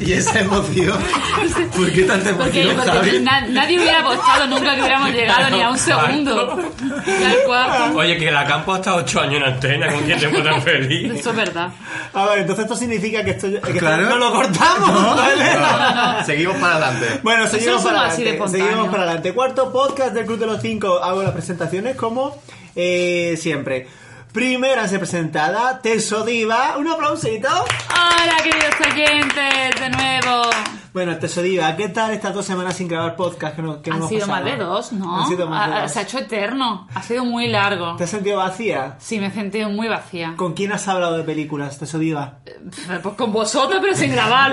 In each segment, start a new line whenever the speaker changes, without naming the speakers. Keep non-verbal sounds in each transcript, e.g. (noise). esa emoción? ¿Por qué tanta
Porque,
emoción,
porque
Javi?
na- nadie hubiera apostado nunca que hubiéramos llegado ni a un segundo. Tal cual.
Oye, que la campo ha estado 8 años en antena, ¿con quién te hemos tan feliz?
Eso es verdad.
(laughs) A ver, entonces esto significa que esto... que
Claro.
esto no lo cortamos, ¿vale?
Seguimos para adelante.
Bueno, seguimos
somos
para
así de
adelante.
espontáneos.
Seguimos para adelante. Cuarto podcast del Club de los Cinco. Hago las presentaciones como eh, siempre. Primera se presentada, Teso Diva. Un aplausito.
Hola, queridos oyentes, de nuevo.
Bueno, Teso Diva, ¿qué tal estas dos semanas sin grabar podcast? Que no, que no
Han
hemos
sido
pasado?
más de dos, ¿no?
Han sido más de
Ha- ha-
dos.
Se ha hecho eterno. Ha sido muy largo.
¿Te has sentido vacía?
Sí, me he sentido muy vacía.
¿Con quién has hablado de películas, Teso Diva?
Pf, Pues con vosotros, pero
(laughs)
sin grabar.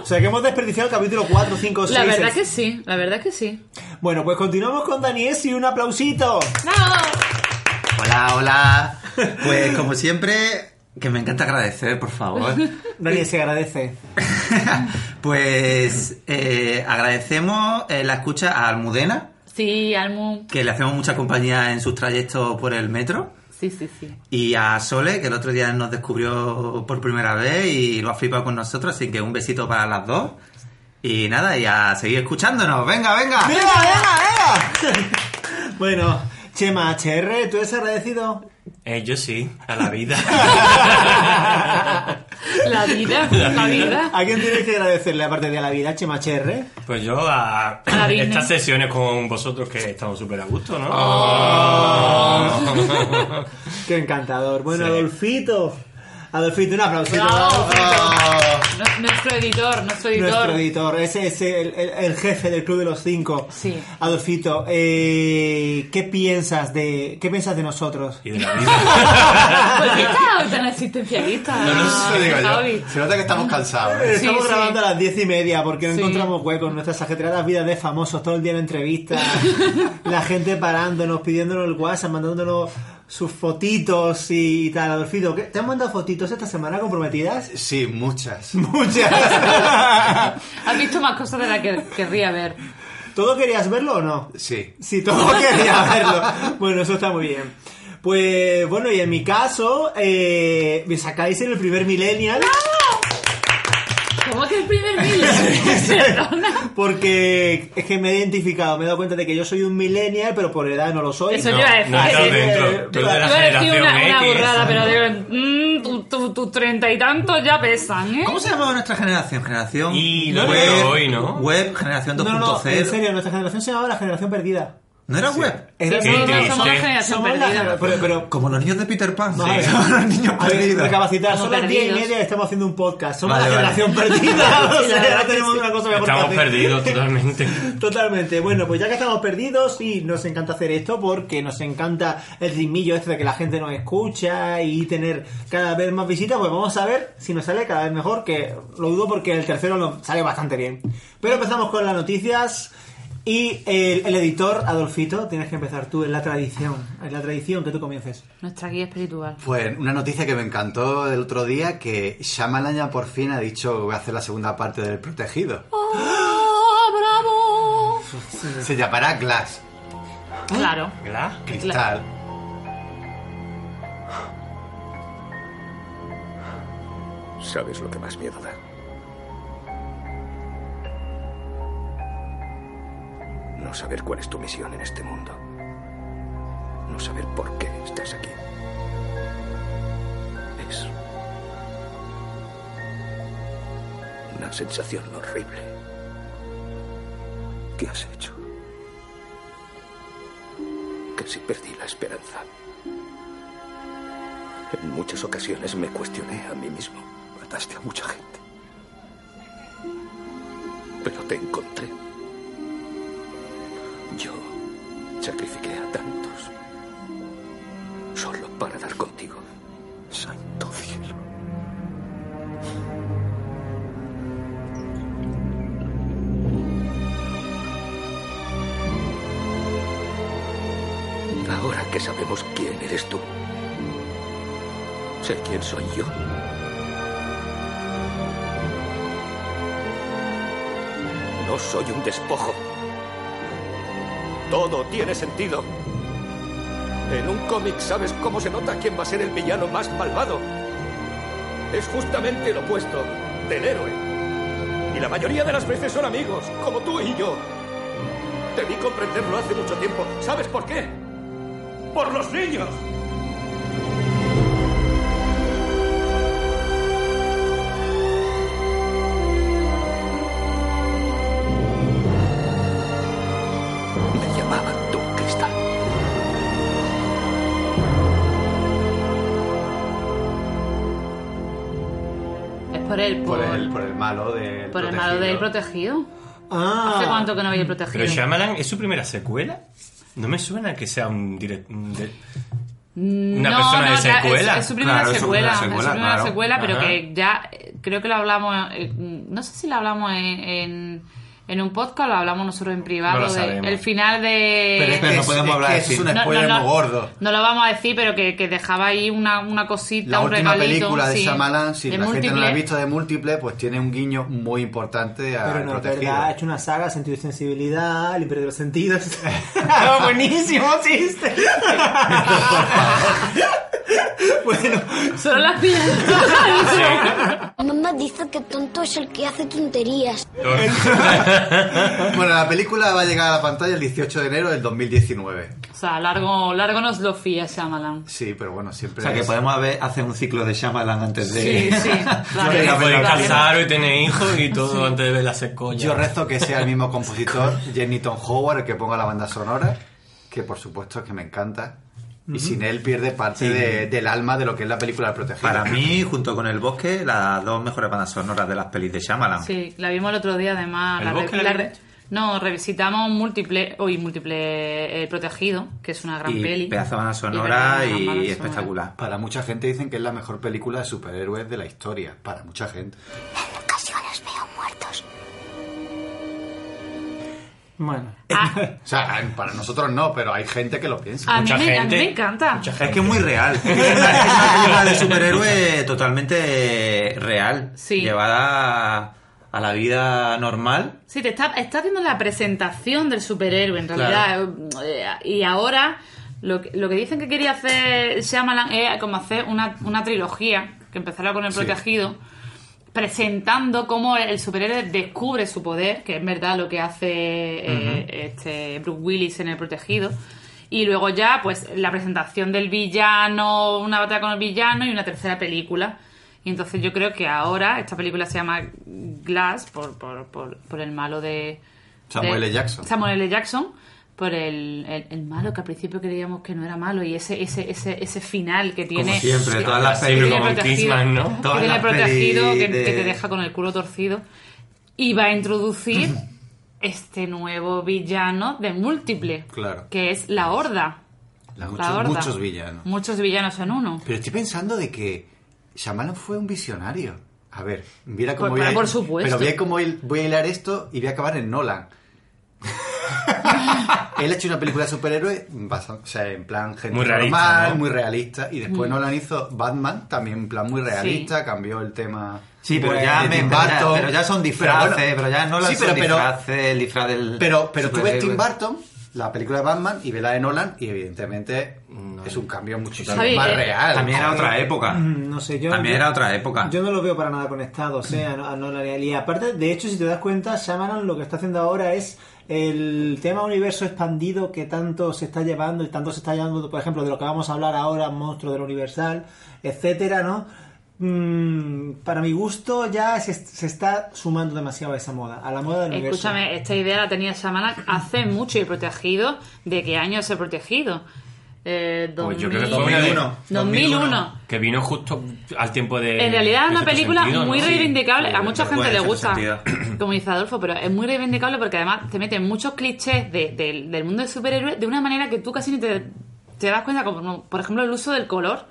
O sea, que hemos desperdiciado el capítulo 4, 5, 6.
La verdad que sí, la verdad que sí.
Bueno, pues continuamos con Daniel y un aplausito.
¡No!
Hola, hola. Pues como siempre, que me encanta agradecer, por favor.
Daniel se agradece.
pues eh, agradecemos eh, la escucha a Almudena,
Sí, Almu.
que le hacemos mucha compañía en sus trayectos por el metro.
Sí, sí, sí.
Y a Sole, que el otro día nos descubrió por primera vez y lo ha flipado con nosotros, así que un besito para las dos. Y nada, y a seguir escuchándonos. Venga, venga.
¡Venga, venga, venga! (laughs) bueno, Chema HR, ¿tú eres agradecido?
Eh, yo sí, a la vida.
La vida, la vida.
¿A quién tienes que agradecerle aparte de la vida, Chema HR?
Pues yo a
la Disney.
estas sesiones con vosotros que estamos súper a gusto, ¿no? Oh.
Qué encantador. Bueno,
Sí.
Adolfito. Adolfito, un aplausito. Ah,
Bravo.
Oh.
Nu- Nuestro editor, nuestro editor.
Nuestro editor, ese es el, el- el jefe del Club de los Cinco.
Sí.
Adolfito, eh, ¿qué piensas de qué piensas de nosotros?
Y de la vida.
¿Por qué estás Pues tan existencialista?
No, no sé si digo
Javi?
yo. Se nota que estamos cansados. ¿eh?
Estamos
sí.
grabando a las diez y media porque no
Sí.
encontramos huecos. Nuestras ajetreadas vidas de famosos, todo el día en
(laughs)
entrevistas. la gente parándonos, pidiéndonos el WhatsApp, mandándonos sus fotitos y tal. Adolfito, ¿qué- ¿te han mandado fotitos esta semana comprometidas?
Sí, muchas.
(laughs)
(laughs)
Muchas.
Has visto más cosas de las que querría ver.
¿Todo querías verlo o no?
Sí.
Sí, todo (laughs) quería verlo. Bueno, eso está muy bien. Pues bueno, y en mi caso, eh, me sacáis en el primer millennial.
¿Cómo que el primer vídeo?
Porque es que me he identificado, me he dado cuenta de que yo soy un millennial, pero por edad no lo soy.
(laughs) Eso yo iba a decir.
No
Ay,
estás
eh,
dentro. Tú eres de la
Yo he sido una, una
generación X.
burrada, pero digo, mm, tus tu, tus treinta y tantos ya pesan, ¿eh?
¿Cómo se llamaba nuestra generación? Generación
Y lo
web,
veo hoy, ¿no?
web, generación
No,
2.0.
no, no, en serio, nuestra generación se llamaba la generación perdida.
¿No era web?
Era
Sí, somos-
triste.
somos la generación
somos la
perdida.
generación- pero, pero
Como los niños de Peter Pan.
vamos a
(laughs)
(laughs)
ver,
Como los niños
a ver,
perdidos.
recapacitar,
Estamos
son las diez y
perdidos.
media y estamos haciendo un podcast. Somos
Vale,
la
vale.
generación
(laughs)
perdida. (laughs) o sea,
verdad
no tenemos una cosa mejor que
Estamos
hacer.
perdidos totalmente.
Totalmente. Bueno, pues ya que estamos perdidos y nos encanta hacer esto porque nos encanta el ritmillo este de que la gente nos escucha y tener cada vez más visitas, pues vamos a ver si nos sale cada vez mejor, que lo dudo porque el tercero nos sale bastante bien. Pero empezamos con las noticias y el, el editor, Adolfito, tienes que empezar tú, es la tradición, es la tradición que tú comiences.
Nuestra guía espiritual.
Pues una noticia que me encantó el otro día, que Shyamalan ya por fin ha dicho que voy a hacer la segunda parte del Protegido.
¡Oh,
Se llamará Glass,
bravo! Claro.
¿Verdad?
Cristal.
¿Sabes lo que más miedo da? No saber cuál es tu misión en este mundo. No saber por qué estás aquí. Es una sensación horrible. ¿Qué has hecho? Casi perdí la esperanza. En muchas ocasiones me cuestioné a mí mismo. Mataste a mucha gente. Pero te encontré. Yo sacrifiqué a tantos. Solo para dar contigo. Santo cielo. Ahora que sabemos quién eres tú, Sé quién soy yo. No soy un despojo. Todo tiene sentido. En un cómic sabes cómo se nota quién va a ser el villano más malvado. Es justamente lo opuesto del héroe. la mayoría de las veces son amigos, como tú y yo. Debí comprenderlo hace mucho tiempo. ¿Sabes por qué? ¡Por los niños! Me llamaban Don Cristal.
Es por él, por,
Por el, por el malo del
por el malo del
protegido.
protegido.
Ah.
¿Hace cuánto que no veía el
Pero
protegido?
Shyamalan, ¿es su primera secuela? No me suena que sea un director...
Una
persona de
otra-
secuela.
Mm, Es, es su primera
Claro, es su
secuela, es
primera
su
secuela,
primera
claro.
secuela, pero
Ajá.
que ya eh, creo que lo hablamos, eh, no sé si lo hablamos en, en, en un podcast, lo hablamos nosotros en privado,
No lo
de-
sabemos.
el final de...
Pero es que
Pero Eh, no
es-
podemos
es
hablar
que
de
eso
cine.
Es un spoiler
no, no,
muy gordo.
No lo vamos a decir, pero que, que dejaba ahí una, una cosita,
La
un
última
regalito.
película de
sí,
Shyamalan, si
de
la gente no la ha
múltiple.
visto de múltiple, pues tiene un guiño muy importante a
Pero no, es
protegido. (laughs)
verdad, ha hecho una saga, sentido y sensibilidad, el imperio de los sentidos. (laughs) Ah, Buenísimo chiste. bueno,
(laughs) Solo las piedras.
Mamá dice que tonto es el que hace tonterías.
Bueno, la película va a llegar a la pantalla el 18 de enero del 2019.
o sea, largo, largo nos lo fía Shyamalan.
Sí, pero bueno,
O
siempre.
sea, que
es-
podemos haber- hacer un ciclo de Shyamalan antes de...
Sí,
(laughs)
sí. claro.
Yo
Pero
la
pueden
verdad que-
casar y tener hijos y todo antes de ver la secuela.
Yo rezo que sea el
(laughs)
mismo compositor, Jenniton Howard, el que ponga la banda sonora, que por supuesto es que me encanta. Y sin él pierde parte de- del alma de lo que es la película del protegido.
Para mí, junto con El Bosque, las dos mejores bandas sonoras de las pelis de Shyamalan.
Sí, la vimos el otro día además.
¿El
la
bosque la vimos?
no, revisitamos múltiple, hoy múltiple eh, protegido, que es una gran
Y
peli.
pedazo de banda
Y
sonora
verdad,
y,
gran banda
espectacular.
Para mucha gente dicen que es la mejor película de superhéroes de la historia. Para mucha gente.
Ocasiones veo muertos.
bueno.
sonora.
O sea, para nosotros no, pero hay gente que lo piensa.
Ah, a, mí
Mucha
me, a mí
gente-
me encanta.
mucha gente-
Es que es muy real. Es una- es una
(laughs)
película de superhéroe totalmente real.
Sí.
Llevada a la vida normal.
Sí, te está- estás viendo la presentación del superhéroe en realidad. Eh, Y ahora lo que, lo que dicen que quería hacer Shyamalan es como hacer una, una trilogía que empezara con el protegido, presentando cómo el superhéroe descubre su poder, que es verdad lo que hace eh, este Bruce Willis en el protegido. Y luego ya, pues, la presentación del villano, una batalla con el villano y una tercera película. Y entonces yo creo que ahora esta película se llama Glass por, por, por, por el malo de...
Samuel
de-
L. Jackson.
Samuel L. Jackson, por el, el- el malo que al principio creíamos que no era malo y ese, ese, ese, ese final que tiene...
Como siempre,
que-
todas las
que
pelis
tiene
como en
protegido-
Kingsman, ¿no?
que
Todas
tiene
las pelis
protegido, que,
de-
que te deja con el culo torcido. Y va a introducir este nuevo villano de múltiple.
Claro.
Que es la horda.
La-
La
muchos-
Horda.
muchos villanos.
Muchos villanos en uno.
Pero estoy pensando de que Shyamalan fue un visionario. A ver, mira cómo
Por-
voy a...
Pues, ah, por supuesto.
Pero mira cómo il- voy a hilar esto y voy a acabar
(laughs)
en Nolan. Él ha hecho una película de superhéroes basa- o sea, en plan gente
Muy realista,
normal,
¿no?
muy realista. Y después
Mm.
Nolan hizo Batman, también en plan muy realista, cambió el tema.
Sí, pero
Bueno,
ya,
de
me,
Tim
pero ya-
Burton.
pero ya son
Pero bueno,
disfraces, pero, ya no las
sí, pero,
son
pero-
disfraces, el disfraz del.
pero, pero tú ves
superhéroe.
Tim Burton, la película de Batman, y ves la de Nolan, y evidentemente es un cambio muchísimo
Javi,
más
eh,
real.
Mm, También era otra época.
Mm, (clears throat) No sé, yo.
También
yo-
era otra época.
Yo no lo veo para nada conectado, o sea, no, no la y aparte, de hecho, si te das cuenta, Shyamalan lo que está haciendo ahora es el tema universo expandido que tanto se está llevando y tanto se está llevando, por ejemplo, de lo que vamos a hablar ahora, Monstruo del Universal, etcétera, ¿no? Mm, para mi gusto ya se, se está sumando demasiado a esa moda, a la moda del universo.
Escúchame, esta idea la tenía Shyamalan hace mucho y protegido. ¿De qué año se protegido? Eh,
Pues yo creo que
2000.
fue una de-
2001.
2001
Que vino justo al tiempo de...
en realidad es una
de Sexto
película
Sentido, ¿no?
muy
Sí.
reivindicable.
Sí,
a mucha
bueno,
gente le
en cierto
gusta, (laughs) como dice Adolfo, pero es muy reivindicable porque además te meten muchos clichés de- del- del mundo del superhéroe de una manera que tú casi ni te, te das cuenta, como por ejemplo el uso del color,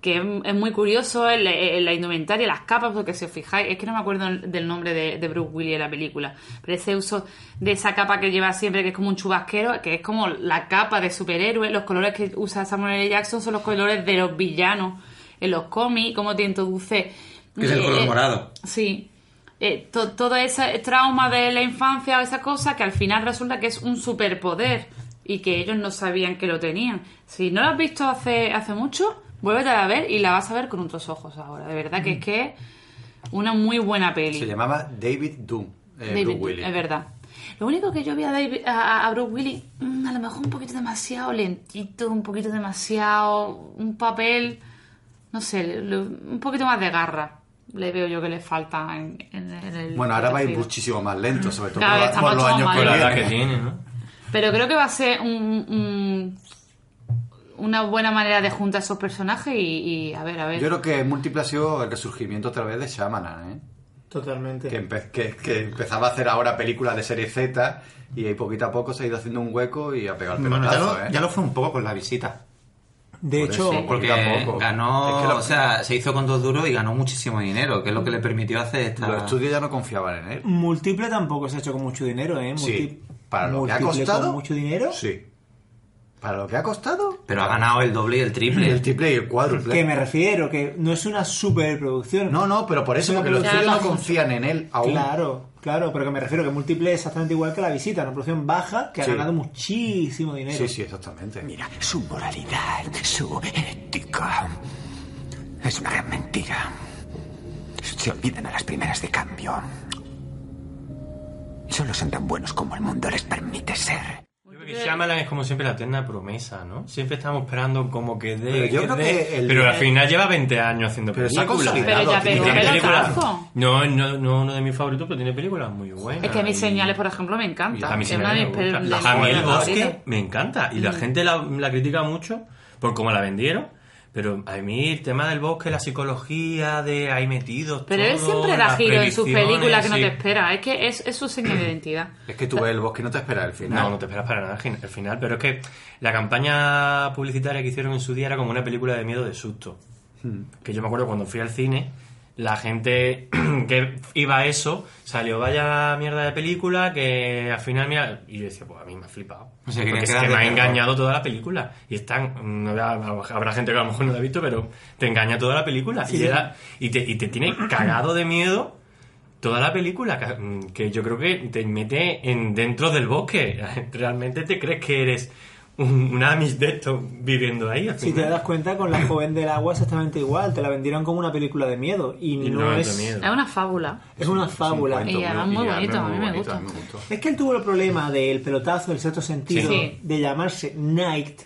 que es, es muy curioso, el- el- la indumentaria, las capas, porque si os fijáis, es que no me acuerdo el- del nombre de, de Bruce Willis en la película, pero ese uso de esa capa que lleva siempre, que es como un chubasquero, que es como la capa de superhéroe, los colores que usa Samuel L. Jackson son los colores de los villanos en los cómics, cómo te introduce...
Que es el color
eh,
morado.
Sí. Eh, to- todo ese trauma de la infancia o esa cosa que al final resulta que es un superpoder y que ellos no sabían que lo tenían. Si no lo has visto hace, hace mucho, vuélvete a ver y la vas a ver con otros ojos ahora. De verdad que es que Una muy buena peli.
Se llamaba David Doom. eh,
David,
Bruce Willis.
Es verdad. Lo único que yo vi a, David- a, a Bruce Willis, mm, a lo mejor un poquito demasiado lentito, un poquito demasiado. Un papel. No sé, le- le- un poquito más de garra. Le veo yo que le falta en, en- en el.
Bueno, ahora va a ir
perfil.
muchísimo más lento, sobre todo
Cada
por,
vez
la-
está
por
más
los años
chavo,
que
Con la edad
viene.
que tiene, ¿no?
Pero creo que va a ser un- un- una buena manera de juntar esos personajes y, y a ver, a ver.
Yo creo que Múltiple ha sido el resurgimiento otra vez de Shyamalan, ¿eh?
Totalmente.
que, empe- que- que empezaba a hacer ahora películas de serie Z y ahí poquito a poco se ha ido haciendo un hueco y a pegar el
Bueno, Mm. ya
pelotazo,
lo,
¿eh?
ya lo fue un poco con la visita.
De
Por
hecho,
eso.
Porque
Poquito a poco.
ganó,
Es que lo-
o sea, se hizo con dos duros y ganó muchísimo dinero, que es lo que le permitió hacer esta...
Los estudios ya no confiaban en él.
múltiple tampoco se ha hecho con mucho dinero, ¿eh?
Sí.
Múlti-
Para lo que ha
Múltiple
costado.
con mucho dinero.
Sí. Para lo que ha costado.
Pero ha ganado el doble y el
Mm.
triple.
El triple y el cuádruple.
Que me refiero, que no es una superproducción.
No, no, pero por eso, porque los
Ya
estudios
lo
no
hacen.
confían en él aún.
Claro, claro, pero que me refiero que múltiple es exactamente igual que la visita, una producción baja que
Sí.
ha ganado muchísimo dinero.
Sí, sí, exactamente.
Mira, su moralidad, su ética. Es una gran mentira. Se olvidan a las primeras de cambio. Solo son tan buenos como el mundo les permite ser.
Yo creo que Shyamalan es como siempre la eterna promesa, ¿no? Siempre estamos esperando como que dé.
Pero yo creo
dé,
que el-
pero al final lleva 20 años haciendo
Pero se ha
películas.
consolidado.
Pero ya
tiene
pegó
Tiene
un
películas.
pelotazo.
películas. No, no, no uno de mis favoritos, pero tiene películas muy buenas.
Es que a mis
Y-
señales, por ejemplo, me
y
encanta.
a mí
Es
sí me
una de mis
gusta.
pel- de Mm. mis
A mí el
películas favoritas.
bosque me encanta. Y la gente la, la critica mucho por cómo la vendieron. Pero a mí el tema del bosque, la psicología de ahí metidos.
Pero él
todo,
siempre da
las
giro en sus
predicciones,
películas que no
sí.
te espera. Es que es, es su señal de identidad.
Es que tú ves el bosque y no te esperas el final.
No, no te esperas para nada al fin- al final, pero es que la campaña publicitaria que hicieron en su día era como una película de miedo de susto.
Hmm.
Que yo me acuerdo cuando fui al cine, la gente (clears throat) que iba a eso salió, vaya mierda de película, que al final, mira, y yo decía, pues a mí me ha flipado.
O sea,
Porque
querían
es
quedar
que
de
me ha
terror.
engañado toda la película. Y están, no, habrá habrá gente que a lo mejor no la ha visto, pero te engaña toda la película. y, era- y, te, y te tiene cagado de miedo toda la película ca- mm, que yo creo que te mete en dentro del bosque. (laughs) Realmente te crees que eres un, un Amish de estos viviendo ahí. al
Si te
final.
das cuenta, con La joven del agua exactamente igual. Te la vendieron como una película de miedo. Y,
Y
no,
no es
es...
de miedo.
Es una fábula.
Es una
Un
fábula.
cuento
Y además muy bonito, a mí me gusta.
a mí me gustó.
Es que él tuvo el problema del pelotazo, del sexto sentido,
Sí. Mm.
de llamarse Knight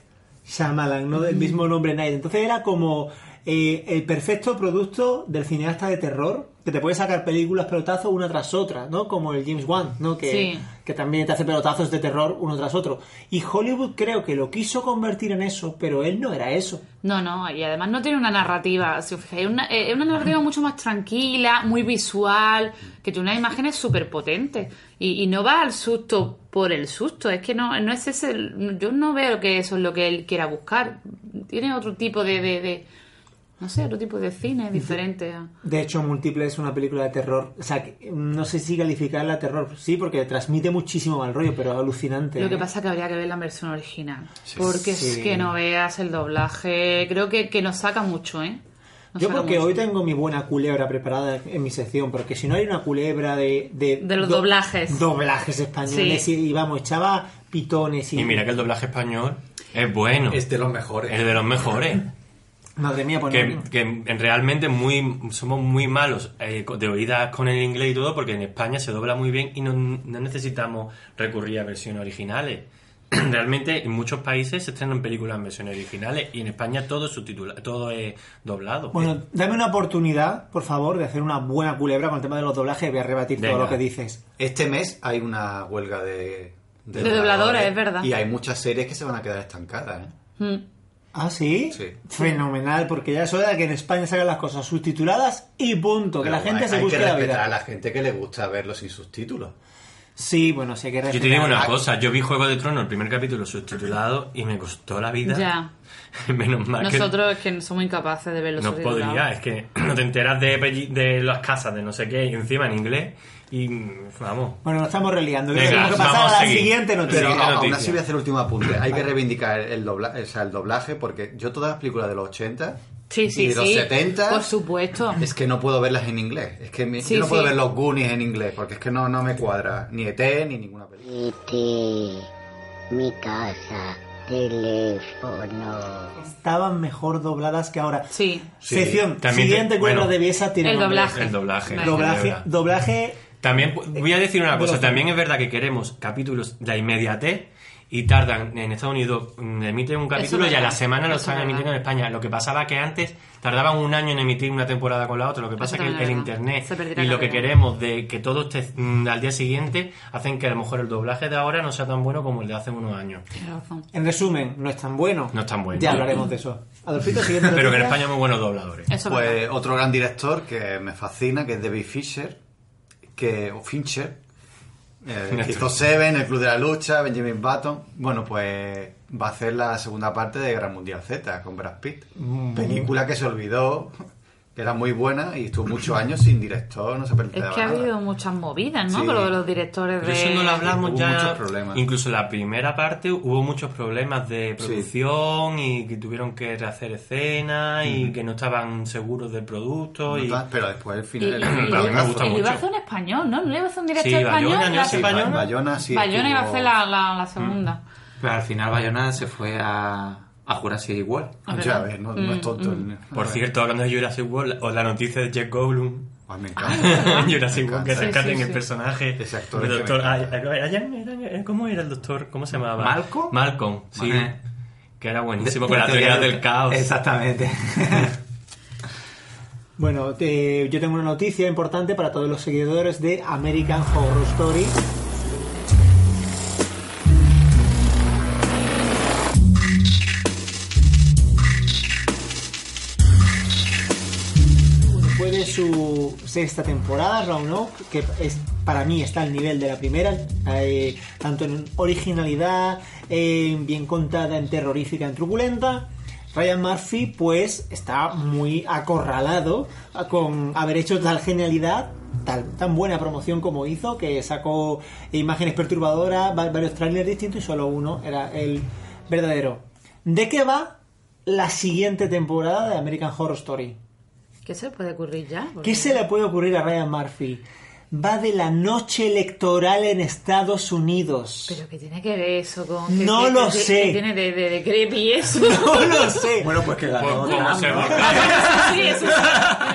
Shyamalan, ¿no? Del mismo nombre Knight. Entonces era como eh, el perfecto producto del cineasta de terror, que te puede sacar películas pelotazos una tras otra, ¿no? Como el James Wan, ¿no? Que,
Sí.
que también te hace pelotazos de terror uno tras otro. Y Hollywood creo que lo quiso convertir en eso, pero él no era eso.
No, no, y además no tiene una narrativa. Si os fijáis, una- eh, es una narrativa mucho más tranquila, muy visual, que tiene unas imágenes súper potentes. Y, y no va al susto por el susto. Es que no, no es ese. el- Yo no veo que eso es lo que él quiera buscar. Tiene otro tipo de. de- de- no sé, otro tipo de cine diferente. a-
De hecho, Múltiple es una película de terror. O sea, que no sé si calificarla terror. Sí, porque transmite muchísimo mal rollo, pero alucinante.
Lo que
¿eh?
pasa es que habría que ver la versión original. porque
Sí.
es que no veas el doblaje. Creo que, que nos saca mucho, ¿eh? Nos
Yo
saca
porque
mucho.
hoy tengo mi buena culebra preparada en mi sección, porque si no hay una culebra de... De,
De los doblajes.
Doblajes españoles
Sí.
y, y vamos, echaba pitones y...
Y mira que el doblaje español es bueno.
Es de los mejores.
Es de los mejores.
Madre mía, pues
que,
no-
que realmente muy somos muy malos eh, de oídas con el inglés y todo porque en España se dobla muy bien y no, no necesitamos recurrir a versiones originales (clears throat) realmente en muchos países se estrenan películas en versiones originales y en España todo es subtitula- todo es doblado
Bueno, dame una oportunidad, por favor, de hacer una buena culebra con el tema de los doblajes. Voy a rebatir todo
Venga.
lo que dices.
Este mes hay una huelga de...
De dobladores, es verdad.
Y hay muchas series que se van a quedar estancadas, ¿eh?
Mm.
¿Ah, sí?
Sí.
Fenomenal, porque ya es hora de que en España se hagan las cosas subtituladas y punto. Que la
Pero
gente
hay-
se
hay
busque
que
la
respetar
vida.
a la gente que le gusta verlo sin subtítulos.
Sí, bueno, sí hay que
yo te digo
respetar.
una cosa yo vi Juego de Tronos el primer capítulo subtitulado y me costó la vida
Ya.
(laughs) menos mal que
Nosotros es que somos incapaces de verlo
No
subtitulado.
podría, ¿eh? es que (clears throat) no te enteras de, pelli- de las casas, de no sé qué, y encima en inglés. Y mm, vamos.
Bueno, nos estamos reliando. Creo que
Venga,
tenemos que pasar
vamos
a
a
la
seguir.
siguiente noticia.
Pero
Sí, qué
aún
noticia.
así voy a hacer el
(clears throat)
último apunte. Hay que reivindicar el, dobla- o sea, el doblaje porque yo todas las películas de los 80
Sí, sí,
y de los
sí.
70
Por supuesto.
es que no puedo verlas en inglés. Es que mi-
Sí,
yo no puedo
sí.
ver los Goonies en inglés porque es que E no, no me cuadra ni ET ni ninguna película.
Vete, mi casa, teléfono.
Estaban mejor dobladas que ahora.
Sí.
Sí,
Sección,
también te-
siguiente cuerda
bueno,
de Biesa tiene
el
nombre.
doblaje.
El doblaje.
Vale.
Doblaje,
Celebra.
doblaje
También pu- voy a decir una cosa,
Pero-
también es verdad que queremos capítulos de la inmediatez y tardan en Estados Unidos, mm, emiten un capítulo
es
y a la
verdad,
semana lo
eso
están
es
emitiendo en
verdad.
España. Lo que pasaba que antes tardaban un año en emitir una temporada con la otra, lo que pasa
Eso
que el,
también es verdad.
internet
Se perdió la
y lo que
calidad.
queremos de que todo esté mm, al día siguiente hacen que a lo mejor el doblaje de ahora no sea tan bueno como el de hace unos años.
Tienes razón.
En resumen, no es tan bueno.
No es tan bueno.
Ya hablaremos de eso. Adolfito, siguiente.
(laughs) Pero que en
noticia.
España hay muy buenos dobladores.
Eso es verdad.
Pues otro gran director que me fascina, que es David Fisher, que, o Fincher,
(laughs)
eh,
Este.
que hizo Seven, El Club de la Lucha, Benjamin Button. Bueno, pues va a hacer la segunda parte de Guerra Mundial Z con Brad Pitt.
Mm.
Película que se olvidó, que era muy buena y estuvo muchos años sin director, no se
Es
planteaba
que ha
nada.
habido muchas movidas, ¿no?
Sí.
Con lo de los directores
Pero
de.
eso no lo hablamos
Hubo
ya.
muchos problemas.
Incluso la primera parte hubo muchos problemas de producción y que tuvieron que rehacer escenas y que no estaban seguros del producto.
No
y...
tal, Pero después el
Y, y,
final...
y-
mí me
y-
gusta
y lo
mucho.
iba a hacer un español, ¿no? No le iba a hacer un director
Sí,
español.
Bayona, ¿no?
la-
Sí, Bayona.
Bayona, sí,
Bayona iba a
estuvo-
hacer la, la, la segunda.
Mm.
Pero al final Bayona se fue a, a Jurassic igual.
Ya ves, no,
Mm,
no es tonto. el-
Por cierto, hablando de Jurassic World, o la noticia de Jeff Goldblum. (laughs)
Ay, Ah,
(laughs)
me encanta.
Jurassic World, que
encanta.
rescaten
Sí, sí,
el
sí.
personaje.
Ese actor
del
es que
doctor.
me encanta.
Ay, ay, ay, ay, ¿Cómo era el doctor? ¿Cómo se llamaba?
¿Malcolm?
Malcolm, sí.
Ajá.
Que era buenísimo con la teoría del caos.
Exactamente.
Bueno, eh, yo tengo una noticia importante para todos los seguidores de American Horror Story. Después de su sexta temporada, Roanoke, que es, para mí está al nivel de la primera, eh, tanto en originalidad, eh, bien contada, en terrorífica, en truculenta. Ryan Murphy, pues, está muy acorralado a- con haber hecho tal genialidad, tal, tan buena promoción como hizo, que sacó imágenes perturbadoras, va- varios trailers distintos y solo uno era el verdadero. ¿De qué va la siguiente temporada de American Horror Story?
¿Qué se le puede ocurrir ya? Porque-
¿Qué se le puede ocurrir a Ryan Murphy? Va de la noche electoral en Estados Unidos.
¿Pero qué tiene que ver eso con.? qué-
No
qué-
lo
qué-
sé.
qué tiene de, de, de creepy
(laughs)
eso?
(laughs) No lo sé.
bueno, pues que
Pues,
ganó
¿Cómo
Trump,
se
¿no?
burla?
sí, eso sí.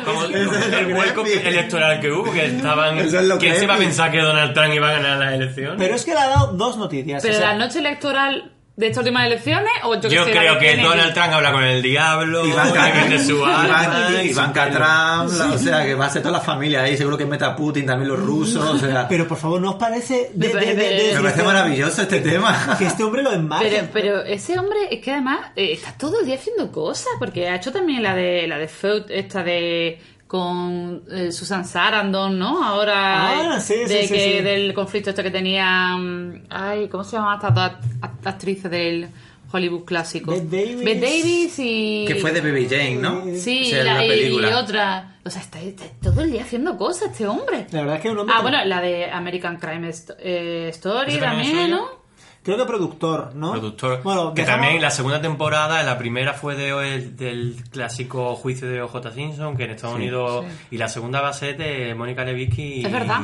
Como el,
Eso es lo que
vuelco
es.
electoral que hubo, que estaban.
Eso es lo
¿Quién
que
se
es.
iba a pensar que Donald Trump iba a ganar las elecciones?
Pero es que le ha dado dos noticias.
¿Pero
o sea,
la noche electoral de estas últimas elecciones? O yo, qué
Yo
sé, la
creo
de
que
Kennedy?
Donald Trump habla con el diablo, y
Ivanka,
vende su alma.
Ivanka,
y-
Ivanka Trump, la- o sea, que va a ser toda la familia ahí, seguro que meta a Putin, también los rusos, o sea...
Pero por favor, ¿no os parece de,
Me parece-
me parece maravilloso este tema.
que este hombre lo embarque?
Pero, pero ese hombre es que además eh, está todo el día haciendo cosas, porque ha hecho también la de la de Feud, esta de con eh, Susan Sarandon, ¿no? Ahora
Ah,
eh,
sí, sí,
de
sí,
que
sí.
del conflicto este que tenía mm, ay, ¿cómo se llama esta dos act- actrices del Hollywood clásico?
Bette Davis.
Bette Davis y
Que fue de Baby Jane, ¿no?
Sí,
O sea,
y la-
la
y-
película.
y otra. O sea, está, está todo el día haciendo cosas este hombre.
La verdad es que es un hombre.
Ah,
que-
bueno, la de American Crime Sto- eh, Story
¿Esa también es
también,
suya?
¿no?
Creo que productor, ¿no?
Productor.
Bueno,
que
dejamos-
también la segunda temporada, la primera fue de, el- del clásico juicio de OJ Simpson, que en Estados Unidos. Y la segunda va a ser de Mónica Lewinsky y,
Es verdad.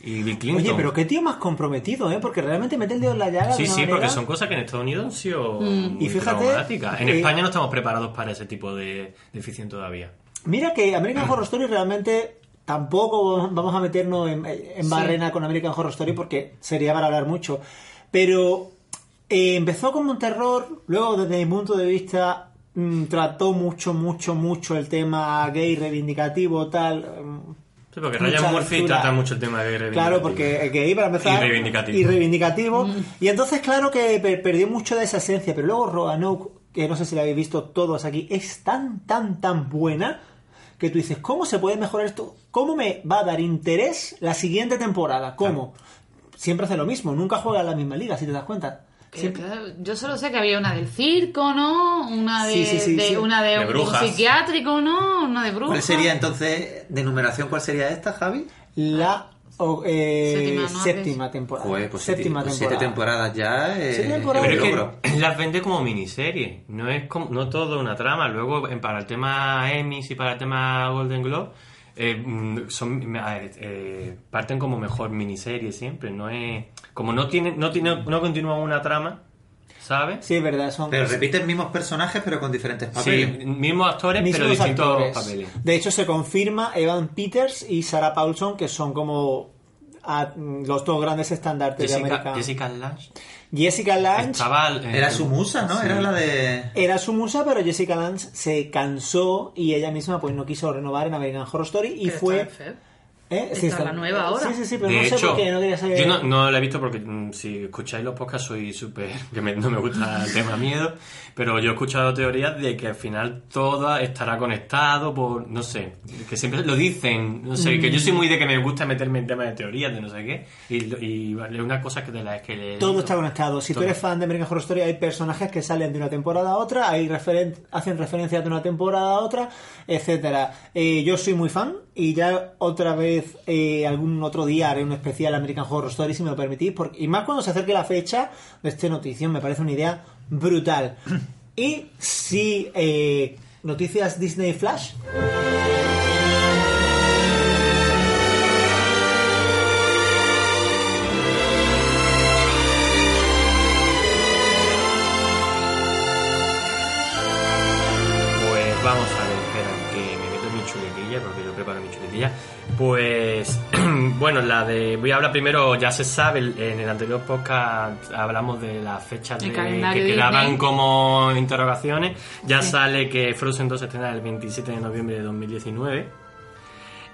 y Bill Clinton.
Oye, pero qué tío más comprometido, ¿eh? Porque realmente mete el dedo en la llaga. de
Sí,
una
sí, porque
manera-
son cosas que en Estados Unidos han sido muy
Y fíjate,
traumáticas. En
eh,
España no estamos preparados para ese tipo de, de ficción todavía.
Mira que American Horror Story realmente tampoco vamos a meternos en, en barrena con American Horror Story porque sería para hablar mucho. Pero eh, empezó como un terror, luego desde mi punto de vista mm, trató mucho, mucho, mucho el tema gay reivindicativo, tal. mm,
Sí, porque
Mucha
Ryan Murphy
lectura.
trata mucho el tema de reivindicativo.
Claro, porque el gay para empezar.
Y reivindicativo.
Y reivindicativo.
Mm.
Y entonces, claro que per- perdió mucho de esa esencia. Pero luego Roanoke, que no sé si la habéis visto todos aquí, es tan, tan, tan buena que tú dices, ¿cómo se puede mejorar esto? ¿Cómo me va a dar interés la siguiente temporada? ¿Cómo? Siempre hace lo mismo, nunca juega en la misma liga, si te das cuenta.
Que,
Siempre-
claro, Yo solo sé que había una del circo, ¿no? Una de,
Sí, sí, sí,
de-
sí.
Una de,
De
un
brujas.
psiquiátrico, ¿no? Una de brujas.
¿Cuál sería entonces, de numeración, cuál sería esta, Javi?
La o- eh,
Séptima, ¿no?
séptima temporada.
Joder, pues
séptima
siete, pues siete
temporada.
temporadas ya. eh,
Siete
es
temporadas.
un
Pero
logro.
es que las vende como miniserie, no es como, no todo una trama. Luego, en- para el tema Emmys y para el tema Golden Globe, eh, mm, son, me- a- eh, parten como mejor miniserie siempre. No es como no tiene no tiene no continúa una trama, ¿sabes?
Sí, es verdad, son.
Pero repiten mismos personajes, pero con diferentes papeles.
Sí, mismos actores, Eh, pero
mismos
distintos
actores.
papeles.
De hecho, se confirma Evan Peters y Sarah Paulson, que son como ah, los dos grandes estandartes de
Jessica,
América.
Jessica Lange
Jessica Lange
estaba... eh,
Era su musa,
sí.
¿no? Era la de.
era su musa, pero Jessica Lange se cansó y ella misma pues no quiso renovar en American Horror Story y
Pero
fue...
está feo.
¿Eh?
está la nueva ahora.
Sí, sí, sí, pero
de
no sé
hecho,
por qué no quería saber...
yo no, no la he visto porque mm, si escucháis los podcasts soy súper... (laughs) que me- no me gusta el tema miedo, pero yo he escuchado teorías de que al final todo estará conectado por... no sé, que siempre lo dicen, no sé, que yo
Mm.
soy muy de que me gusta meterme en temas de teorías, de no sé qué, y, y vale, una cosa que de las que... le-
Todo está conectado. Si
Todo.
tú eres fan de American Horror Story, hay personajes que salen de una temporada a otra, hay referen- hacen referencia de una temporada a otra, etcétera. Eh, yo soy muy fan y ya otra vez eh, algún otro día haré un especial American Horror Story si me lo permitís, porque, y más cuando se acerque la fecha de este notición, me parece una idea brutal. Y si eh, noticias Disney Flash,
Pues vamos a ver, espera, que me meto en mi chuletilla, porque yo preparo mi chuletilla. Pues, (clears throat) bueno, la de. Voy a hablar primero, ya se sabe, el- en el anterior podcast hablamos de las fechas
El
de-
calendario
que quedaban
Disney.
como interrogaciones. Ya sale que Frozen 2 se estrena el 27 de noviembre de 2019.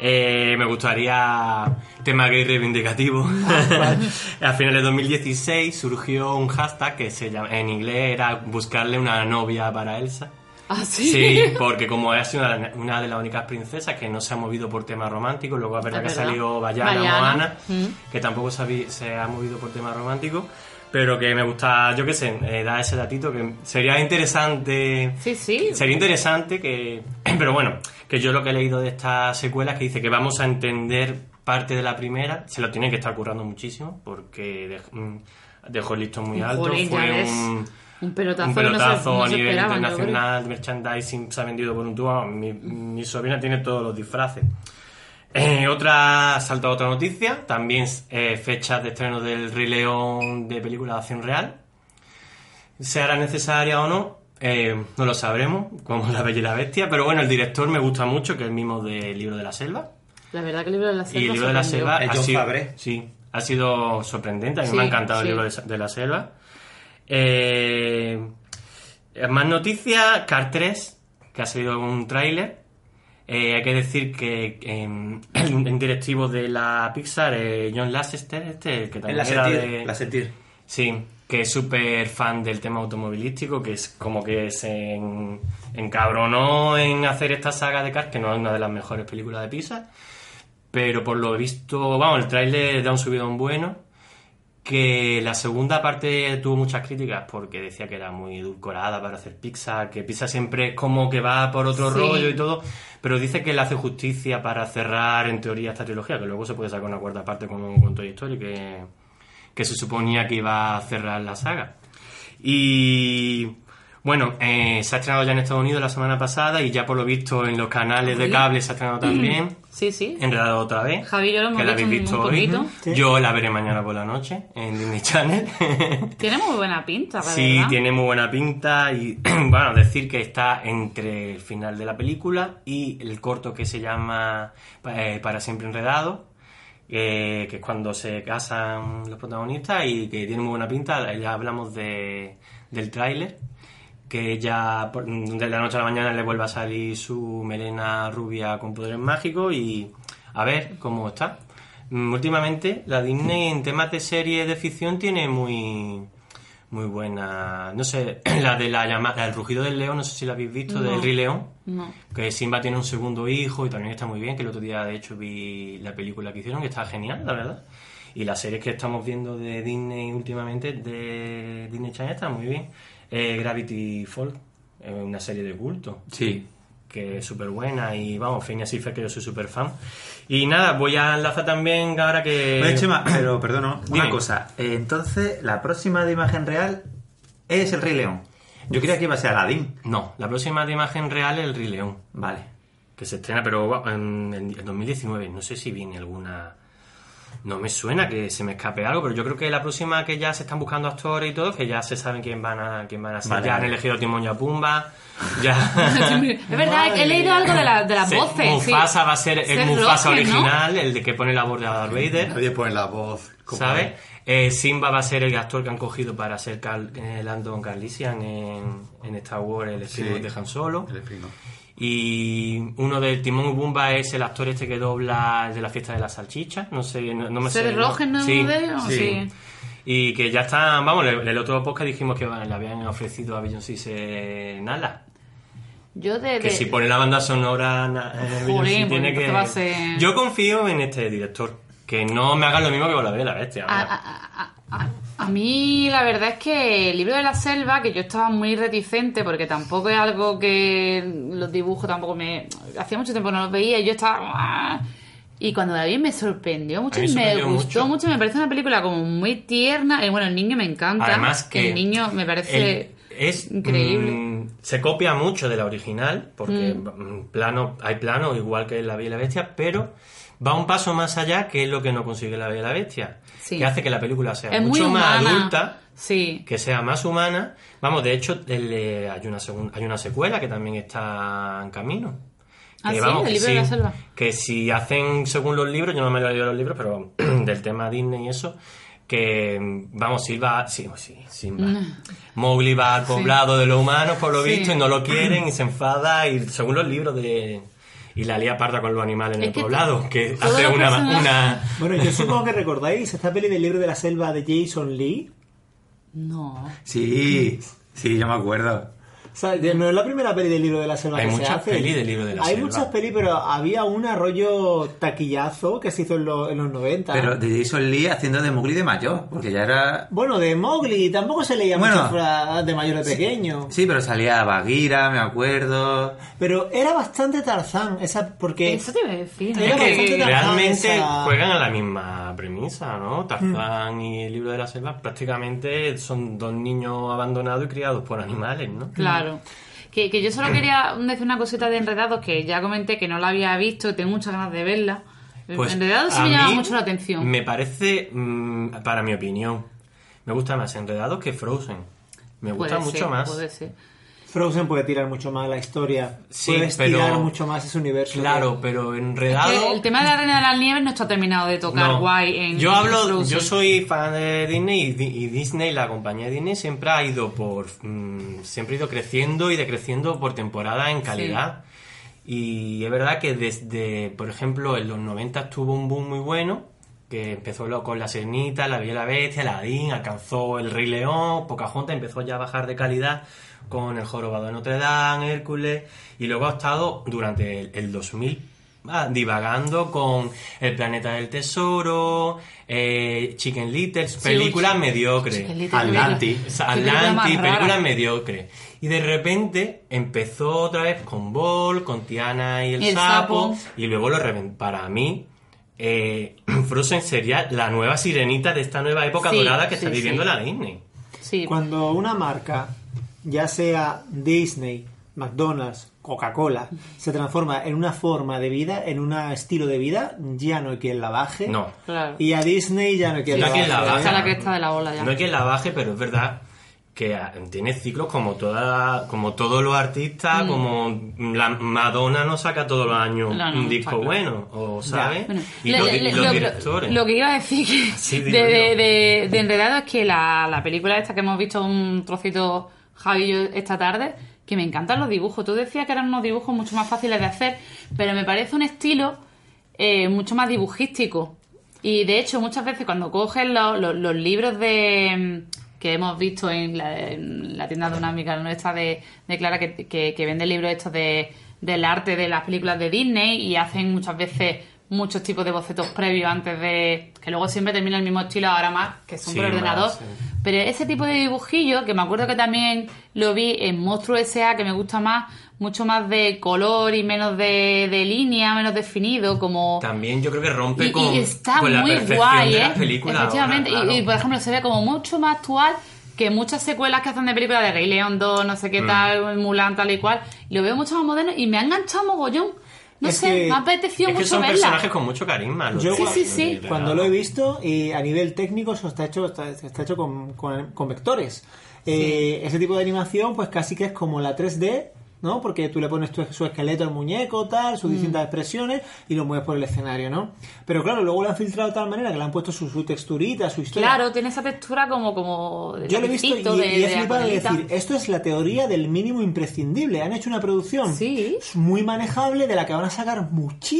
Eh, me gustaría tema gay reivindicativo.
Ah,
(laughs) a finales de 2016 surgió un hashtag que se llama, en inglés era buscarle una novia para Elsa.
Ah, sí.
Sí, porque como ha sido una, una de las únicas princesas que no se ha movido por tema romántico, luego es verdad
Es
que
verdad.
ha salido Bayana,
Bayana.
Moana,
Mm.
que tampoco se ha, vi- se ha movido por tema romántico, pero que me gusta, yo qué sé, eh, da ese datito que sería interesante.
Sí, sí.
Sería interesante que. (clears throat) Pero bueno, que yo lo que he leído de esta secuela es que dice que vamos a entender parte de la primera. Se lo tiene que estar currando muchísimo porque dej- mm, dejó el listón muy alto.
Jolín, ya
fue
ves.
un.
Un pelotazo,
un
que no se-
pelotazo
no
a
se
nivel
esperaban, yo creo.
internacional, merchandising se ha vendido por un tubo. Mi, mi sobrina tiene todos los disfraces. Eh, otra salta otra noticia, también eh, fechas de estreno del Rey León de película de acción real, se hará necesaria o no, eh, no lo sabremos, como la Bella y la Bestia, pero bueno, el director me gusta mucho, que es el mismo del Libro de la Selva.
La verdad que el libro de la selva.
Y el Libro de la
sorprendió.
Selva
El
ha
John
sido,
Fabre.
sí, ha sido sorprendente, a mí
Sí,
me ha encantado
sí.
el Libro de, de la Selva. Eh, más noticias, Car 3, que ha salido un tráiler. Eh, hay que decir que (clears throat) eh, el directivo de la Pixar, eh, John Lasseter, este, que
En
también
la
era
sentir.
de-
La sentir.
Sí, que es súper fan del tema automovilístico, que es como que se en- encabronó en hacer esta saga de Cars, que no es una de las mejores películas de Pixar, pero por lo visto, vamos, el tráiler da un subidón bueno, que la segunda parte tuvo muchas críticas porque decía que era muy edulcorada para hacer Pixar, que Pixar siempre es como que va por otro
Sí.
rollo y todo, pero dice que le hace justicia para cerrar en teoría esta trilogía, que luego se puede sacar una cuarta parte con, con Toy Story, que que se suponía que iba a cerrar la saga. Y bueno, eh, se ha estrenado ya en Estados Unidos la semana pasada y ya por lo visto en los canales de
Uy.
cable se ha estrenado también.
Sí, sí.
Enredado otra vez.
Javi y yo lo hemos
que la
visto
habéis
un-
visto
un
hoy.
poquito.
Sí.
Yo la veré mañana por la noche en Disney Channel. (laughs)
Tiene muy buena pinta, la
sí,
verdad.
tiene muy buena pinta y (clears throat) bueno, decir que está entre el final de la película y el corto que se llama eh, Para siempre enredado, eh, que es cuando se casan los protagonistas y que tiene muy buena pinta. Ya hablamos de, del tráiler, que ya por- de la noche a la mañana le vuelve a salir su melena rubia con poderes mágicos y a ver cómo está. Mm, Últimamente la Disney en temas de series de ficción tiene muy muy buena, no sé, (clears throat) la de la llamada, el rugido del león, no sé si la habéis visto, del Rey León,
No.
que Simba tiene un segundo hijo y también está muy bien, que el otro día de hecho vi la película que hicieron, que está genial, la verdad. Y las series que estamos viendo de Disney últimamente, de Disney Channel, están muy bien. Eh, Gravity Falls, eh, una serie de culto,
Sí.
que es súper buena y vamos, Phineas y Ferb, que yo soy súper fan. Y nada, voy a enlazar también ahora que...
Oye, (clears throat) Chema, pero perdona, una
dime.
cosa. Eh, entonces, la próxima de imagen real es el Rey León. Yo creía que iba a ser Aladdin.
No, la próxima de imagen real es el Rey León.
Vale.
que se estrena, pero va- en, en 2019. No sé si viene alguna. No me suena que se me escape algo, pero yo creo que la próxima que ya se están buscando actores y todo, que ya se saben quién van a, quién van a ser.
Vale,
ya
vale.
han elegido a Timón y a Pumba. Ya.
(laughs) es verdad, he leído algo de, la- de las
Sí,
voces. sí.
Mufasa va a ser el
Seth
Mufasa
Rogen, ¿no?
original, el de que pone la voz de Darth Vader.
Nadie pone la voz. como-
¿Sabes? Eh, Simba va a ser el actor que han cogido para ser Carl, eh, Landon Carlisian en, en Star Wars, el spin
Sí.
de Han Solo.
El espino.
Y uno de Timón y Pumba es el actor este que dobla el de la fiesta de las salchichas. No sé, no, no me sé.
¿Seth
el
Rogen no es
nombre.
uno de ellos? Sí.
Y que ya están, vamos, en el otro podcast dijimos que bueno, le habían ofrecido a Beyoncé eh, Nala.
Yo Eh, de,
Que
de-
si pone la banda sonora na- eh,
Jolín,
Beyoncé
pues
tiene
entonces
que...
va a ser-
Yo confío en este director. Que no me hagan lo mismo que con la Bella y la bestia.
a,
vamos.
a- a- a- a mí la verdad es que el libro de la selva, que yo estaba muy reticente porque tampoco es algo que los dibujos tampoco me... Hacía mucho tiempo que no los veía y yo estaba... Y cuando David me sorprendió mucho,
A mí
y me
sorprendió
gustó
mucho.
mucho. me parece una película como muy tierna. Eh, bueno, el niño me encanta.
Además que
el niño me parece...
el- es
increíble.
mm, se copia mucho de la original porque mm, plano hay plano igual que en la Bella y la Bestia, pero va un paso más allá que es lo que no consigue la Bella y la Bestia,
Sí.
que hace que la película sea
es muy
mucho más
humana.
adulta.
Sí.
Que sea más humana. Vamos, de hecho, el, eh, hay, una segun- hay una secuela que también está en camino.
Ah,
Que,
sí, del libro de la selva.
Que si hacen según los libros, yo no me lo he leído los libros, pero (clears throat) del tema Disney y eso, que mm, vamos, Silva, sí, pues sí, Simba. Mowgli va cobrado de los humanos, por lo
Mm. Sí.
visto, y
(clears throat)
no lo quieren, y se enfada, y según los libros de. Y la lía parda con los animales en
Es
el
que
poblado, que
todos
hace
los
una,
personajes-
una.
Bueno, yo supongo que recordáis esta peli del libro de la selva de Jason Lee.
No.
Sí, sí, yo me acuerdo.
O sea, de- no es la primera peli del libro de la selva
Hay
que se
muchas
hace.
pelis del libro de la
Hay
selva.
muchas pelis, pero había un arroyo taquillazo que se hizo en, lo- en los 90.
Pero de Jason Lee haciendo de Mowgli de mayor, porque ya era...
Bueno, de Mowgli tampoco se leía
Bueno.
mucho fra- de mayor a pequeño.
Sí, pero salía Bagheera, me acuerdo.
Pero era bastante Tarzán, esa, porque...
Eso te iba a decir.
Era
Es que
bastante tarzán
realmente
esa-
juegan a la misma premisa,
Mm.
¿no? Tarzán y el libro de la selva prácticamente son dos niños abandonados y criados por animales, ¿no?
Claro. Que, que yo solo quería decir una cosita de Enredados que ya comenté que no la había visto, tengo muchas ganas de verla. Eh, Enredados sí
Mm. Pues a
me llama
mí
mucho la atención.
Me parece, mm, para mi opinión, me gusta más Enredados que Frozen. Me gusta
Puede
mucho
ser,
más.
puede ser.
Frozen puede tirar mucho más la historia.
Sí,
Puede
pero-
estirar mucho más ese universo.
Claro, pero
Es
Enredado.
que el tema de la Reina de las Nieves no está terminado de tocar
No.
guay en ¿eh?
yo
en
hablo,
Frozen.
yo soy fan de Disney y, Di- y Disney, la compañía Disney siempre ha ido por, mm, siempre ha ido creciendo y decreciendo por temporada en calidad. Y es verdad que desde, por ejemplo, en los 90 tuvo un boom muy bueno, que empezó lo- con La Sirenita, La Bella y la Bestia, Aladdin, alcanzó El Rey León, Pocahontas empezó ya a bajar de calidad con El Jorobado de Notre Dame, Hércules, y luego ha estado durante el, el 2000 ah, divagando con El Planeta del Tesoro, eh, Chicken Little, películas
Chicken-
mediocres.
Chicken Little,
Atlantis.
qué
O sea,
película más
Atlantis,
rara.
películas mediocres. Y de repente empezó otra vez con Ball, con Tiana y el,
Y el
sapo,
sapo.
Y luego lo reven- Para mí, eh, (clears throat) Frozen sería la nueva sirenita de esta nueva época
Sí,
dorada que
sí,
está viviendo
sí.
la Disney.
Sí.
Cuando una marca, ya sea Disney, McDonald's, Coca-Cola, se transforma en una forma de vida, en un estilo de vida, ya no hay quien la baje.
No.
Claro.
Y a Disney ya no hay quien, la,
No hay quien la
baje,
baje.
¿eh?
Está la cresta de la ola ya.
No hay quien la baje, pero es verdad que ah, tiene ciclos como toda como todos los
Mm.
artistas, como la Madonna no saca todos los años
No, no,
un disco
está
bueno, o sabes,
Bueno,
y
le-
los,
le-
y
le-
los
lo-
directores.
lo que iba a decir que
Sí,
de,
dilo,
de,
dilo.
de- de Enredado es que la, la película esta que hemos visto un trocito Javi y yo esta tarde, que me encantan los dibujos. Tú decías que eran unos dibujos mucho más fáciles de hacer, pero me parece un estilo eh, mucho más dibujístico. Y de hecho, muchas veces cuando cogen los, los- los libros de que hemos visto en la, en la tienda de una amiga nuestra de, de Clara, que, que, que vende libros estos de, del arte de las películas de Disney y hacen muchas veces muchos tipos de bocetos previos antes de... que luego siempre termina el mismo estilo, ahora más, que son
Sí,
por
más,
ordenador.
sí.
Pero ese tipo de dibujillo, que me acuerdo que también lo vi en Monstruo S.A., que me gusta más, mucho más de color y menos de, de línea, menos definido, como...
También yo creo que rompe
Y, y
con,
está
con la
muy
perfección
guay,
de
¿eh?
las películas. ahora,
Efectivamente, y-
claro.
y, por ejemplo se ve como mucho más actual que muchas secuelas que hacen de películas de Rey
Mm.
León 2, no sé qué tal, Mulan tal y cual. Lo veo mucho más moderno y me ha enganchado mogollón. No
Es
sé,
que-
me ha apetecido
Es que
mucho
son
verla.
personajes con mucho carisma. los
Yo
dos.
Sí,
sí, sí.
Pero-
Cuando lo he visto, y a nivel técnico, eso está hecho, está, está hecho con, con- con vectores. Eh, Ese tipo de animación, pues casi que es como la 3D, ¿no? Porque tú le pones tu- su esqueleto al muñeco, tal,
Mm.
sus distintas expresiones, y lo mueves por el escenario, ¿no? Pero claro, luego lo han filtrado de tal manera que le han puesto su, su texturita, su historia.
Claro, tiene esa textura como, como de
Yo lo he visto y,
lapicito, de,
y he
de
flipado de
acuarelita.
decir, esto es la teoría del mínimo imprescindible. Han hecho una producción
Sí.
muy manejable de la que van a sacar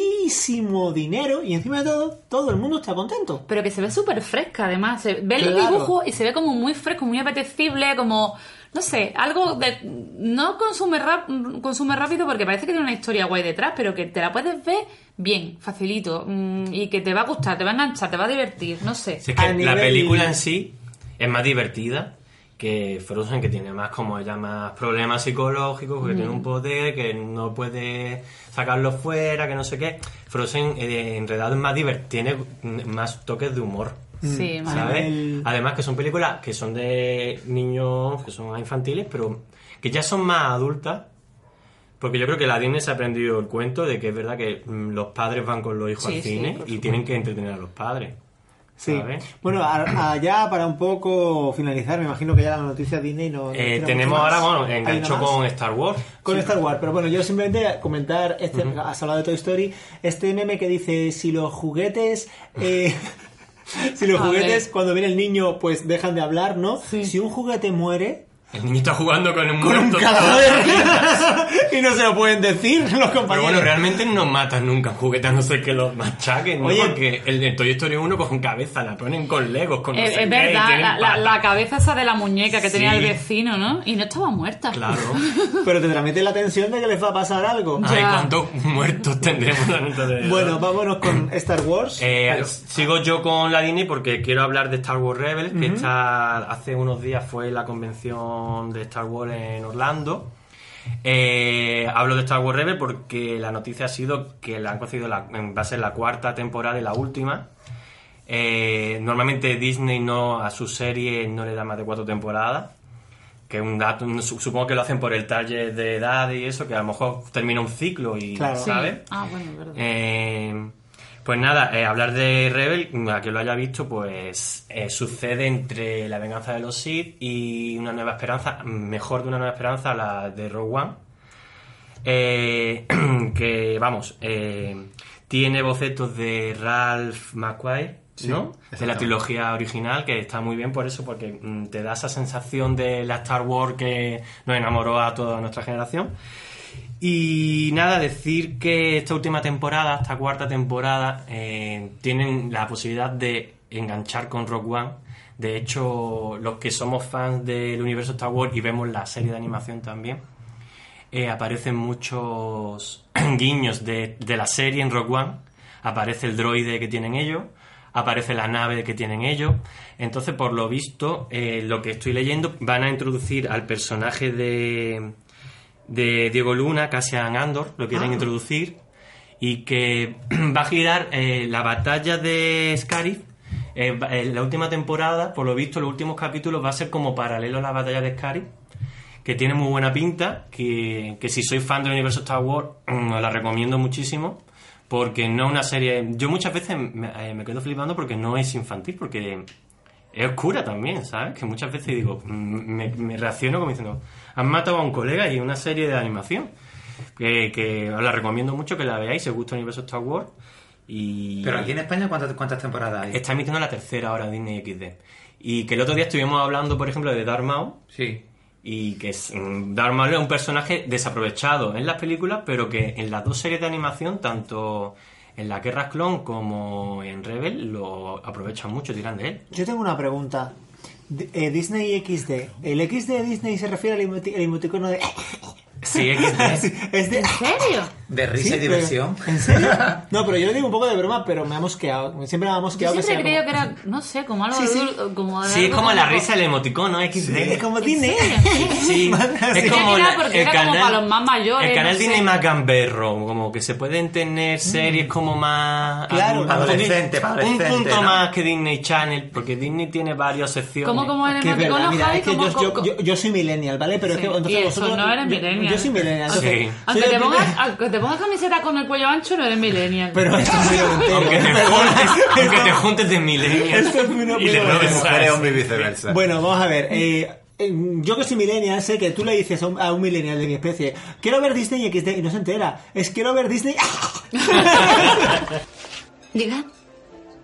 muchísimo dinero y encima de todo, todo el mundo está contento.
Pero que se ve súper fresca, además. Se ve el
Claro.
dibujo y se ve como muy fresco, muy apetecible, como. No sé, algo de. No consume, rap- consume rápido porque parece que tiene una historia guay detrás, pero que te la puedes ver bien, facilito. mm, Y que te va a gustar, te va a enganchar, te va a divertir, no sé.
Si es que
A
la
nivel-
película en sí es más divertida que Frozen, que tiene más como ella más problemas psicológicos, que tiene
Mm.
un poder, que no puede sacarlo fuera, que no sé qué. Frozen eh, enredado es más divertido, tiene mm, más toques de humor.
Sí,
Mm,
vale.
a
¿sabes?
nivel-
Además que son películas que son de niños, que son más infantiles, pero que ya son más adultas. Porque yo creo que la Disney se ha aprendido el cuento de que es verdad que mm, los padres van con los hijos
Sí,
al
sí,
cine
por
y tienen que entretener a los padres.
Sí.
¿sabes?
Bueno, a- a- ya para un poco finalizar, me imagino que ya la noticia Disney no... no
Eh,
tiene
tenemos
mucho más.
ahora, bueno,
¿Hay
enganchó
una más?
con Star Wars.
Con Star Wars, pero bueno, yo simplemente comentar, este, has hablado de Toy Story, este meme que dice, si los juguetes... eh, (laughs) si los
A
juguetes,
ver.
cuando viene el niño, pues dejan de hablar, ¿no?
Sí.
Si un juguete
(laughs)
muere,
El niño está jugando con un muerto.
cadáver. (laughs) y no se lo pueden decir (laughs) los
Pero
compañeros.
bueno, realmente no matas nunca un juguete a no ser que lo machaquen, ¿no?
Oye.
Porque el de Toy Story 1 con cabeza, la ponen con legos, con no
Eh, Es,
sé
es
qué, y
verdad,
tienen
la, la-
patas.
la cabeza esa de la muñeca que tenía
Sí.
el vecino, ¿no? Y no estaba muerta. (laughs)
Claro.
Pero te transmite la tensión de que les va a pasar algo.
Ah.
Ay,
Ya.
¿cuántos muertos tendremos (laughs) dentro de...
Bueno, vámonos
(coughs)
con Star Wars.
Eh,
Pero-
sigo yo con la Disney porque quiero hablar de Star Wars Rebels, que está, hace unos días fue la convención de Star Wars en Orlando. Eh, hablo de Star Wars Rebels porque la noticia ha sido que la han conseguido, la, va a ser la cuarta temporada y la última. Eh, normalmente Disney no a sus series no le da más de cuatro temporadas que es un dato un- su- supongo que lo hacen por el taller de edad y eso que a lo mejor termina un ciclo y
Claro.
Sí.
sabes
(laughs) Ah, bueno, es verdad.
eh, pues nada, eh, hablar de Rebel, a que lo haya visto, pues eh, sucede entre La venganza de los Sith y Una nueva esperanza, mejor de Una nueva esperanza, la de Rogue One. Eh, (clears throat) que, vamos, eh, tiene bocetos de Ralph McQuarrie, ¿no? De la
exactamente.
trilogía original, que está muy bien por eso, porque mm, te da esa sensación de la Star Wars que nos enamoró a toda nuestra generación. Y nada, decir que esta última temporada, esta cuarta temporada, eh, tienen la posibilidad de enganchar con Rock One. De hecho, los que somos fans del universo Star Wars y vemos la serie de animación también, eh, aparecen muchos (clears throat) guiños de, de la serie en Rock One. Aparece el droide que tienen ellos, aparece la nave que tienen ellos. Entonces, por lo visto, eh, lo que estoy leyendo, van a introducir al personaje de, de Diego Luna, Cassian Andor, lo quieren introducir, y que (clears throat) va a girar eh, la batalla de Scarif. eh, va- en la última temporada, por lo visto, los últimos capítulos va a ser como paralelo a la batalla de Scarif, que tiene muy buena pinta, que, que si soy fan del universo Star Wars, (clears throat) mm, os la recomiendo muchísimo, porque no es una serie... Yo muchas veces me, eh, me quedo flipando porque no es infantil, porque es oscura también, ¿sabes? Que muchas veces digo, mm, me, me reacciono como diciendo, han matado a un colega y una serie de animación. Que, que os la recomiendo mucho que la veáis, si os gusta el universo Star Wars. Y
Pero aquí en España, ¿cuántas, cuántas temporadas hay?
está emitiendo la tercera hora Disney XD. Y que el otro día estuvimos hablando, por ejemplo, de Darth Maul,
Sí.
y que es, mm, Darth Maul es un personaje desaprovechado en las películas, pero que en las dos series de animación, tanto en la Guerra Clon como en Rebel, lo aprovechan mucho, tiran de él.
Yo tengo una pregunta. D- eh, Disney XD. ¿El XD de Disney se refiere al emoti- el emoticono de...
Sí,
(laughs)
XD.
es de...
(laughs)
¿En serio?
De risa
Sí,
y
pero-
diversión.
¿En serio? No, pero yo le digo un poco de broma, pero me ha mosqueado. Siempre me ha
Yo
mosqueado que
siempre
sea
creía que
como-
era, no sé, como algo
Sí, sí.
dul- Como de
Sí, es
algo
como la risa del emoticono XD.
Es como Disney.
(laughs)
Sí,
(laughs) Sí,
es como
era
la-
porque
el
era como
canal,
para los más mayores,
El canal
no
tiene
sé.
más gamberro, como que se pueden tener series como más.
Claro.
adultas.
Adolescente,
Un
adolescente,
punto
¿no?
más que Disney Channel, porque Disney tiene varias secciones.
Como como el
Que es verdad,
emoticono
mira,
Javi,
es que
como
yo, yo-
co-
yo- yo soy millennial, ¿vale? Pero es
Sí,
que entonces
y eso,
vosotros...
no eres
yo-
millennial.
Yo soy millennial.
Sí.
entonces, soy el
Aunque te
primer-
pongas, aunque te pongas camiseta con el cuello ancho no eres millennial.
(laughs) Pero esto
(laughs)
es muy noventero. (laughs)
Aunque te
Perdona.
juntes, aunque te juntes de milenios.
Esto es muy
Y le
noventero.
De
robes
mujeres
a
hombre y viceversa.
Bueno, vamos a ver. eh, eh, yo que soy millennial sé que tú le dices a un, a un millennial de mi especie, quiero ver Disney XD y no se entera. Es quiero ver Disney... (laughs)
Diga.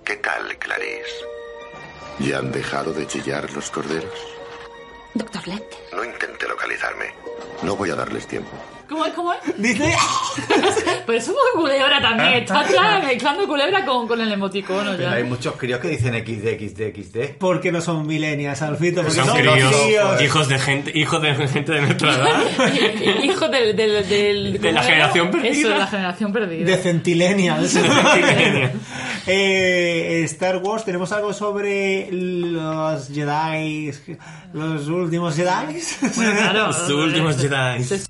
¿Qué tal, Clarice? ¿Ya han dejado de chillar los corderos?
Doctor Lente.
No intente localizarme. No voy a darles tiempo.
¿Cómo es? ¿Cómo es? (laughs)
Disney...
Pero eso es muy culebra también.
Ah,
Está clara mezclando culebra con, con el emoticono
Pero
ya.
hay muchos críos que dicen XD, XD, XD.
Porque no son millennials, Alfito. Porque
Son
son
críos,
críos.
hijos de gente, hijos de gente de nuestra (laughs) edad.
(laughs) Hijo del, del, del-
De
¿cómo
la
era?
generación perdida.
Eso, de la generación perdida.
De centillennials.
centillennials.
(laughs) Eh, Star Wars, ¿tenemos algo sobre los Jedi? Los últimos Jedi.
Bueno, claro.
Los últimos Jedi.
Se-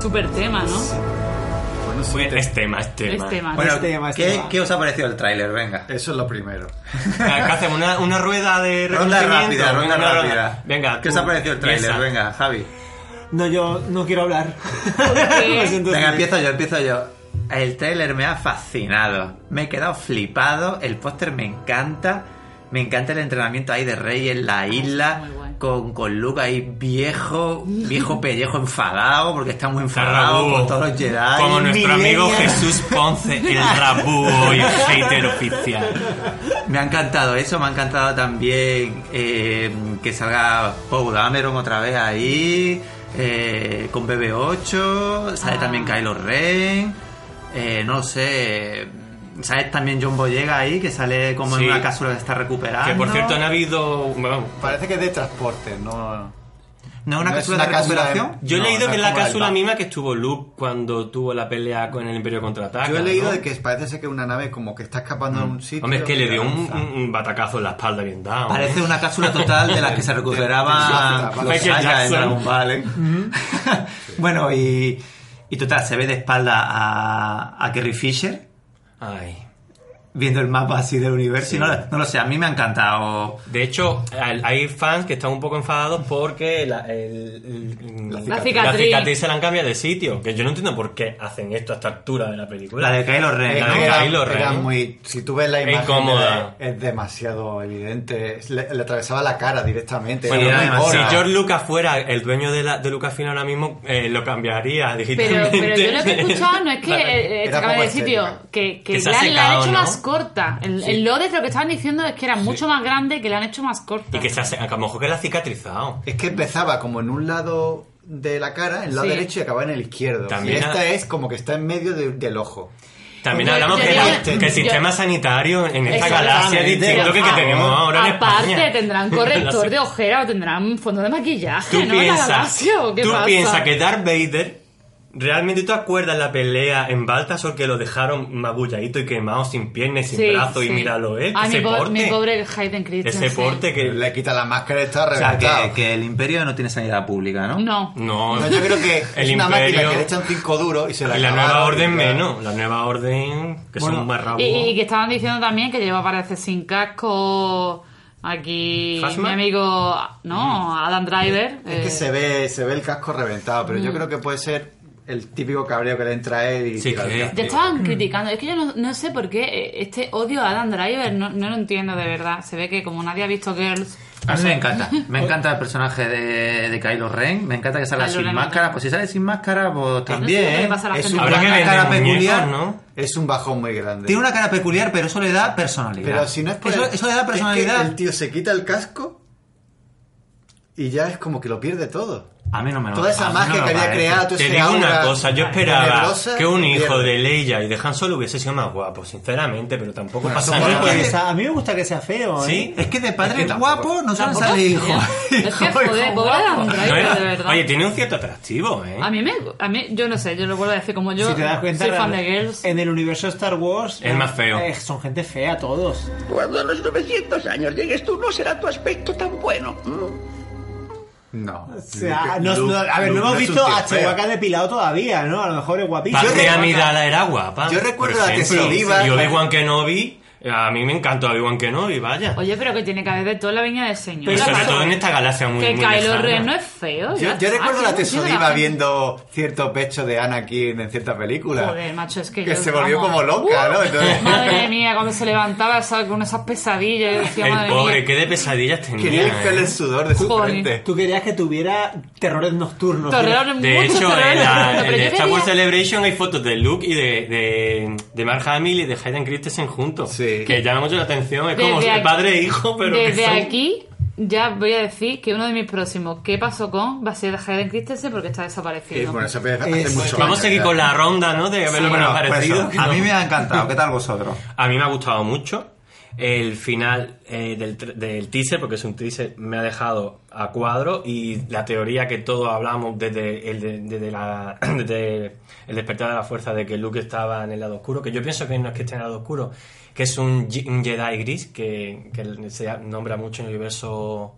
Super tema, ¿no?
Bueno, sí, te-
Es tema, es tema.
Es tema.
(laughs) Bueno,
Este tema, este
¿qué,
tema.
qué os ha parecido el tráiler? Venga.
Eso es lo primero.
Acá hacemos una, una rueda de
Ronda
reconocimiento.
rápida, ronda
Venga, una
rápida.
Venga,
¿Qué os
tú,
ha parecido el tráiler?
empieza.
Venga, Javi.
(laughs) No, yo no quiero hablar. (laughs)
qué?
(laughs)
Lo siento,
Venga,
sí.
empiezo yo, empiezo yo. El tráiler me ha fascinado. Me he quedado flipado. El póster me encanta. Me encanta el entrenamiento ahí de Rey en la isla.
Ah, muy guay.
Con, con Luke ahí viejo, viejo pellejo enfadado, porque está muy
Está
enfadado con
rabúo.
todos los Jedi.
Como nuestro
millennial.
amigo Jesús Ponce, (laughs) el rabúo y el hater oficial.
Me ha encantado eso, me ha encantado también eh, que salga Poe Dameron otra vez ahí, eh, con BB8, sale
Ah.
también Kylo Ren, eh, no sé, sale también John Boyega ahí, que sale como
Sí.
en una cápsula que está recuperando.
Que por cierto han habido... bueno,
Parece que es de transporte, no...
¿No es una
no es
cápsula
una
de
cápsula de-
recuperación?
yo he
No,
leído
no
que es
es
la
como la
cápsula
del
misma que estuvo Luke cuando tuvo la pelea con el Imperio Contraataca.
Yo he leído
¿no?
de que parece ser que una nave como que está escapando de un sitio...
Mm. Hombre, es que le dio un,
lanza.
un- un batacazo en la espalda bien dado.
Parece una cápsula total de las que se recuperaban
Michael
los Saiyans en
Jackson.
Dragon Ball. ¿eh? (laughs) bueno, y, y total, se ve de espalda a, a Kerry Fisher.
¿eh? Ay.
viendo el mapa así del universo. y No, lo- no lo sé, a mí me ha encantado.
De hecho, al- hay fans que están un poco enfadados porque la, el- el-
La
cicatriz. cicatriz.
se la han cambiado de sitio. Que yo no entiendo por qué hacen esto a esta altura de la película.
La de Kylo Ren.
Es
La de
que
¿no?
era-
Kylo Ren.
era muy... Si tú ves la imagen...
Incómoda.
de- es demasiado evidente. Es- Le, le atravesaba la cara directamente.
Bueno,
era muy
si
gorda.
George Lucas fuera el dueño de, la, de Lucasfilm ahora mismo, eh, lo cambiaría
Pero,
digitalmente.
pero yo lo que he escuchado no es que
Vale.
eh, eh,
Era
se acabe
como
de sitio,
estética.
que, que,
Que se ha
la, la han
secado,
hecho
¿no?
más corta. El, el Lodes lo que estaban diciendo es que era mucho más grande que la han hecho más corta.
(laughs) Y que se hace, a lo mejor que la ha cicatrizado.
Es que empezaba como en un lado de la cara, en el lado
Sí.
derecho, y acababa en el izquierdo.
También
y
ha-
esta es como que está en medio de- del ojo.
También
Yo-
hablamos
yo
que,
digo-
la- que el
yo-
sistema sanitario en esta
Exactamente.
galaxia es distinto que el que
Ah,
tenemos ahora en
Aparte,
España. (laughs)
tendrán
La
corrector
si-
de ojera o tendrán fondo de maquillaje,
Tú
¿no? la
piensas,
galaxia, ¿o qué
tú
pasa?
piensas que Darth Vader realmente tú te acuerdas la pelea en Baltasar que lo dejaron magulladito y quemado sin piernas, sin
Sí,
brazos
sí.
y míralo él,
Ah,
ese
mi, po-
porte,
mi pobre Hayden Christensen.
ese porte que
Le quita la máscara y está
O sea,
reventado.
que, que el imperio no tiene sanidad pública, ¿no?
No.
no,
No, yo creo que
el
es una máquina
imperio
que le echan cinco duros y se la
y la
acabaron
nueva orden
y ya.
menos, la nueva orden que son más rabos.
Y, y que estaban diciendo también que lleva parece sin casco aquí
¿Hazmat?
mi amigo,
Mm.
no, Adam Driver.
Es
eh,
que se ve, se ve el casco reventado, pero
Mm.
yo creo que puede ser el típico cabreo que le entra a él y
Sí,
tira el
que- Mm.
casco.
Ya estaban criticando. Es que yo no, no sé por qué eh, este odio a Adam Driver no, no lo entiendo de verdad. Se ve que como nadie ha visto Girls.
A mí me
(laughs)
encanta. Me encanta el personaje de, de Kylo Ren. Me encanta que salga
Kylo
sin
Ren.
máscara. Pues si sale sin máscara, pues
no sé lo que le
también.
pasa a la
Es
gente.
un-
Habrá que
una cara
vender muñecos,
peculiar.
¿no?
Es un bajón muy grande.
Tiene una cara peculiar, pero eso le da personalidad.
Pero si no es por
eso,
el-
eso le da
es que
personalidad.
el tío se quita el casco y ya es como que lo pierde todo.
A mí no me lo
Toda esa
a mí
magia
me
que había
parece.
creado, todo
Te
ese
digo una
aura
cosa, yo esperaba
tenebrosa,
que un hijo
pierde.
de Leia y de Han Solo hubiese sido más guapo, sinceramente, pero tampoco pasa
Bueno,
nada.
pues, que sea- a mí me gusta que sea feo, ¿eh?
Sí,
Es que de padre
Es que tampoco-
guapo no suelen
Tampoco-
salir
(laughs)
hijos. (laughs)
Es que joder, pobre Adam
No
Driver,
era-
de verdad.
Oye, tiene un cierto atractivo, ¿eh?
a mí me, a mí, yo no sé, yo lo vuelvo a decir como yo
si te das cuenta,
soy fan
la-
de Girls.
en el universo Star Wars
Es más feo.
eh, son gente fea todos.
Cuando a los 900 años llegues tú, no será tu aspecto tan bueno. Mm.
No.
O sea,
Luke-
no- no- a ver,
Luke
no hemos
es un
visto
tío
a
feo.
Chewbacca depilado todavía, ¿no? A lo mejor es guapísimo.
Padre
recuerdo-
Amidala era guapa.
yo recuerdo la Tesoriva.
Y Obi-Wan Kenobi, a mí me encanta Obi-Wan Kenovi, vaya.
Oye, pero que tiene que haber de toda la viña del señor.
Pero sobre
Además,
todo en esta galaxia muy
que
muy
Kylo
lejana.
Ren no es feo.
Yo,
ya
yo
está,
recuerdo
Ah,
que
la
no entiendo
tesoriva
gente.
viendo cierto pecho de Anakin en cierta película.
Joder, macho, es que.
que
yo-
se volvió
vamos.
como loca, ¿no? Entonces,
Madre mía, cuando se levantaba esa- con esas pesadillas. yo decía,
El
madre
pobre,
mía.
qué de pesadillas tenía.
quería
¿eh?
limpiarle el sudor de su
Joder.
frente.
Tú querías que tuviera terrores nocturnos.
Torreón es
De
mucho
hecho,
torreón.
en, la,
Pero
en
yo
Star Wars
quería-
Celebration hay fotos de Luke y de, de, de Mark Hamill y de Hayden Christensen juntos.
Sí.
Que llama mucho la atención. Es como
Desde aquí-
padre e hijo, pero que
Desde
son-
aquí ya voy a decir que uno de mis próximos, ¿qué pasó con? Va a ser Hayden Christensen porque está
Y
desaparecido.
bueno, eso hace
Es-
mucho
Vamos a seguir con la ronda, ¿no? De a ver lo que nos ha
Bueno, pues
parecido.
eso,
que
a
no-
mí me ha encantado. ¿Qué tal vosotros?
A mí me ha gustado mucho. El final eh, del, tr- del teaser, porque es un teaser, me ha dejado a cuadro y la teoría que todos hablamos desde el, de- desde la, (clears throat) desde el despertar de la fuerza de que Luke estaba en el lado oscuro, que yo pienso que no es que esté en el lado oscuro, que es un, Ye- un Jedi gris que, que se nombra mucho en el universo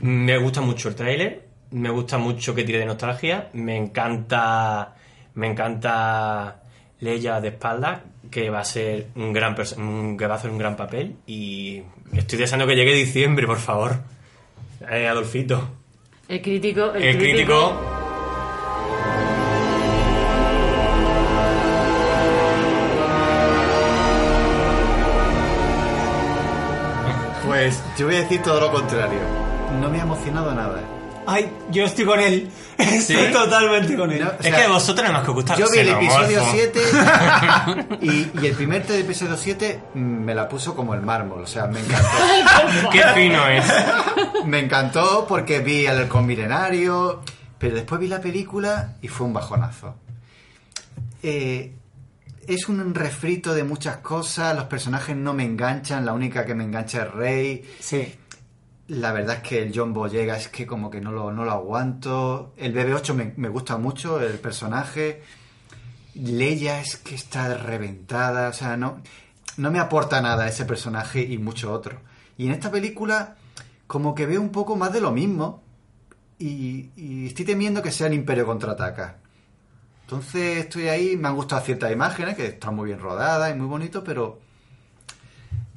me gusta mucho el tráiler, me gusta mucho que tire de nostalgia, me encanta me encanta Leia de espalda, que va a ser un gran pers- un- que va a hacer un gran papel y estoy deseando que llegue diciembre, por favor. Eh, Adolfito,
El crítico. El,
el crítico
Pues yo voy a decir todo lo contrario. No me ha emocionado nada. ¿eh?
Ay, yo estoy con él. (laughs) Estoy totalmente con él.
No, o
es que
sea,
a vosotros nada más que os gusta
yo vi el
xenomorfo.
episodio
(laughs)
7 y, y el primer del episodio 7 me la puso como el mármol. O sea,
(laughs)
me encantó.
Qué fino es.
Me encantó porque vi al halcón milenario, pero después vi la película y fue un bajonazo. Eh, es un refrito de muchas cosas, los personajes no me enganchan, la única que me engancha es Rey.
Sí.
La verdad es que el John Boyega es que como que no lo, no lo aguanto. El BB8 me, me gusta mucho, el personaje. Leia es que está reventada, o sea, no, no me aporta nada ese personaje y mucho otro. Y en esta película como que veo un poco más de lo mismo y, y estoy temiendo que sea el Imperio contraataca. Entonces estoy ahí, me han gustado ciertas imágenes que están muy bien rodadas y muy bonito, pero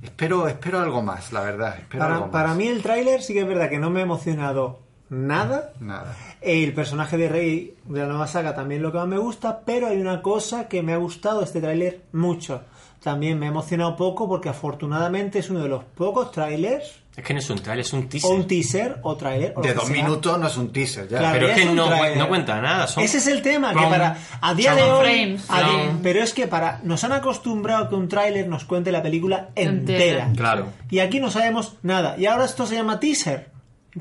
espero espero algo más, la verdad. Espero algo
Para,
más.
para mí el tráiler sí que es verdad que no me ha emocionado nada.
Nada.
El personaje de Rey de la nueva saga también lo que más me gusta, pero hay una cosa que me ha gustado de este tráiler mucho. También me ha emocionado poco porque afortunadamente es uno de los pocos trailers
Es que no es un tráiler, es un
o
teaser.
un teaser o tráiler o lo
De
que
dos
sea.
minutos no es un teaser, ya.
Claro.
Pero es que
Es un
no,
tráiler.
no cuenta nada. Son
Ese es el tema, que
Plum,
para a día de
chum,
hoy,
frames,
a di-
chum.
pero es que para nos han acostumbrado a que un tráiler nos cuente la película
Entera.
entera.
Claro.
Y aquí no sabemos nada. Y ahora esto se llama teaser.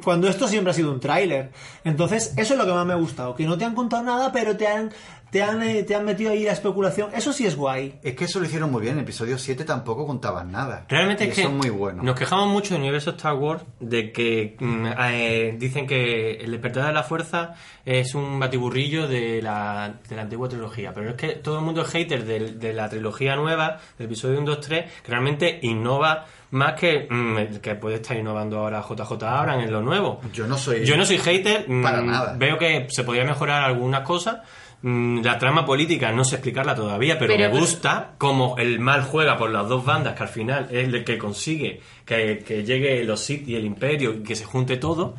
Cuando esto siempre ha sido un tráiler. Entonces, eso es lo que más me ha gustado. Que no te han contado nada, pero te han, te han, eh, te han metido ahí la especulación. Eso sí es guay.
Es que eso lo hicieron muy bien. En el episodio 7 tampoco contaban nada.
Realmente
Y
es que
Eso es muy bueno.
nos quejamos mucho del universo Star Wars de que mm, eh, dicen que el despertar de la fuerza es un batiburrillo de la, de la antigua trilogía, pero es que todo el mundo es hater del- de, la trilogía nueva, del episodio 1, 2, 3, que realmente innova más que, mm, el que puede estar innovando ahora JJ Abrams en lo nuevo.
Yo no soy-
Yo no soy hater, mm,
Para nada.
veo que se podría mejorar algunas cosas. Mm, La trama política no sé explicarla todavía, pero,
Pero-
me gusta cómo el mal juega por las dos bandas, que al final es el que consigue que, que llegue los Sith y el Imperio y que se junte todo.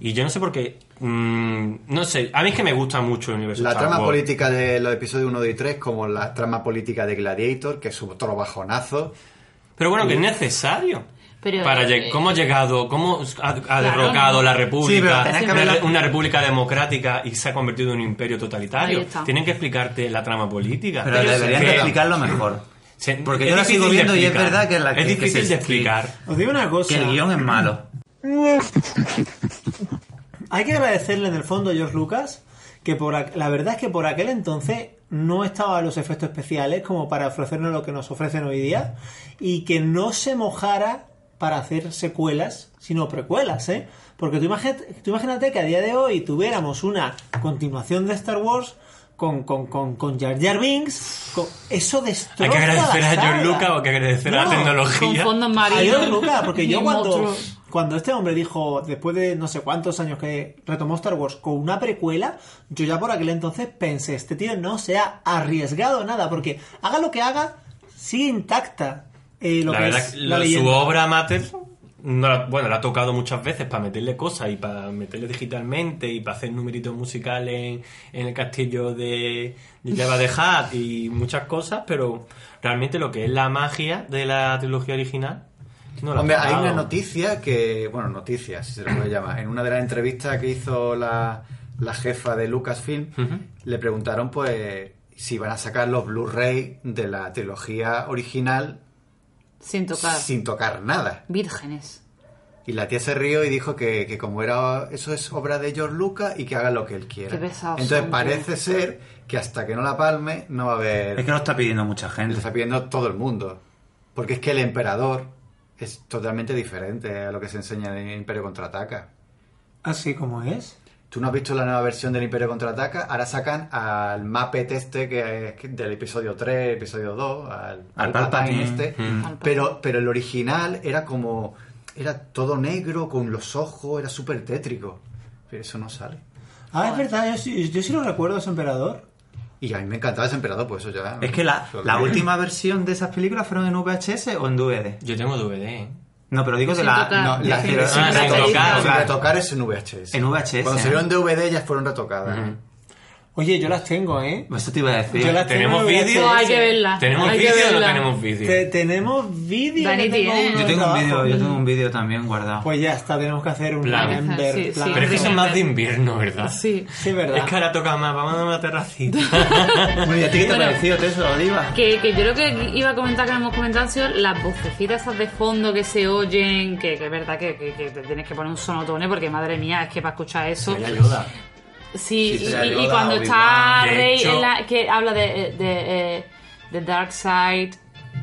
Y yo no sé por qué. mm, no sé, a mí es que me gusta mucho el universo.
La
Star
trama
Wars.
política de los episodios 1 y 3, como la trama política de Gladiator, que es otro bajonazo.
Pero bueno, que es necesario.
Pero,
para
eh,
lleg- ¿Cómo ha llegado? ¿Cómo ha, ha
Claro,
derrocado
no.
la
Sí, pero
República?
tenés que
una,
verla-
re- una República democrática y se ha convertido en un imperio
Ahí
totalitario.
está.
Tienen que explicarte la trama política.
Pero, deberían
que-
de explicarlo mejor.
se-
Porque
es
yo la sigo
difícil de
viendo y es
explicar.
verdad que la que-
es
que
difícil
se-
de explicar.
Os digo una cosa.
Que el guión es malo.
Hay que agradecerle en el fondo a George Lucas que por aqu- la verdad es que por aquel entonces no estaba los efectos especiales como para ofrecernos lo que nos ofrecen hoy día y que no se mojara para hacer secuelas, sino precuelas, ¿eh? Porque tú imagínate, tú imagínate que a día de hoy tuviéramos una continuación de Star Wars con con con con Jar Jar Binks, con- eso destroza
Hay que agradecer
la
a John
saga.
Lucas o hay que agradecer
No,
a la (laughs)
Con
tecnología.
fondos
Ahí
marinos.
es Lucas, porque
y (laughs)
yo cuando,
monstruos.
cuando este hombre dijo, después de no sé cuántos años que retomó Star Wars con una precuela, yo ya por aquel entonces pensé, este tío no se ha arriesgado nada, porque haga lo que haga, sigue intacta eh, lo
la
que
verdad,
es
que
la
lo- su
leyenda.
obra mater, no la- bueno, la ha tocado muchas veces para meterle cosas y para meterle digitalmente y para hacer numeritos musicales en, en el castillo de, de Java de Hat y muchas cosas, pero realmente lo que es la magia de la trilogía original. No la ha
Hombre, hay
tocado.
una noticia que, bueno, noticia, si se lo puede llamar. En una de las entrevistas que hizo la, la jefa de Lucasfilm,
Ujú.
le preguntaron pues si van a sacar los Blu-ray de la trilogía original
Sin tocar.
sin tocar nada.
Vírgenes.
Y la tía se rió y dijo que, que como era eso es obra de George Lucas y que haga lo que él quiera.
Qué pesados
Entonces
son,
parece
tío.
ser que hasta que no la palme no va a haber...
Es que lo está pidiendo mucha
Lo
gente.
está pidiendo todo el mundo. Porque es que el emperador es totalmente diferente a lo que se enseña en el Imperio Contraataca.
Así como es.
Tú no has visto la nueva versión del Imperio Contraataca, ahora sacan al Mapet este que es que- del episodio 3, episodio 2, al,
Al Palpatine.
Palpatine este.
Al
Pero, pero el original era como... Era todo negro, con los ojos, era súper tétrico. Pero eso no sale.
Ah, es verdad, yo, sí- yo sí lo recuerdo a ese emperador.
Y a mí me encantaba ese emperador, pues eso ya...
Es que la,
Solo-
la última versión de esas películas fueron en VHS o en DVD.
Yo tengo DVD. ¿eh?
No, pero digo de
Sin
la.
tocar.
No,
No,
las
pero-
sin
Ah, sin
retocar,
tocar.
sin retocar es en VHS.
En VHS,
Cuando
¿eh?
salieron de DVD ya fueron retocadas.
Oye, yo las tengo, ¿eh?
Eso pues te iba a decir.
Yo las
¿Tenemos
tengo en
vídeo?
VHS.
No, hay que verla.
¿Tenemos
Ah, Hay que
vídeo o no
verla.
tenemos vídeo?
Te- tenemos vídeo.
Dani
yo tengo
tiene.
uno
Yo
de
Yo tengo un
trabajo.
vídeo, yo tengo un vídeo también guardado.
Pues ya está, tenemos que hacer un
Plan.
Remember
Sí, sí.
plan.
Pero es que son
sí.
más de invierno, ¿verdad?
Sí.
Sí, verdad.
Es que ahora toca más, vamos a una terracita.
Bueno, ¿y a ti qué te ha
Bueno.
parecido, Teso, Oliva?
Que, que yo lo que iba a comentar que no hemos comentado han sido las vocecitas esas de fondo que se oyen, que, que es verdad que, que, que te tienes que poner un sonotone porque madre mía, es que para escuchar eso.
Sería Yoda.
Sí,
Sí,
y,
sería
y- y
Yoda,
cuando está
Obi-Wan.
De
Rey
hecho-
en la- que habla de, de, eh, de Dark Side,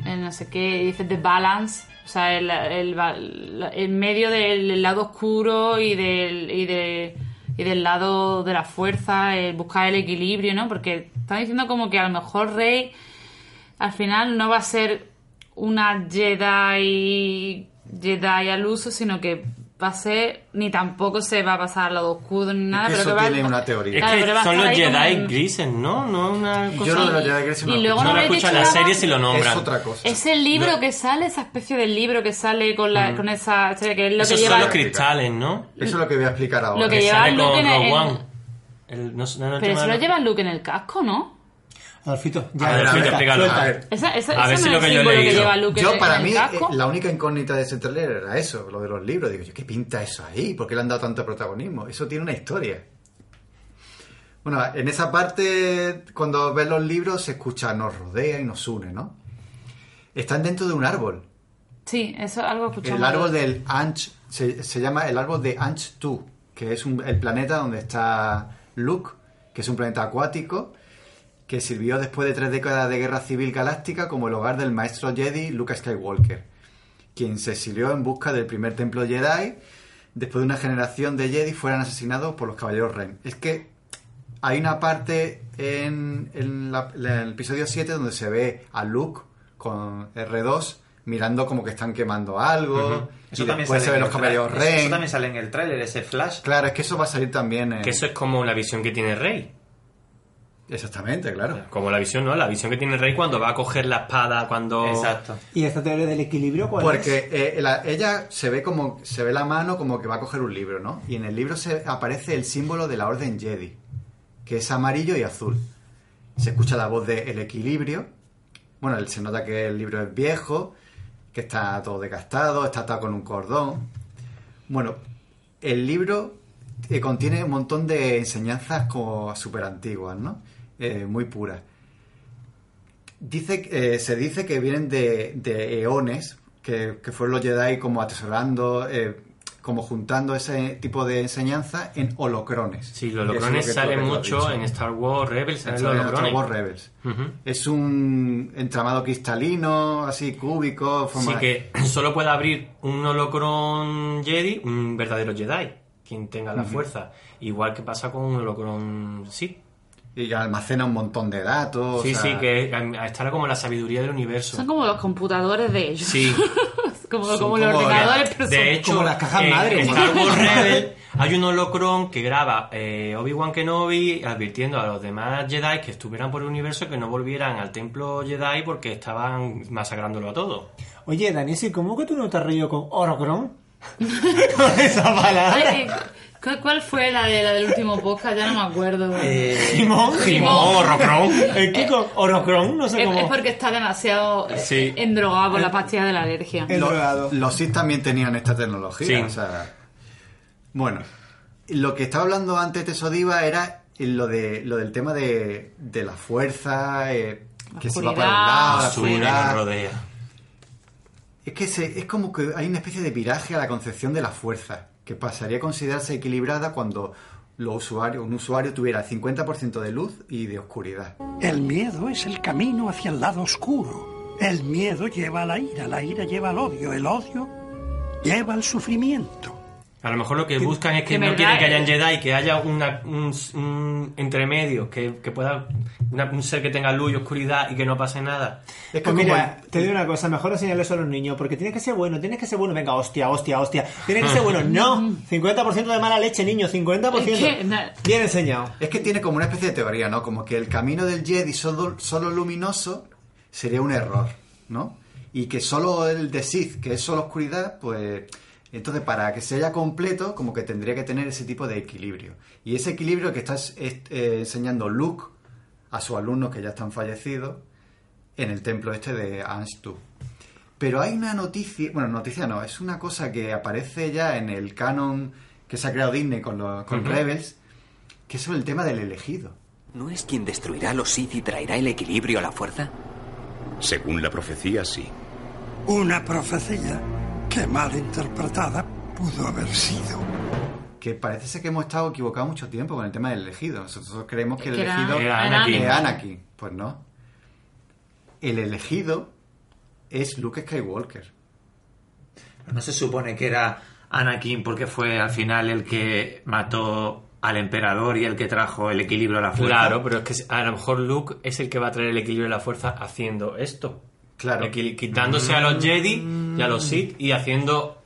eh, no sé qué, y dice The Balance, o sea, el, el, ba- la- en medio del lado oscuro y del, y, de, y del lado de la fuerza, el buscar el equilibrio, ¿no? Porque están diciendo como que a lo mejor Rey al final no va a ser una Jedi Jedi al uso, sino que va a ser ni tampoco se va a pasar al lado oscuro ni nada,
que
pero
eso
que va
tiene una teoría.
(laughs)
Es
Claro,
que
pero va a
son los
estar ahí
Jedi
como-
grises, ¿no? No una cosa...
Yo lo de los Jedi Grises no
y
lo
luego no
no
escucho.
lo
habéis
escucho
dicho
en la
nada.
serie si lo nombran.
Es otra cosa.
Es el libro que sale, esa especie de libro que sale con la con esa que es lo
Esos
que lleva
Mm. son los cristales, ¿no?
Eso es lo que voy a explicar ahora.
Lo que
Que
lleva
sale
Luke
con
en el-
Rogue
en-
One. El- no, no, no,
Pero
el tema
se
de
lo
la-
lleva Luke en el casco, ¿no?
Adolfito,
A ver,
suelta,
Alfito, explícalo.
suelta.
A ver,
Esa, esa,
A
esa
ver si
no
lo
es
que
el
yo he
símbolo que
leído.
lleva Luke en
Yo
el-
para
en
mí
el casco.
eh, la única incógnita de ese trailer era eso, lo de los libros. Digo, yo, ¿qué pinta eso ahí? ¿Por qué le han dado tanto protagonismo? Eso tiene una historia. Bueno, en esa parte, cuando ves los libros, se escucha, nos rodea y nos une, ¿no? Están dentro de un árbol.
Sí, eso es algo escuchamos.
El árbol del Anch se, se llama el árbol de Anch 2, que es un- el planeta donde está Luke, que es un planeta acuático, que sirvió después de tres décadas de guerra civil galáctica como el hogar del maestro Jedi Luke Skywalker, quien se exilió en busca del primer templo Jedi después de una generación de Jedi fueran asesinados por los caballeros Ren. Es que hay una parte en, en la- la- el episodio 7 donde se ve a Luke con R2 mirando como que están quemando algo. y después se ven los caballeros Ren.
Eso también sale en el tráiler, ese flash.
Claro, es que eso va a salir también. en-
Que eso es como la visión que tiene Rey.
Exactamente, claro.
Como la visión, ¿no? La visión que tiene Rey cuando va a coger la espada, cuando...
Exacto.
¿Y esta teoría del equilibrio cuál es?
Porque eh, la- ella se ve como se ve la mano como que va a coger un libro, ¿no? Y en el libro se aparece el símbolo de la Orden Jedi, que es amarillo y azul. Se escucha la voz de El Equilibrio. Bueno, él- se nota que el libro es viejo, que está todo desgastado, está atado con un cordón. Bueno, el libro eh, contiene un montón de enseñanzas como súper antiguas, ¿no? Eh, muy puras. Dice, eh, se dice que vienen de, de eones, que, que fueron los Jedi como atesorando eh, como juntando ese tipo de enseñanza en holocrones.
Sí,
Que
los
es lo
holocrones
que tú-
salen
que tú has
mucho
dicho.
en Star Wars Rebels,
En
salen los
Star
holocrones.
Wars Rebels.
Ujú.
Es un entramado cristalino, así cúbico, forma
Así que solo puede abrir un holocron Jedi, un verdadero Jedi, quien tenga la fuerza. Igual que pasa con un holocron Sith.
y almacena un montón de datos.
Sí,
o sea,
sí, que a- estará como la sabiduría del universo.
Son como los computadores de ellos.
Sí.
(laughs) como,
Son
como los
como-
ordenadores, pero son-
De hecho,
como las cajas
en
madre,
Star Wars Rebel hay un holocron que graba eh, Obi-Wan Kenobi advirtiendo a los demás Jedi que estuvieran por el universo que no volvieran al templo Jedi porque estaban masacrándolo a todos.
Oye, Daniel, ¿sí ¿cómo que tú no te has reído con Orocron? (laughs) con esa palabra.
Ay, eh, ¿cu- ¿Cuál fue la, de, la del último podcast? Ya no me acuerdo.
Eh, Jimón.
Jimón.
holocron.
Es que con Orocron, no
es,
sé cómo.
es porque está demasiado eh,
Sí. eh,
endrogado con la pastilla de la alergia.
El drogado.
Los, los Sith también tenían esta tecnología.
Sí.
o sea, bueno, lo que estaba hablando antes de Sodiva era lo, de, lo del tema de, de la fuerza, eh,
La
que se
oscuridad.
va para un lado, la
Basura que nos
oscuridad.
rodea.
Es que se- es como que hay una especie de viraje a la concepción de la fuerza, que pasaría a considerarse equilibrada cuando los usuarios, un usuario tuviera el 50% de luz y de oscuridad.
El miedo es el camino hacia el lado oscuro. El miedo lleva a la ira, la ira lleva al odio, el odio lleva al sufrimiento.
A lo mejor lo que buscan es que
que
no
verdad
quieren que
es-
hayan Jedi, que haya una- un, un entremedio, que, que pueda una- un ser que tenga luz y oscuridad y que no pase nada.
Es que
Pues
como
mira,
el-
te digo una cosa, mejor enseñarle eso a los niños, porque tienes que ser bueno, tienes que ser bueno, venga, hostia, hostia, hostia, tienes que
(laughs)
ser bueno, no, 50% de mala leche, niño, 50%.
Es que, na-
Bien enseñado.
Es que tiene como una especie de teoría, ¿no? Como que el camino del Jedi solo, solo luminoso sería un error, ¿no? Y que solo el de Sith, que es solo oscuridad, pues... Entonces, para que sea completo, como que tendría que tener ese tipo de equilibrio. Y ese equilibrio que está es- es- eh, enseñando Luke a sus alumnos que ya están fallecidos en el templo este de Anstu. Pero hay una noticia, bueno, noticia no, es una cosa que aparece ya en el canon que se ha creado Disney con, los, con Rebels, que es sobre el tema del elegido.
¿No es quien destruirá a los Sith y traerá el equilibrio a la fuerza?
Según la profecía, sí.
Una profecía que mal interpretada pudo haber sido.
Que parece ser que hemos estado equivocados mucho tiempo con el tema del elegido. Nosotros creemos que el
Que era-
elegido
Era Anakin.
es Anakin. Pues no. El elegido es Luke Skywalker.
¿No se supone que era Anakin porque fue al final el que mató al emperador y el que trajo el equilibrio a la fuerza?
Claro, pero es que a lo mejor Luke es el que va a traer el equilibrio de la fuerza haciendo esto.
Claro.
Equil- Quitándose a los Jedi y a los Sith y haciendo...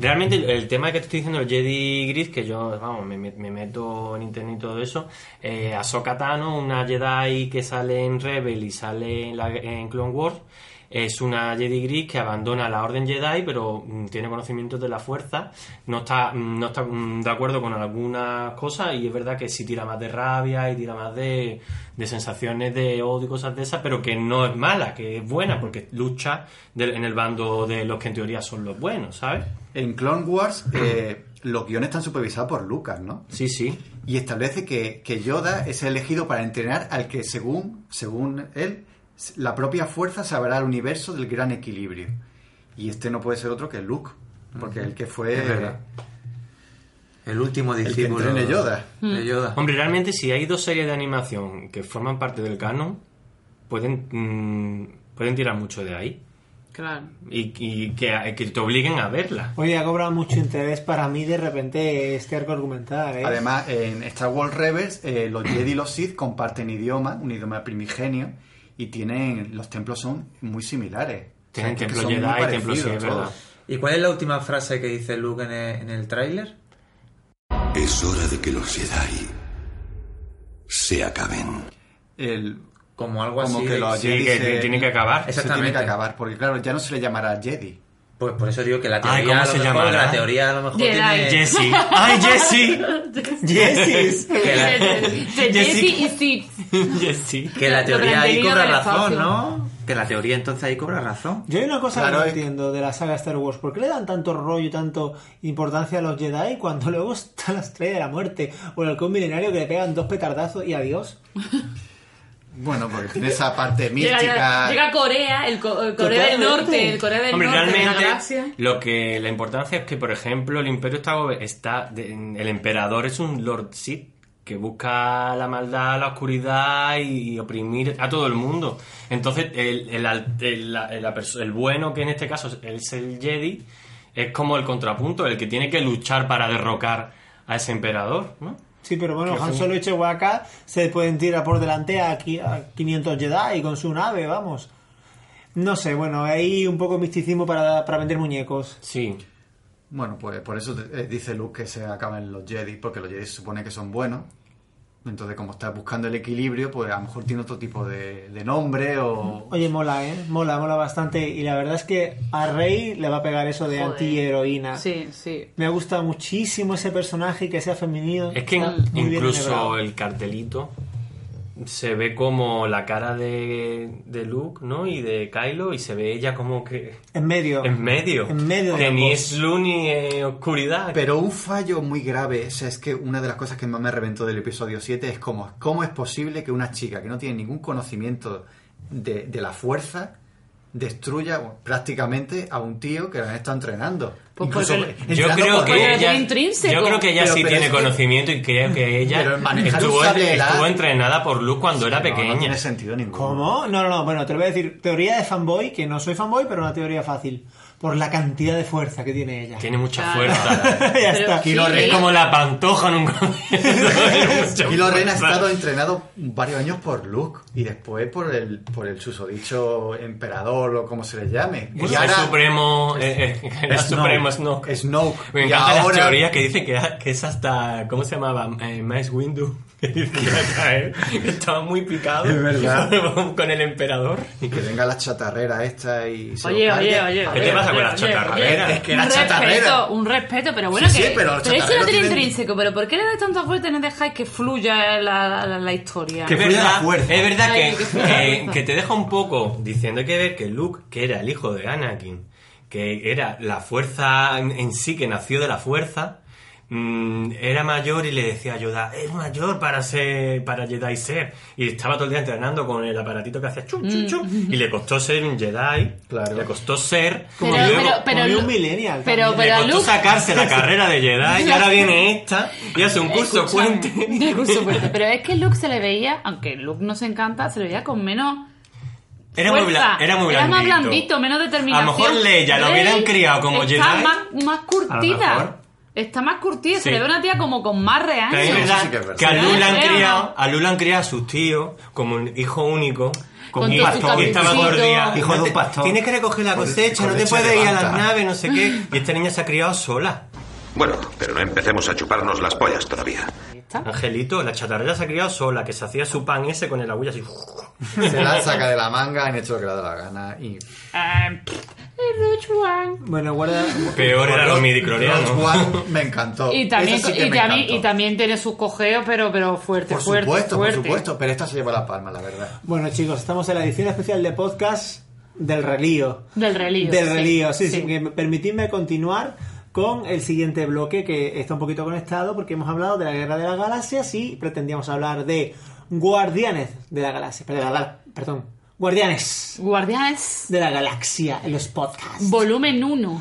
Realmente el, el tema que te estoy diciendo, el Jedi Gris, que yo, vamos, me, me- me meto en internet y todo eso, eh, Ahsoka Tano, una Jedi que sale en Rebel y sale en, la- en Clone Wars, es una Jedi Gris que abandona la Orden Jedi, pero mm, tiene conocimientos de la fuerza, no está, mm, no está mm, de acuerdo con algunas cosas y es verdad que sí tira más de rabia y tira más de, de sensaciones de odio y cosas de esas, pero que no es mala, que es buena, porque lucha del- en el bando de los que en teoría son los buenos, ¿sabes?
En Clone Wars, eh, los guiones están supervisados por Lucas, ¿no?
Sí, sí.
y establece que, que Yoda es elegido para entrenar al que, según, según él, s- la propia fuerza sabrá el universo del gran equilibrio. Y este no puede ser otro que Luke, porque el que fue
Es verdad. El último
que
discípulo
entrene Yoda.
de Yoda.
Hmm.
Hombre, realmente si hay dos series de animación que forman parte del canon, pueden, mm, pueden tirar mucho de ahí
claro.
y, y que, que te obliguen a verla.
Oye, ha cobrado mucho interés para mí de repente este arco argumental, ¿eh?
Además, en Star Wars Rebels, eh, los Jedi y los Sith comparten idioma, un idioma primigenio, y tienen los templos son muy similares.
Tienen
que
templos
son muy
Jedi, templos
parecidos
Sith, ¿verdad?
todos.
¿Y cuál es la última frase que dice Luke en el, en el tráiler?
Es hora de que los Jedi se acaben.
El-
Como algo
Como
así.
Pues que
de-
los
Sí,
Jedi
que
se-
tiene que acabar.
se tiene
Exactamente.
que acabar, porque claro, ya no se le llamará Jedi.
Pues por eso digo que la
Ay,
teoría,
¿cómo
a lo
se
mejor,
llamará?
la teoría a lo mejor
Jedi.
tiene...
Jesse. (laughs)
(laughs)
¡Ay, Jesse! (laughs)
Yesis.
De-
la-
de- de
Jessica.
Jesse y Sid.
(laughs) Jesse.
Que la
Lo
teoría ahí
planteído
cobra
del
razón,
espacio.
¿no? Que la teoría entonces ahí cobra razón.
Yo hay una cosa
Claro,
que no
es-
entiendo de la saga Star Wars. ¿Por qué le dan tanto rollo, tanto importancia a los Jedi cuando luego (laughs) está la Estrella de la Muerte o el halcón milenario que le pegan dos petardazos y adiós?
Bueno, porque tiene esa (laughs) parte
Llega, llega-
mística.
llega Corea, el, co- el Corea del Norte, el Corea del
Hombre,
Norte, de la
realmente
galaxia.
lo que la importancia es que, por ejemplo, el imperio está, gobe- está de- el emperador es un Lord Sith que busca la maldad, la oscuridad y, y oprimir a todo el mundo. Entonces, el, el al- el- la- la perso- el bueno, que en este caso es el Jedi, es como el contrapunto, el que tiene que luchar para derrocar a ese emperador, ¿no?
Sí, pero bueno,
Que
Han
fue-
Solo y Chewbacca se pueden tirar por delante a, qui- a 500 Jedi con su nave, vamos. No sé, bueno, hay un poco misticismo para, para vender muñecos.
Sí.
Bueno, pues por eso eh, dice Luke que se acaben los Jedi, porque los Jedi se supone que son buenos. Entonces, como está buscando el equilibrio, pues a lo mejor tiene otro tipo de, de nombre o...
Oye, mola, ¿eh? Mola, mola bastante. Y la verdad es que a Rey le va a pegar eso de
Joder.
antiheroína.
Sí, sí.
Me gusta muchísimo ese personaje que sea femenino.
Es que
Está
in-
muy bien
incluso
elaborado.
el cartelito se ve como la cara de, de Luke, ¿no? Y de Kylo, y se ve ella como que
En medio.
en medio.
En medio de
de ni
ambos.
es luz ni eh, oscuridad.
Pero un fallo muy grave, o sea, es que una de las cosas que más me reventó del episodio 7 es cómo, cómo es posible que una chica que no tiene ningún conocimiento de, de la fuerza destruya bueno, prácticamente a un tío que la han estado entrenando.
Pues
Incluso
porque-
entrando
yo creo
por-
porque
que
lo
ella,
tiene intrínseco.
yo creo que ella
Pero-
sí
pero
tiene
es que-
conocimiento y creo que ella
Pero manejar un
estuvo,
sable láser-
estuvo entrenada por Luke cuando era
No, No,
pequeña.
tiene sentido ninguno.
¿Cómo? No, no, no. Bueno, te lo voy a decir. Teoría de fanboy, que no soy fanboy, pero una teoría fácil. Por la cantidad de fuerza que tiene ella.
tiene mucha
Ah.
Claro.
fuerza.
(laughs)
(laughs) ya
Pero
está.
sí,
es como la pantoja en un (laughs) concierto. (laughs)
Y Lorena ha estado entrenado varios años por Luke y después por el por el susodicho emperador o como se le llame.
Y ahora- Pues supremo, eh, eh, era
Snoke.
supremo Snoke.
Snoke.
Me
Y
encantan
ahora-
las teorías que dicen que, que es hasta. ¿Cómo se llamaba? Eh, Mace Windu. (laughs) Que dice que iba a caer. Que Estaba muy picado.
Es verdad.
(laughs) Con el emperador.
Y que venga la chatarrera esta y se
Oye,
lo
oye,
cargue.
oye.
¿Qué te pasa con las chatarreras?
Es que la
un
chatarrera.
respeto, un respeto, pero bueno,
Sí, sí,
que,
pero los
es que lo
chatarreros
tiene
tienen-
intrínseco, pero ¿por qué le dais tanta fuerza y no dejáis que fluya la, la- la historia?
Que fluya la fuerza.
es verdad
Ay, que
que,
fluya la
eh,
fuerza.
que te deja un poco diciendo hay que ver que Luke, que era el hijo de Anakin, que era la fuerza en, en sí, que nació de la fuerza, mm, era mayor y le decía a Yoda, es mayor para ser para Jedi ser. Y estaba todo el día entrenando con el aparatito que hacía chum,
Mm.
chum, chum. Y le costó ser un Jedi,
Claro.
le costó ser.
Pero-
y luego-
pero-
Como de un
Lu-
millennial.
Pero,
le
pero
costó
Luke...
sacarse
(laughs)
la carrera de Jedi y ahora viene esta y hace un curso
Escúchame,
puente.
(laughs) de curso
(laughs)
puente. Pero es que Luke se le veía, aunque Luke nos encanta, se le veía con menos...
Era muy,
fuerza.
bla- era muy blandito.
más blandito, menos determinación.
A lo mejor Leia lo
Rey
hubieran criado como
está
Jedi.
Más, más
A lo mejor.
curtida. Está más curtida, se
Sí.
le ve una tía como con más
Que es
Eso sí
reaños.
verdad
que es verdad.
que a
Sí,
Lula han
creo,
criado,
¿no?
a Lula han criado a sus tíos como un hijo único.
Con
un
todo su
pastor, y estaba todo el día.
caprichito.
Hijo de un
"No te-
pastor.
Tienes que recoger la
Con-
cosecha,
con
no te
leche
puedes
de
ir a las
vaca".
naves, no sé
(laughs)
qué. Y esta niña se ha criado sola.
Bueno, pero no empecemos a chuparnos las pollas todavía.
Angelito, la chatarrera se ha criado sola, que se hacía su pan ese con el agüilla así.
Se la saca de la manga, han hecho lo que le da la gana y...
Ah, pff, Rogue One.
Bueno, guarda.
Peor era los
Rogue
midiclorianos.
One me encantó.
Y también,
Ese sí que
y,
me
también,
encantó.
y también tiene sus cojeos, pero, pero fuerte,
Por
fuerte,
supuesto,
fuerte.
por supuesto, pero esta se lleva la palma, la verdad.
Bueno, chicos, estamos en la edición especial de podcast del relío.
Del relío.
Del
sí,
relío, sí, sí. que me- Permitidme continuar con el siguiente bloque que está un poquito conectado porque hemos hablado de la Guerra de las Galaxias y pretendíamos hablar de Guardianes de la Galaxia. Perdón, la gal- perdón, Guardianes
Guardianes,
de la Galaxia en los podcasts.
volumen 1.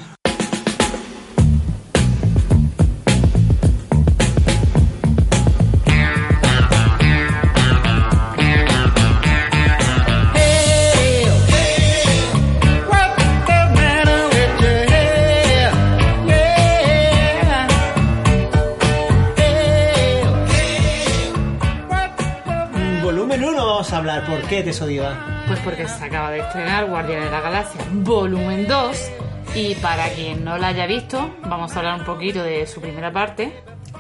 Mm, Volumen 1 vamos a hablar. ¿Por qué te Sodiva?
Pues porque se acaba de estrenar Guardianes de la Galaxia Volumen 2 y para quien no la haya visto, vamos a hablar un poquito de su primera parte,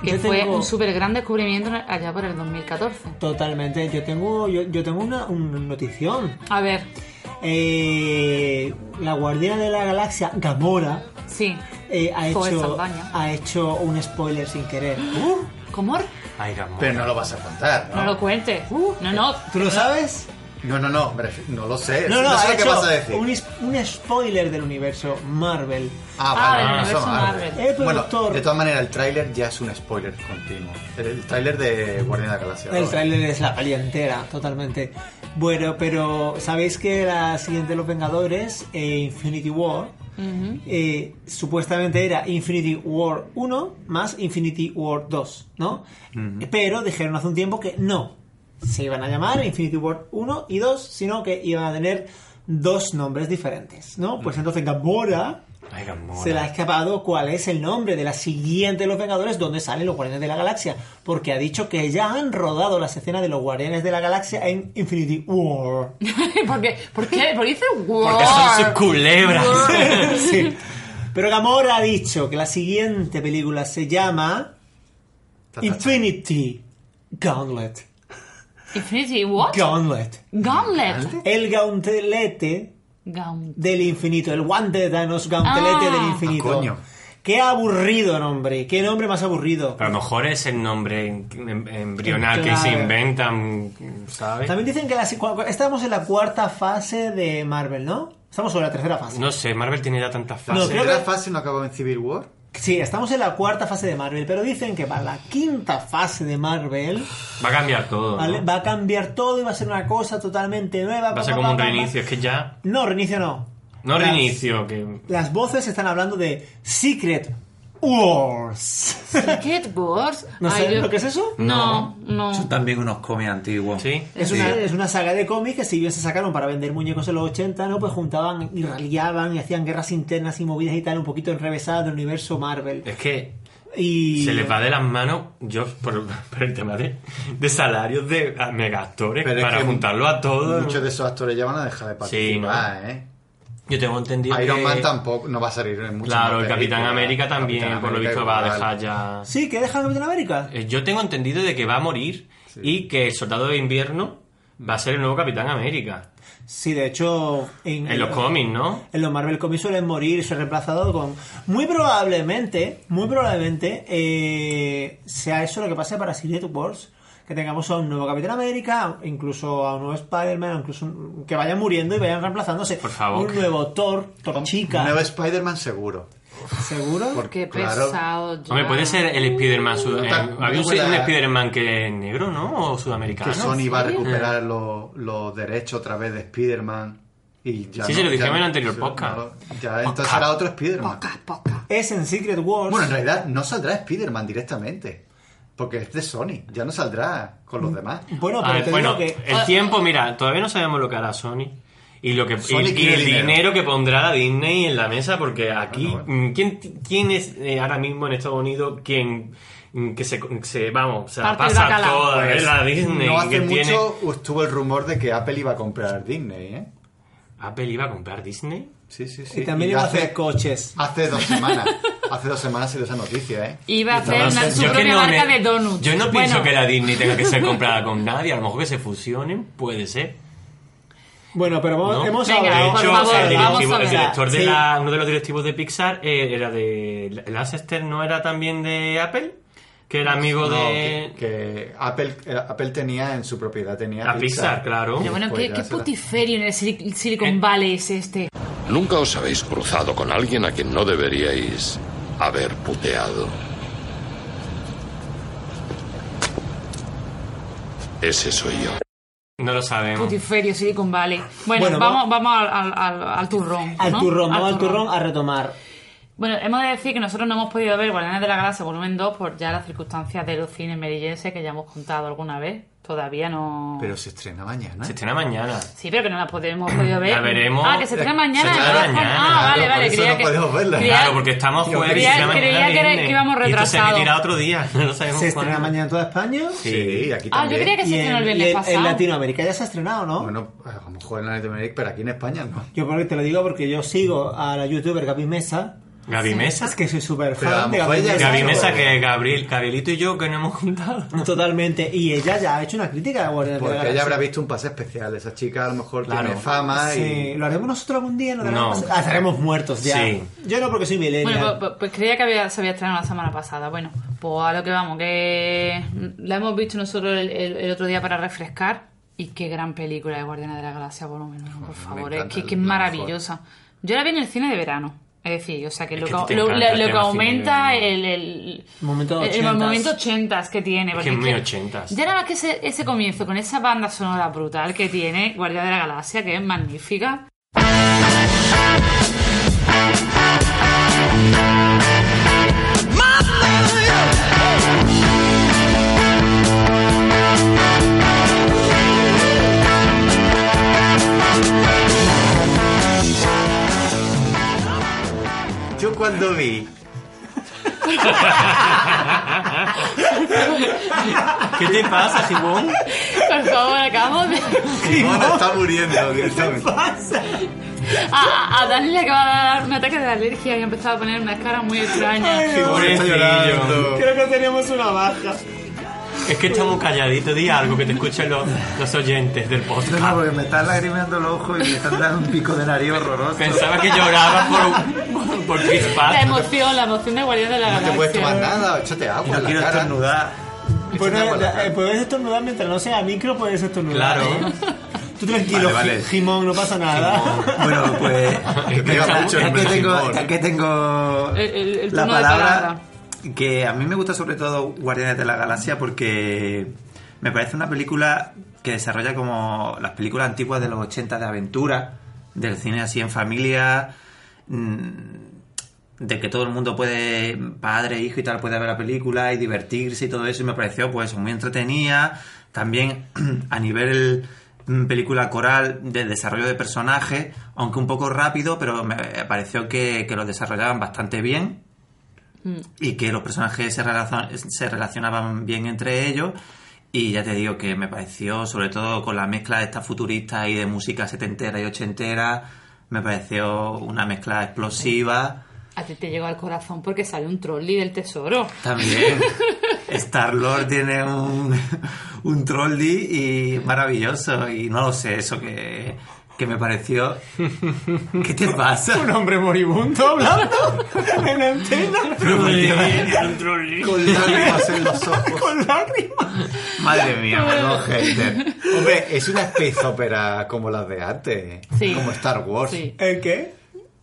que
Yo
fue
tengo-
un súper gran descubrimiento allá por el 2014.
Totalmente. Yo tengo, yo, yo tengo una, una notición.
A ver,
Eh, la Guardiana de la Galaxia, Gamora,
sí.
eh, ha,
Joder,
hecho,
Saldaña.
ha hecho un spoiler sin
(gasps)
querer. ¡Uh!
¿Comor?
Ay, Gamora.
Pero no lo vas a contar,
No
¿no?
lo cuentes. No, no. (laughs)
¿Tú lo sabes?
No, no, no, me refiero- Eh, no lo sé.
No, no,
sé
ha
lo que
hecho
vas a decir.
Un, is- un spoiler del universo Marvel.
Ah,
Ah,
vale,
del
no,
universo
eso vale.
Marvel.
Eh,
Bueno,
productor.
de todas maneras, el tráiler ya es un spoiler continuo. El, el tráiler de Guardián de la Galaxia.
El
¿no?
tráiler es la peli entera, totalmente. Bueno, pero sabéis que la siguiente de los Vengadores, eh, Infinity War,
Ujú.
eh, supuestamente era Infinity War 1 más Infinity War 2, ¿no? Pero dijeron hace un tiempo que no. Se iban a llamar Infinity War 1 y 2, sino que iban a tener dos nombres diferentes, ¿no? Pues entonces Gamora
Ay, Gamora.
se le ha escapado cuál es el nombre de la siguiente de los Vengadores donde salen los Guardianes de la Galaxia, porque ha dicho que ya han rodado las escenas de los Guardianes de la Galaxia en Infinity
(laughs)
War.
¿Por qué? ¿Por qué? ¿Por qué dice War?
Porque son sus culebras.
Sí. Pero Gamora ha dicho que la siguiente película se llama Infinity Gauntlet.
Infinity War.
Gauntlet.
Gauntlet.
El gauntelete
Gauntlet.
del infinito, el guante de Thanos, gauntelete
Ah.
del infinito.
Ah, coño.
Qué aburrido nombre, qué nombre más aburrido.
Pero a lo mejor es el nombre em- em- embrional
Claro.
que se inventan, ¿sabes?
También dicen que la, cu- cu- estamos en la cuarta fase de Marvel, ¿no? Estamos sobre la tercera fase.
No sé, Marvel tiene ya tantas
No,
fases.
creo
¿La
que-
fase no acabó en Civil War?
Sí, estamos en la cuarta fase de Marvel, pero dicen que para la quinta fase de Marvel
Va a cambiar todo. ¿no?
¿vale? va a cambiar todo y va a ser una cosa totalmente nueva.
Va
pa,
a ser
pa,
como
pa,
un
pa, pa.
reinicio. Es que ya.
No, reinicio no.
No
Las-
reinicio, que.
Las voces están hablando de Secret Wars. (laughs)
Secret Wars.
¿No
Ay,
sabes
yo-
lo que es eso?
No, no.
Son también unos cómics antiguos.
Sí.
Es una, es una saga de cómics que si bien se sacaron para vender muñecos en los 80, ¿no? Pues juntaban y raliaban y hacían guerras internas y movidas y tal, un poquito enrevesadas del universo Marvel.
Es que
Y...
se les va de las manos, yo, por, por el tema de, de salarios de ah, mega actores,
Pero es
para
que
juntarlo a todos.
Muchos de esos actores ya van a dejar de
Sí, ¿no?
participar, ¿eh?
Yo tengo entendido
Iron
que-
Man tampoco, no va a salir en muchas
Claro,
más
el Capitán
películas.
América también,
Capitán
por lo
América
visto, va a
igual.
dejar ya...
Sí, que deja Capitán América.
Eh, Yo tengo entendido de que va a morir y que el Soldado de Invierno va a ser el nuevo Capitán América.
Sí, de hecho...
En los cómics, ¿no?
En los Marvel Comics suelen morir, ser reemplazado con... Muy probablemente, muy probablemente, eh, sea eso lo que pase para Secret Wars. Que tengamos a un nuevo Capitán América, incluso a un nuevo Spider-Man, incluso un- que vayan muriendo y vayan reemplazándose.
Por favor.
Un nuego Thor, Thor chica.
Nuevo Spider-Man seguro.
¿Seguro?
Porque,
Qué
claro,
pesado. ya.
Hombre, puede ser el Spider-Man... sud- eh,
ta-
Había un,
buena-
un Spider-Man que es negro, ¿no? O sudamericano.
que Sony va a
¿sí?
recuperar lo- los derechos otra vez de Spider-Man. Y ya
Sí,
no-
se lo
ya-
dijimos en el anterior
ya-
podcast.
no- ya, entonces será otro Spider-Man.
Es en Secret Wars.
Bueno, en realidad no saldrá Spider-Man directamente. Porque es de Sony. Ya no saldrá con los demás.
Bueno,
A
pero
ver,
Ah, te
Ah, bueno,
digo
eh,
que...
el tiempo, mira, todavía no sabemos lo que hará Sony. Y, lo que,
Sony
y- y
quiere
el dinero.
dinero.
que pondrá la Disney en la mesa, porque aquí,
Bueno, bueno.
mm, ¿quién, quién es eh, ahora mismo en Estados Unidos quien mm, que se, se vamos, se la
Parte el
pasa
bacalao.
toda
Pues,
eh, la Disney?
no hace
que
mucho
tiene...
estuvo el rumor de que Apple iba a comprar Disney, ¿eh?
¿Apple iba a comprar Disney?
Sí, sí, sí.
Y también
Y
iba a
hace-
hacer coches.
Hace dos semanas. hace dos semanas se dio esa noticia, ¿eh?
Iba a hacer una,
Entonces,
su
yo que
propia
no
marca
me-
de donuts.
Yo no pienso
Bueno,
que la Disney tenga que ser comprada con nadie. A lo mejor que se fusionen, puede ser.
Bueno, pero vamos-
¿no?
hemos
Venga,
hablado...
de hecho,
por favor,
el, directivo-
vamos a
el
ver.
director de
Sí.
la, uno de los directivos de Pixar eh, era de. ¿Lasseter no era también de Apple? Que era amigo
No,
de.
que, que Apple, eh, Apple tenía en su propiedad tenía
A Pixar, claro.
Pero Ah, bueno,
Pues
¿qué,
ya
qué
será.
putiferio en el Sil- Silicon Valley es este?
Nunca os habéis cruzado con alguien a quien no deberíais haber puteado. Ese soy yo.
No lo sabemos.
Putiferio Silicon Valley. Bueno,
Bueno,
vamos, vamos al, al, al- al turrón.
Al
¿no?
turrón, vamos al turrón a retomar.
Bueno, hemos de decir que nosotros no hemos podido ver Guardianes de la Galaxia Volumen 2 por ya las circunstancias de los cines merillenses que ya hemos contado alguna vez. Todavía no...
Pero se estrena mañana.
Se estrena mañana.
Sí, pero que no la podemos- hemos podido ver.
La veremos.
Ah, que se estrena mañana.
Se estrena
ah,
mañana,
Ah, vale, vale.
claro, por eso
Creía
no
que,
podemos verla.
creía-
Claro, porque estamos jueves.
creía-
se estrena
creía
mañana
que era-
viernes.
que íbamos
Y esto se
retrasados.
emitirá otro día. (laughs) No lo sabemos
Se estrena
cuándo.
mañana en toda España.
Sí, aquí también.
Ah, yo creía que
Y
se estrenó el
en-
viernes
y en-
pasado.
En Latinoamérica ya se ha estrenado, ¿no?
Bueno, a lo mejor en Latinoamérica, pero aquí en España no.
Yo porque te lo digo porque yo sigo a la youtuber Gaby Mesa.
Gaby Mesa.
Es que soy súper
Pero a
fan
lo
de
mejor
Gaby Mesa.
ella es
Gaby
Claro.
Mesa, que Gabriel, Gabrielito y yo que no hemos juntado.
Totalmente. Y ella ya ha hecho una crítica de Guardianes de la
Porque ella
Galaxia.
habrá visto un pase especial. Esa chica a lo mejor
Claro.
tiene fama
Sí,
y...
lo haremos nosotros algún día. ¿Lo
No.
haremos? Ah, estaremos muertos ya.
Sí.
Yo no porque soy milenial.
Bueno, pues, pues- pues creía que había, se había estrenado la semana pasada. Bueno, pues a lo que vamos, que la hemos visto nosotros el, el- el otro día para refrescar. Y qué gran película de Guardiana de la Galaxia Volumen uno, por favor. Es
encanta,
que, que es
la mejor.
maravillosa. Yo la vi en el cine de verano. Es decir, o sea, que,
Es
lo,
que
que-
a ti te
lo- lo-
encanta el
lo que
tema
aumenta
cine.
el, el,
Momento
el- el
80s.
Eh, momento 80s que tiene.
Es
porque
que es muy
que-
80s.
Ya nada más que ese, ese comienzo con esa banda sonora brutal que tiene Guardia de la Galaxia, que es magnífica. (laughs)
Yo cuando vi
¿Qué te pasa, Simón?
Por favor, acabamos de.
Simona está
(laughs)
muriendo directamente.
(laughs) A, a Dani le acaba de dar un ataque de alergia y ha empezado a poner una cara muy extraña.
Ay, no.
Simona está llorando.
Creo que tenemos una baja.
Es que estamos calladitos, di algo que te escuchen los, los oyentes del
No, no,
podcast.
porque me están lagrimeando los ojos y me están dando un pico de nariz horroroso.
Pensaba que llorabas por, por Chris Pratt.
La emoción, la emoción de Guardia de la
No
Galaxia.
te puedes tomar nada, échate agua
No
en
quiero
la cara.
estornudar.
Bueno,
agua en la
eh,
(laughs)
cara.
puedes estornudar mientras no sea micro, puedes estornudar.
Claro.
(laughs) Tú tranquilo,
Vale, vale.
Gi- Jimón, no pasa nada.
Bueno, pues.
Es que
ya-
Este
me gusta
ya
el
que tengo,
Simón.
ya que tengo
El- el- el turno
la
de
palabra.
palabra.
Que a mí me gusta sobre todo Guardianes de la Galaxia porque me parece una película que desarrolla como las películas antiguas de los 80 de aventura, del cine así en familia, mm, de que todo el mundo puede, padre, hijo y tal, puede ver la película y divertirse y todo eso, y me pareció pues muy entretenida. También (clears throat) a nivel mm, película coral de desarrollo de personajes, aunque un poco rápido, pero me pareció que, que lo desarrollaban bastante bien y que los personajes se, relacion- se relacionaban bien entre ellos. Y ya te digo que me pareció, sobre todo con la mezcla de esta futurista y de música setentera y ochentera, me pareció una mezcla explosiva.
A ti te llegó al corazón porque sale un trolley del tesoro.
También. (laughs) Star Lord tiene un, un trolley y maravilloso. Y no lo sé, eso que, que me pareció. ¿Qué te
(laughs)
pasa?
(laughs) Un hombre moribundo hablando (laughs) en la antena
(laughs)
Con lágrimas en los ojos.
con lágrimas.
Madre mía,
No, gente. Hombre, es una especie ópera como las de antes.
Sí.
Como Star Wars.
Sí.
¿El qué?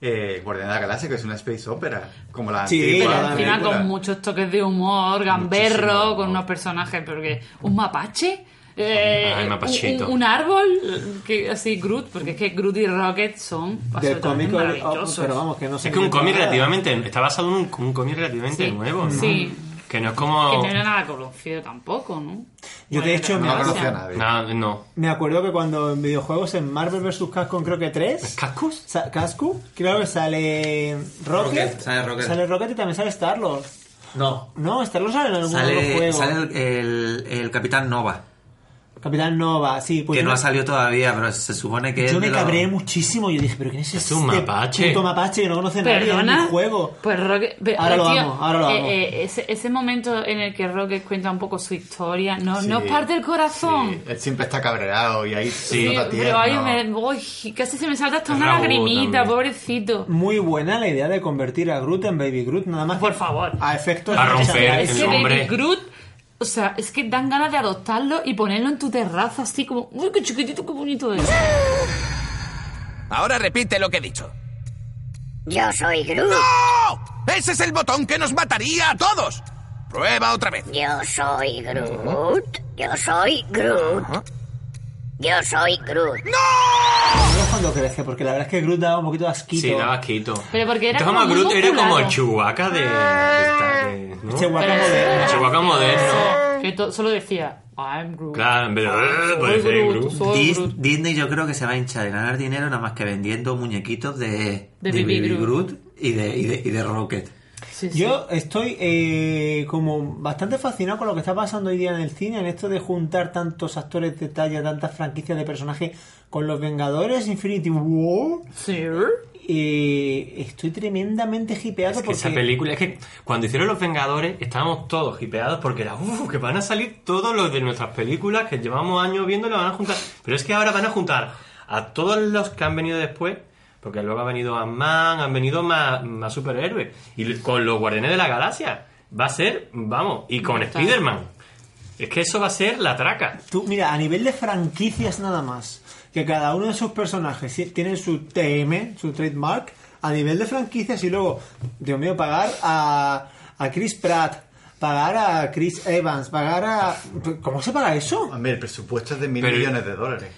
Eh, Guardián de la Galaxia, que es una space opera. Como la
Sí,
antigua.
pero
Pero encima
película.
con muchos toques de humor, gamberro,
Muchísimo.
con unos personajes, porque un mapache, eh,
Ay, mapachito.
un, un árbol, que así Groot, porque es que Groot y Rocket
Del
son absolutamente
cómico, oh,
maravillosos.
pero vamos, que no sé.
Es que un cómic
relativamente
relativamente. Está basado en un, un cómic relativamente
Sí.
nuevo, ¿no?
Sí.
Que no es
Que
como.
no era nada conocido tampoco, ¿no?
Yo, de
Bueno,
hecho, me
No
gracias.
conocía a nadie.
Nada, no.
Me acuerdo que cuando en videojuegos en Marvel vs. Capcom creo que 3
¿Cascos?
Sa- Cascu, creo que sale Rocket,
Rocket, sale Rocket.
y también sale Star-Lord.
No.
No, Star-Lord sale en algún otro
Sale,
juego.
sale el, el- el Capitán Nova,
Capitán Nova, sí, pues
que
yo
no
me-
ha salido todavía, pero se supone que es
Yo me
de los-
cabré muchísimo, yo dije, pero ¿quién es,
Es
este
un mapache.
puto mapache que no conoce nadie en
Perdona.
mi juego?
Pues Rocket. pe-
Ahora lo
tío,
amo, ahora lo
eh,
amo.
eh, ese, ese momento en el que Rocket cuenta un poco su historia, no,
Sí.
no os parte el corazón.
Sí, Él siempre está cabreado y ahí
Sí.
sí.
Sí,
nota
pero ahí
tierno.
me, uy, casi se me salta hasta una
Raúl
lagrimita,
también.
pobrecito.
Muy buena la idea de convertir a Groot en Baby Groot, nada más. que
Por favor.
A efectos
A romper
merchandising.
Es
el
que
hombre.
Baby Groot, o sea, es que dan ganas de adoptarlo y ponerlo en tu terraza así como, uy, qué chiquitito, qué bonito
(laughs)
es.
Ahora repite lo que he dicho.
Yo soy Groot.
¡No! ¡Oh! Ese es el botón que nos mataría a todos. Prueba otra vez.
Yo soy Groot. Yo soy Groot. Yo soy Groot.
Luego cuando crece, porque la verdad es que Groot daba un poquito de asquito.
Sí, daba asquito.
Pero porque era
Entonces,
como
Groot
muy
era como el
musculado.
Chewbacca de. de esta- de- ¿no?
Este guapo moderno.
El Chewbacca moderno.
Que to- solo decía, I'm Groot.
Claro, en vez de.
Soy
Puede ser
Groot,
Groot.
soy
Dis-
Groot.
Disney yo creo que se va a hinchar de ganar dinero nada más que vendiendo muñequitos de,
De Baby Groot.
y, de, y de- y de Rocket.
Sí, sí.
Yo estoy eh, como bastante fascinado con lo que está pasando hoy día en el cine, en esto de juntar tantos actores de talla, tantas franquicias de personajes con los Vengadores, Infinity War.
Sí.
Eh, estoy tremendamente hipeado
Que
porque
esa película, es que cuando hicieron Los Vengadores estábamos todos hipeados porque era, uff, que van a salir todos los de nuestras películas que llevamos años viendo y las van a juntar. Pero es que ahora van a juntar a todos los que han venido después, porque luego ha venido a Man, han venido más, más superhéroes. Y con los Guardianes de la Galaxia va a ser, vamos, y con
Brutal.
Spider-Man. Es que eso va a ser la traca.
tú, mira, a nivel de franquicias nada más, que cada uno de sus personajes sí- tiene su TM, su trademark, a nivel de franquicias y luego, Dios mío, pagar a, a Chris Pratt, pagar a Chris Evans, pagar a... ¿Cómo se paga eso?
Hombre, el presupuesto es de mil
Pero-
millones de dólares.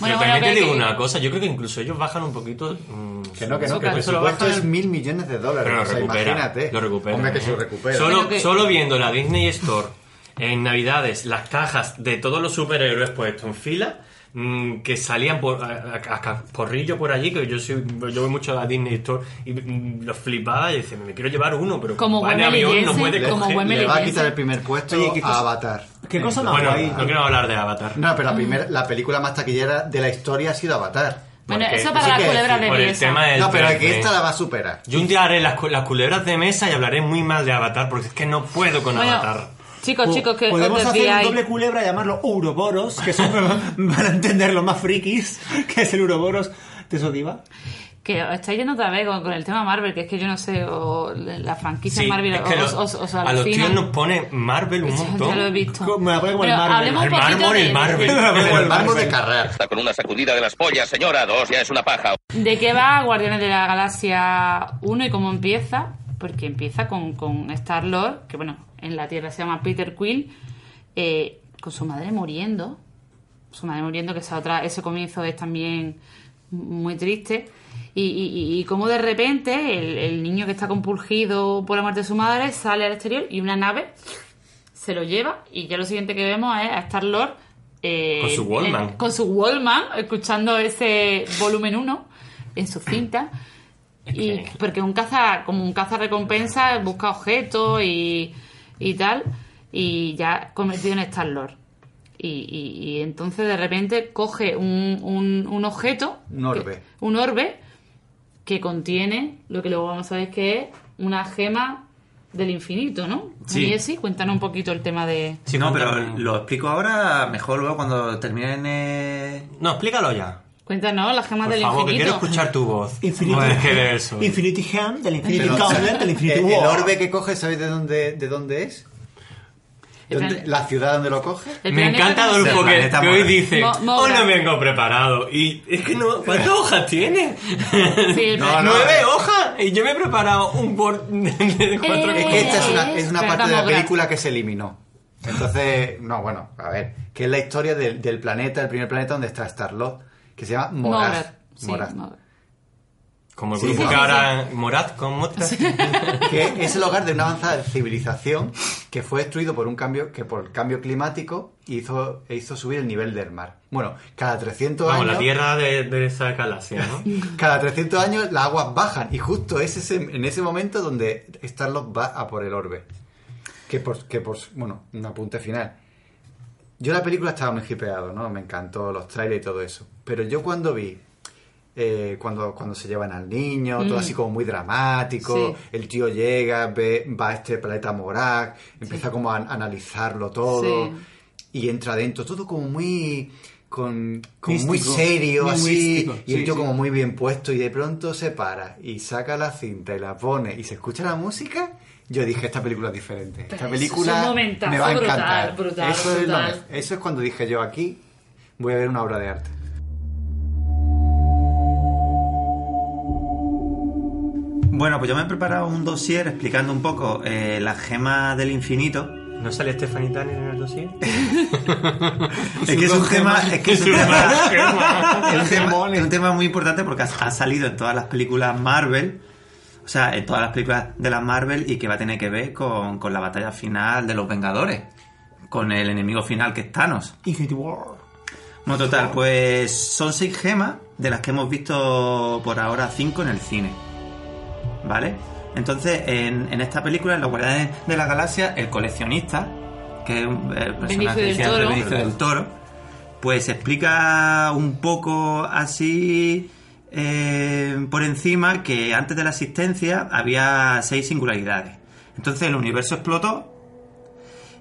Bueno,
Pero también
bueno,
te
que-
digo
que-
una cosa, yo creo que incluso ellos bajan un poquito. mm,
Que no, que
su-
no, que el
eso lo
presupuesto
bajan-
es mil millones de dólares.
Pero lo
o sea,
recupera.
imagínate.
Lo recupera.
Hombre, que
¿eh?
se recupera.
Solo,
Pero que-
solo viendo la Disney Store en Navidades, las cajas de todos los superhéroes puestos en fila, mm, que salían por, a, a- a caporrillo por allí, que yo soy, yo voy mucho a la Disney Store y mm, los flipaba y decía, me quiero llevar uno, pero
Como
va en
Wembley
avión, no
Jensen,
puede
como
coger.
Wembley
Le va a
Jensen.
quitar el primer puesto
Oye, ¿qué cosa-
a Avatar.
¿Qué cosa más
Bueno,
guay?
no quiero hablar de Avatar.
No, pero la, primer, la película más taquillera de la historia ha sido Avatar.
Bueno,
Porque-
eso para
sí
la
que
culebra
decir,
de
por el
mesa.
tema del
no, pero que
3D.
esta la va a superar.
Yo un día haré las, cu- las culebras de mesa y hablaré muy mal de Avatar, porque es que no puedo con
Bueno,
Avatar.
chicos, chicos, que os
Podemos hacer un
desviáis.
doble culebra, llamarlo Uroboros, que son, (laughs) van a entender los más frikis, que es el Uroboros. ¿Te sodiva?
Que os estáis yendo otra vez con, con el tema Marvel, que es que yo no sé, o la franquicia
Sí,
Marvel,
es que
os, os,
los-
os
a los
alucina.
tíos nos pone Marvel un
Yo
montón.
Ya lo he visto.
Co- me la pone como el
Pero
Marvel.
hablemos
El
un poquito
mármol,
de,
el Marvel.
Pero el mármol de carrer.
Está con una sacudida de las pollas, señora. Dos ya es una paja.
¿De qué va Guardianes de la Galaxia 1 y cómo empieza? Porque empieza con, con Star-Lord, que bueno, en la Tierra se llama Peter Quill, eh, con su madre muriendo. Su madre pues muriendo, que esa otra, ese comienzo es también muy triste. Y, y, y- y cómo de repente el, el niño que está compulgido por la muerte de su madre sale al exterior y una nave se lo lleva y ya lo siguiente que vemos es a Star Lord
Con su Walkman.
con su Wallman escuchando ese volumen 1 en su cinta y
que-
porque un caza como un caza recompensa busca objetos y, y tal y ya convertido en Star Lord y, y- y entonces de repente coge un, un- un objeto
Un orbe.
que- un orbe que contiene lo que luego vamos a ver que es una gema del infinito, ¿no?
Sí.
Y sí, cuéntanos un poquito el tema de...
Sí,
no,
cuéntame.
pero lo explico ahora, mejor luego cuando terminen. eh,
No, explícalo ya.
Cuéntanos las gemas
Por
del
favor, que quiero
infinito.
escuchar tu voz.
Infinity,
Joder, que de eso.
Infinity Hand, del Infinity
Pero,
Gauntlet, del
el,
Infinity
el
War.
orbe que coge, ¿sabéis de dónde, de dónde es?
El
¿Dónde-
plan-
¿La ciudad donde lo coge?
el
Me
planeta
encanta
del-
Adolfo
Del
que,
planeta
que hoy
Morgan.
dice,
Mo-
hoy no
Morgan.
vengo preparado. Y es que no, ¿cuántas hojas tiene?
Sí,
(laughs)
el planeta-
Nueve hojas. Y yo me he preparado un board de cuatro
Eh,
Es que esta es una, es una
Pero
parte de la
estamos
película que se eliminó. Entonces, no, bueno, a ver, que es la historia del, del planeta, el primer planeta donde está Star-Lord, que se llama Moraz.
Morat. Sí,
Moraz.
Morat.
Como el
Sí,
grupo
sí,
que
sí,
ahora... Morat con Motra.
que es el hogar de una avanzada civilización que fue destruido por un cambio que por el cambio climático hizo e hizo subir el nivel del mar. Bueno, cada 300
Vamos,
años
la tierra de, de esa galaxia, ¿no?
(laughs) cada 300 años las aguas bajan y justo es ese- en ese momento donde Starlock va a por el orbe. Que por, que por bueno, un apunte final. Yo la película estaba muy hipeado, ¿no? Me encantó los trailers y todo eso. Pero yo cuando vi, eh, cuando, cuando se llevan al niño, todo así como muy dramático,
Mm. Sí.
el tío llega, ve, va a este planeta Morak, empieza como a an- analizarlo todo
Sí.
y entra dentro, todo como muy... Con, como muy
Místico.
serio,
Muy
así,
místico,
y el
sí,
tío
sí.
como muy bien puesto y de pronto se para y saca la cinta y la pone y se escucha la música, yo dije, esta película es diferente.
Pero
Esta
eso
película
es un momentazo
me va a
brutal,
encantar.
brutal,
eso, es lo
brutal.
mejor. eso es cuando dije yo aquí voy a ver una obra de arte.
Bueno, pues yo me he preparado un dossier explicando un poco eh, la gema del infinito.
¿No sale Stephanie Tanner en el dossier?
Es que es un tema, es que es un tema, es un tema- es un tema muy importante porque ha, ha salido en todas las películas Marvel, o sea, en todas las películas de las Marvel y que va a tener que ver con, con la batalla final de los Vengadores, con el enemigo final que es Thanos.
Infinity War.
Bueno, total, pues son seis gemas de las que hemos visto por ahora cinco en el cine. ¿Vale? Entonces, en, en esta película, en Los Guardianes de la Galaxia, el coleccionista, que es un eh,
Benicio del
personaje que siempre
Toro.
Benicio del Toro, pues explica un poco así eh, por encima que antes de la existencia había seis singularidades. Entonces el universo explotó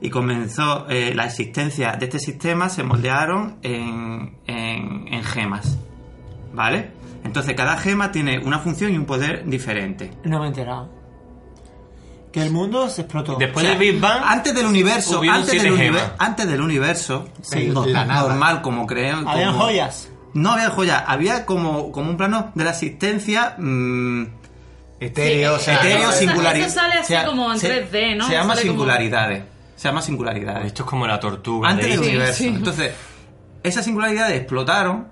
y comenzó eh, la existencia de este sistema, se moldearon en, en- en gemas. ¿Vale? Entonces cada gema tiene una función y un poder diferente.
No me he enterado. Que el mundo se explotó.
Después del Big Bang...
Antes del universo,
Hubieron
antes del,
siete
univer-
gemas.
antes del universo,
Sí,
no-
la nada.
normal como creen.
Habían
como-
joyas.
No había joyas, había como, como un plano de la existencia mm,
Etéreo, o sea,
etéreo,
eso-
singulari-
eso sale así
sea-
como en
se-
3D, ¿no?
Se llama
Sale como-
singularidades. Se llama singularidades.
Esto es como la tortuga
Antes
de
del
It.
universo. Entonces, esas singularidades explotaron,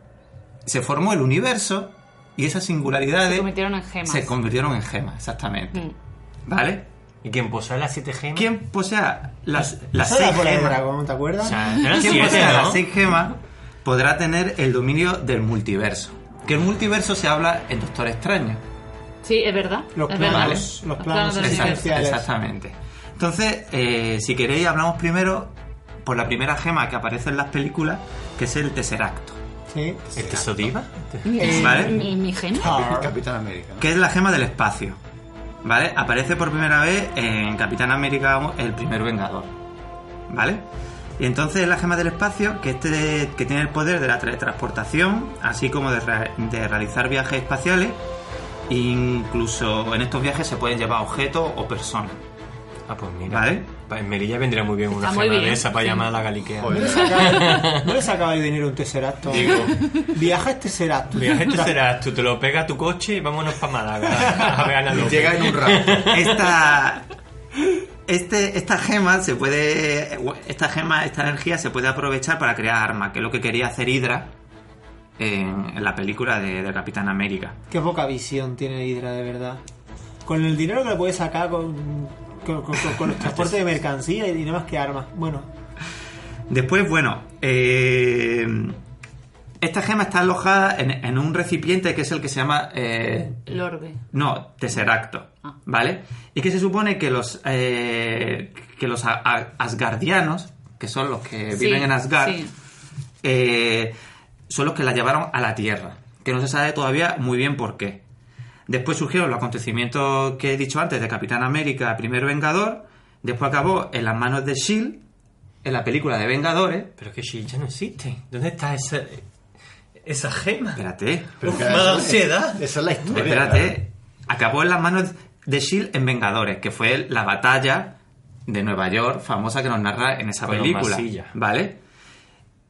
se formó el universo y esas
Se
singularidades
convirtieron en gemas.
se convirtieron en gemas, exactamente.
Mm.
¿Vale?
¿Y quien posee las siete gemas?
¿Quién posea las, las
Esa era
seis
la
gemas?
polémica, ¿cómo te acuerdas?
O sea, eran
¿Quién
siete,
posea
¿no?
las seis gemas podrá tener el dominio del multiverso? Que el multiverso se habla en Doctor Extraño.
Sí, es verdad.
Los
es
planos,
verdad.
los
planos
del
Las
Exacto,
universo.
esenciales.
exactamente. Entonces, eh, si queréis, hablamos primero por la primera gema que aparece en las películas, que es el Tesseracto.
Sí.
¿El tesodiva?
Mi-
¿Vale?
mi, mi gen.
Capi- Capitán América. ¿no?
que es la gema del espacio. ¿Vale? Aparece por primera vez en Capitán América, el primer Vengador. ¿Vale? Y entonces es la gema del espacio que, este, que tiene el poder de la teletransportación, así como de, re- de realizar viajes espaciales. Incluso en estos viajes se pueden llevar objetos o personas.
Ah, pues mira.
¿vale?
Pa- En Melilla vendría muy bien una
muy
gema de
bien,
esa para
sí.
llamar a la galiquea.
¿No le sacaba- ¿No le sacaba el dinero a un tesseracto?
Digo,
Viaja este tesseracto.
esto serás tú, te lo pega a tu coche y vámonos para
(laughs)
Málaga. A ver, Ana López.
Llega en un rato.
Esta, este, esta gema se puede. Esta gema, esta energía se puede aprovechar para crear armas, que es lo que quería hacer Hydra en, en la película de, de Capitán América.
Qué poca visión tiene Hydra, de verdad. Con el dinero que le puede sacar con, con, con, con-
(laughs) Este
con el transporte de mercancía y nada más que armas. Bueno,
Después, bueno, eh, esta gema está alojada en, en un recipiente que es el que se llama. eh,
El orbe.
no, Tesseracto,
Ah.
¿vale? Y que se supone que los, eh, que los a- a- asgardianos, que son los que
Sí,
viven en Asgard,
sí.
eh, son los que la llevaron a la Tierra, que no se sabe todavía muy bien por qué. Después surgieron los acontecimientos que he dicho antes de Capitán América, primer Vengador, después acabó en las manos de S.H.I.E.L.D., en la película de Vengadores.
Pero es que Shield ya no existe. ¿Dónde está esa, esa gema?
Espérate,
Pero que
Me ha dado
eso-
ansiedad.
Esa es la historia. claro.
eh.
espérate. Acabó en las manos de S.H.I.E.L.D. en Vengadores, que fue la batalla de Nueva York famosa que nos narra en esa
Con los
película,
masillas.
¿vale?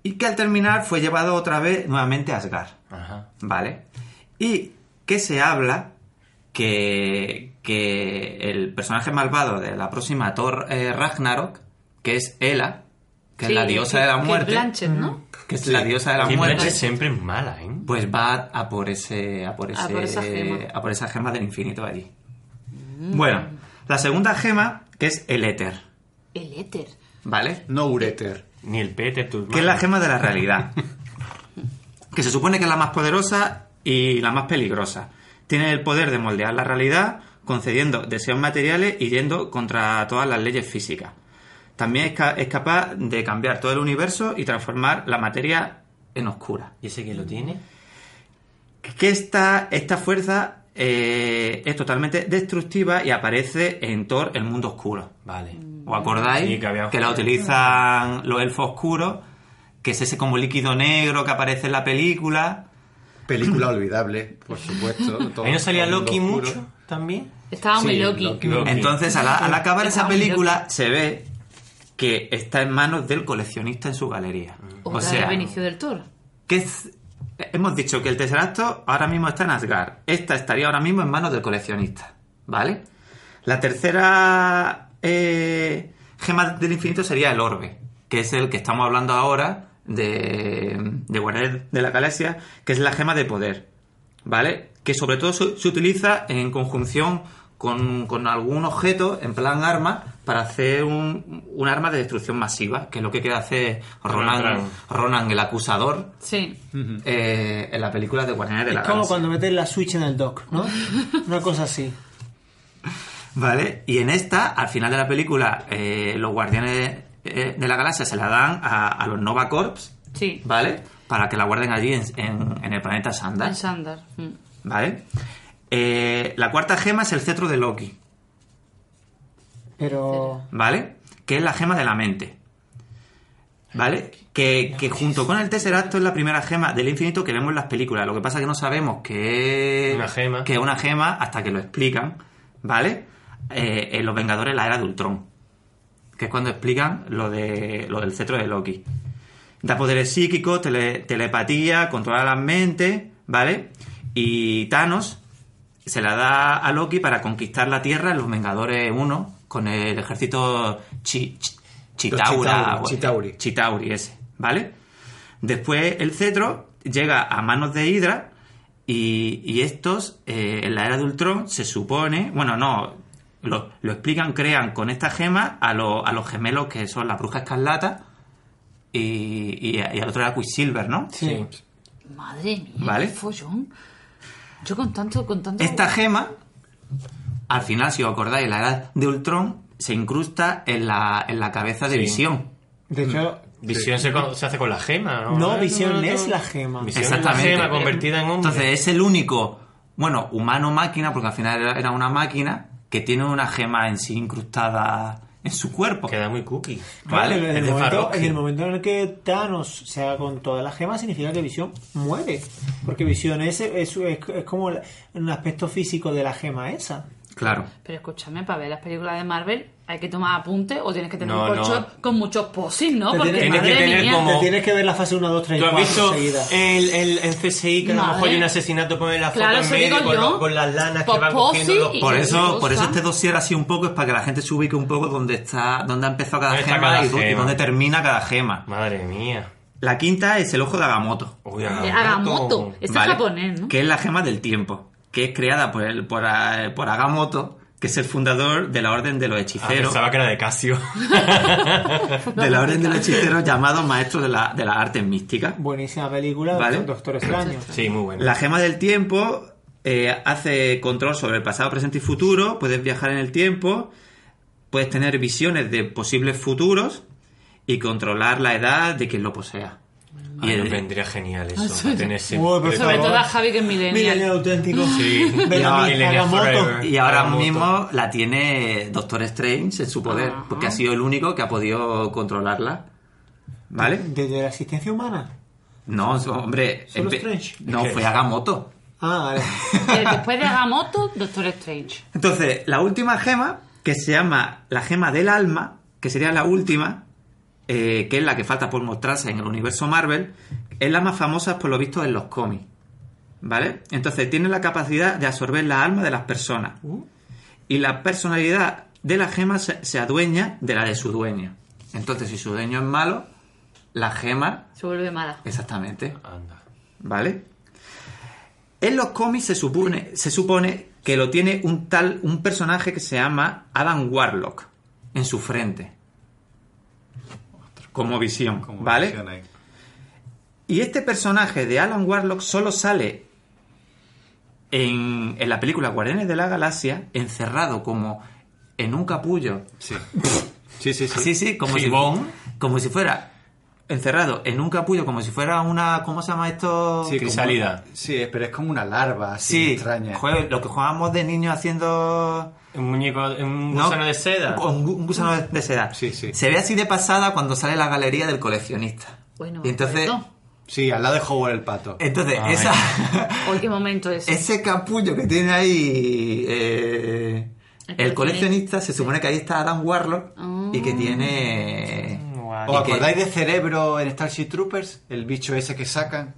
Y que al terminar fue llevado otra vez nuevamente a Asgard.
Ajá.
¿Vale? Y que se habla que, que el personaje malvado de la próxima Thor eh, Ragnarok, que es Ela, que
Sí,
es la diosa
que-
de la
que
muerte,
Blanchett,
Mm.
¿no?
que es la diosa de la
Kate
muerte,
Blanchett siempre es mala, ¿eh?
pues va a por ese a por, ese,
por esa gema. Mm.
a por esa gema del infinito allí. Bueno, la segunda gema, que es el éter,
El éter.
¿vale?
No ureter.
Ni el Peter, tu hermano.
Que es la gema de la
(laughs)
realidad. que se supone que es la más poderosa y la más peligrosa. Tiene el poder de moldear la realidad, concediendo deseos materiales y yendo contra todas las leyes físicas. También es, ca- es capaz de cambiar todo el universo y transformar la materia en oscura.
¿Y ese que lo tiene?
Que esta, esta fuerza eh, es totalmente destructiva y aparece en Thor el mundo oscuro.
Vale.
¿Os acordáis?
Sí, que había-
la utilizan los elfos oscuros, que es ese como líquido negro que aparece en la película.
Película olvidable, por supuesto. todo-
Ahí no salía
todo el
Loki
mundo
mucho
oscuro.
también.
Estaba muy Mm.
Sí,
Loki.
Loki.
Loki.
Entonces, al, al acabar esa
Está muy
película, se ve que está en manos del coleccionista en su galería. O
Otra
sea,
de Benicio del Toro.
que es- hemos dicho que el Tesseracto ahora mismo está en Asgard. Esta estaría ahora mismo en manos del coleccionista, ¿vale? La tercera eh, gema del infinito sería el orbe, que es el que estamos hablando ahora de, de Guardianes de la Galaxia, que es la gema de poder, ¿vale? Que sobre todo se, se utiliza en conjunción con, con algún objeto, en plan arma, para hacer un, un arma de destrucción masiva, que es lo que quiere hacer
Ronan
Ronan,
Crowe.
Ronan el acusador,
Sí.
eh, en la película de Guardianes de
es
la
como
Galaxia.
cuando metes la Switch en el dock, ¿no? Una cosa así.
Vale, y en esta, al final de la película, eh, los Guardianes eh, de la Galaxia se la dan a, a los Nova Corps,
Sí.
¿vale? Para que la guarden allí en, en- en el planeta Sandar,
En Sandar. Mm.
¿vale? Eh, la cuarta gema es el cetro de Loki,
Pero.
¿vale? Que es la gema de la mente. ¿Vale? Que, que junto con el Tesseracto es la primera gema del infinito que vemos en las películas. Lo que pasa es que no sabemos que es
Una gema.
que es una gema hasta que lo explican, ¿vale? Eh, en Los Vengadores, la era de Ultron. Que es cuando explican lo, de, lo del cetro de Loki. Da poderes psíquicos, tele- telepatía, controla las mentes, ¿vale? Y Thanos se la da a Loki para conquistar la Tierra en los Vengadores 1 con el ejército chi, chi- Chitaura.
Chitauri,
o-
Chitauri.
Chitauri ese, ¿vale? Después el cetro llega a manos de Hydra y, y estos, eh, en la era de Ultron, se supone, bueno, no, lo, lo explican, crean con esta gema a, lo- a los gemelos que son la bruja escarlata y, y, y al otro era Quicksilver, ¿no?
Sí.
Madre mía,
Vale.
qué follón. Yo con tanto, con tanto.
Esta gema, al final, si os acordáis, la edad de Ultron se incrusta en la, en la cabeza de
Sí.
Visión.
De hecho,
Visión se, co- se hace con la gema, ¿no?
No,
Eh,
Visión
no, no,
es
no.
la gema.
Visión es la
Exactamente.
gema convertida en hombre.
Entonces es el único, bueno, humano-máquina, porque al final era- era una máquina, que tiene una gema en sí incrustada en su cuerpo.
Queda muy cookie.
Claro,
¿Vale?
en,
Es
el
de
momento,
Farrock.
en el momento en el que Thanos se haga con todas las gemas, significa que Visión muere. Porque Visión es, es, es, es como el- un aspecto físico de la gema esa.
Claro.
Pero escúchame, para ver las películas de Marvel hay que tomar apuntes o tienes que tener
No,
un colchón
no.
con muchos posits, ¿no?
Te
Porque
tienes-
Tienes que
madre
tener
mía.
como-
Te tienes que ver la fase 1, 2, 3,
¿Tú has
4
visto
seguida.
el, el, el CSI que a lo
Madre.
mejor hay un asesinato ponen la foto
Claro,
en
eso
medio
digo
con,
yo.
los- con las lanas que
Pues
van cogiendo
posi
los
y-
Por
qué
eso, por eso
cosa.
este dossier así un poco es para que la gente se ubique un poco dónde está, dónde ha empezado cada
Dónde está
gema,
cada
y, dó- y
gema.
dónde termina cada gema.
Madre mía.
La quinta es el ojo de Agamotto.
Uy,
De Eh, Agamotto. Este
¿vale?
es japonés, ¿no?
Que es la gema del tiempo, que es creada por, el, por, eh, por Agamotto, que es el fundador de la Orden de los
Ah,
Hechiceros.
pensaba que era de Casio. (laughs)
de la Orden de los Hechiceros llamado Maestros de, la, de las Artes Místicas.
Buenísima película,
Vale.
Doctor Extraño.
sí, muy bueno.
La gema del tiempo eh, hace control sobre el pasado, presente y futuro. Puedes viajar en el tiempo. Puedes tener visiones de posibles futuros y controlar la edad de quien lo posea.
Ah,
y el-
nos vendría genial eso.
sí.
para tener ese-
Uy, por
de-
Sobre
favor.
todo a Javi que es millennial.
Millennial auténtico.
Sí.
Ven a mí,
Millennial
Agamotto.
forever.
Y ahora
Agamotto.
mismo la tiene Doctor Strange en su poder,
Ajá.
porque ha sido el único que ha podido controlarla. ¿Vale?
Desde la existencia humana.
No, so- hombre.
Solo
empe-
Strange.
No,
¿Qué?
fue Agamotto.
Ah, vale.
(laughs) Pero Después de Agamotto, Doctor Strange.
Entonces, la última gema, que se llama la gema del alma, que sería la última, eh, que es la que falta por mostrarse en el universo Marvel, es la más famosa por lo visto en los cómics. ¿Vale? Entonces, tiene la capacidad de absorber la alma de las personas. Y la personalidad de la gema se, se adueña de la de su dueño. Entonces, si su dueño es malo, la gema.
Se vuelve mala.
Exactamente.
Anda.
¿Vale? En los cómics se supone, se supone que lo tiene un tal, un personaje que se llama Adam Warlock en su frente. Como visión,
Como
¿vale?
visión eh. ahí.
Y este personaje de Alan Warlock solo sale en, en la película Guardianes de la Galaxia encerrado como en un capullo.
Sí. sí, sí, sí.
Sí, sí, como si,
Gibón.
como si fuera encerrado en un capullo, como si fuera una, ¿cómo se llama esto?
Sí, como-
Crisalida.
Sí, pero es como una larva así
Sí,
extraña.
joder, lo que jugábamos de niños haciendo...
Un muñeco, un
¿no? Oh,
gusano de seda.
Un, gu- un gusano de- de seda.
Sí, sí.
Se ve así de pasada cuando sale la galería del coleccionista.
Bueno,
y entonces,
acuerdo.
Sí, al lado de Howard el pato.
entonces
Ay.
esa,
Hoy qué momento es.
(laughs) ese capullo que tiene ahí eh,
El
el coleccionista, se supone que ahí está Adam Warlock
Ah.
y que tiene...
Mm, ¿Os
y que-
acordáis de Cerebro en Starship Troopers? El bicho ese que sacan.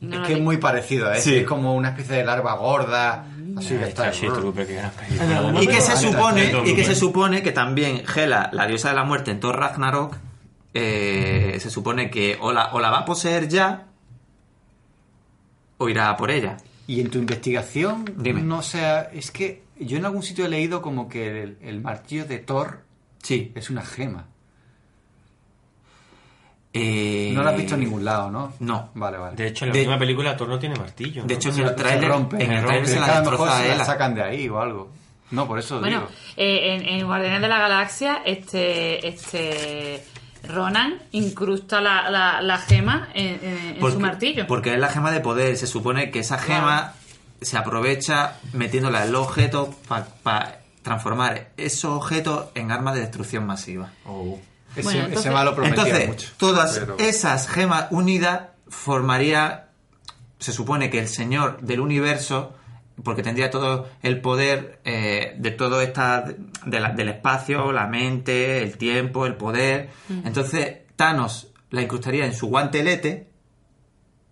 No
es
lo
que es
vi.
muy parecido, ¿eh?
Sí. Ah,
es como una especie de larva gorda.
Mm.
Así que está.
Starship Trooper, que era
En algún
Y que se
Ah,
supone,
está.
y que se supone que también Hela, la diosa de la muerte en Thor Ragnarok, eh, se supone que o la, o la va a poseer ya o irá a por ella.
Y en tu investigación,
Dime.
no sea. Es que yo en algún sitio he leído como que el, el martillo de Thor
Sí.
es una gema.
Eh,
No lo has visto en ningún lado, ¿no?
no.
Vale, vale.
De hecho, en la
De-
última película Thor no tiene martillo.
De
¿no?
hecho, en
Se-
el
se
tráiler
rompe.
en el
Se
tráiler se la
rompe. Es que a lo mejor
destroza a
se la
Hela.
sacan de ahí o algo. No, por eso
Bueno,
digo.
eh, en, en Guardianes de la Galaxia, este, este Ronan incrusta la, la, la gema en, en- en su martillo.
Porque es la gema de poder. Se supone que esa gema se aprovecha metiéndola en los objetos para transformar esos objetos en armas de destrucción masiva.
Oh.
Ese,
Bueno, entonces-
ese malo prometía
Entonces,
mucho.
todas
Pero-
esas gemas unidas formaría, se supone que el señor del universo, porque tendría todo el poder eh, de todo esta, de la- del espacio, la mente, el tiempo, el poder. Entonces, Thanos la incrustaría en su guantelete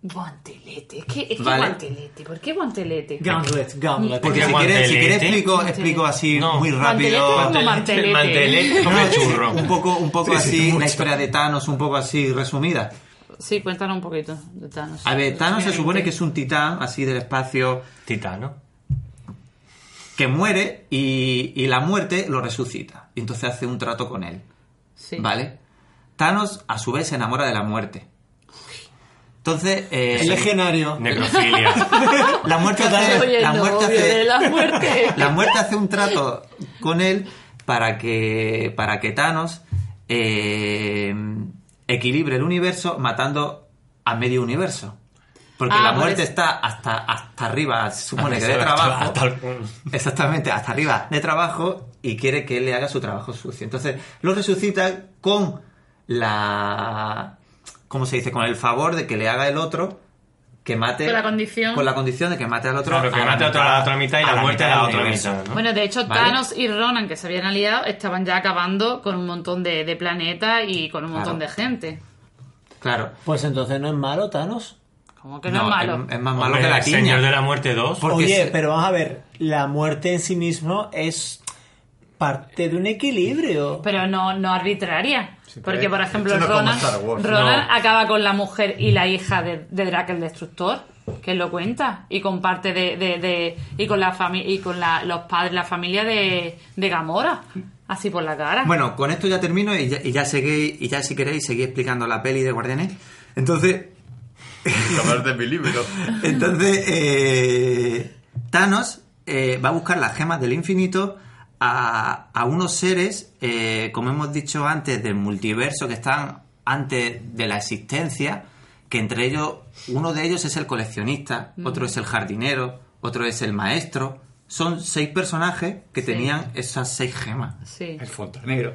Guantelete. Es que, es que
Vale.
guantelete. ¿Por qué guantelete?
Gauntlet, gauntlet.
Porque si quieres, si quieres explico, explico así muy rápido.
Guantelete como
(laughs)
mantelete. mantelete como churro.
Un poco, un poco
Sí, sí,
así,
mucho.
la historia de Thanos, un poco así resumida.
Sí, cuéntanos un poquito de Thanos.
A ver, Thanos se supone que es un titán, así del espacio.
Titano.
Que muere y, y la muerte lo resucita. Y entonces hace un trato con él.
Sí. (laughs)
¿Vale? Thanos, a su vez, se enamora de la muerte. Entonces. eh,
El legendario.
Necrofilia.
(laughs)
(laughs)
la muerte
Estás
hace. La
oyendo,
muerte
obvio,
hace,
de la muerte.
(laughs) la muerte hace un trato con él para que. Para que Thanos. eh, equilibre el universo matando a medio universo. Porque
Ah,
la
por
muerte
eso.
está hasta, hasta arriba, se supone que de
Hasta-
trabajo.
hasta-
(laughs) Exactamente, hasta arriba de trabajo y quiere que él le haga su trabajo sucio. Entonces, lo resucita con la. ¿Cómo se dice? Con el favor de que le haga el otro que mate.
Con la condición.
con la condición de que mate al otro.
Claro, que mate a otro- a la otra mitad y
a
la muerte
mitad
a la
del
otra
universo.
mitad, ¿no?
Bueno, de hecho,
¿Vale?
Thanos y Ronan, que se habían aliado, estaban ya acabando con un montón de, de planetas y con un montón
Claro.
de gente.
Claro.
Pues entonces no es malo, Thanos.
Como que no, es malo.
Es más
Hombre,
malo que la
el
tiña.
Señor de la Muerte 2.
Oye, pero vamos a ver, la muerte en sí mismo es parte de un equilibrio.
Pero no, no arbitraria. Porque, por ejemplo,
esto no es como
Ronan,
Star Wars.
Ronan
No.
acaba con la mujer y la hija de, de Drake el Destructor, que lo cuenta, y con parte de, de- de- y con la fami- y con la- los padres, la familia de, de Gamora, así por la cara.
Bueno, con esto ya termino y ya, y ya seguí- y ya si queréis seguir explicando la peli de Guardianes. Entonces.
de
(laughs)
mi libro.
Entonces, eh, Thanos eh, va a buscar las gemas del infinito a, a unos seres, eh, como hemos dicho antes, del multiverso que están antes de la existencia, que entre ellos, uno de ellos es el coleccionista,
Mm.
otro es el jardinero, otro es el maestro. Son seis personajes que tenían esas seis gemas.
Sí.
El fontanero.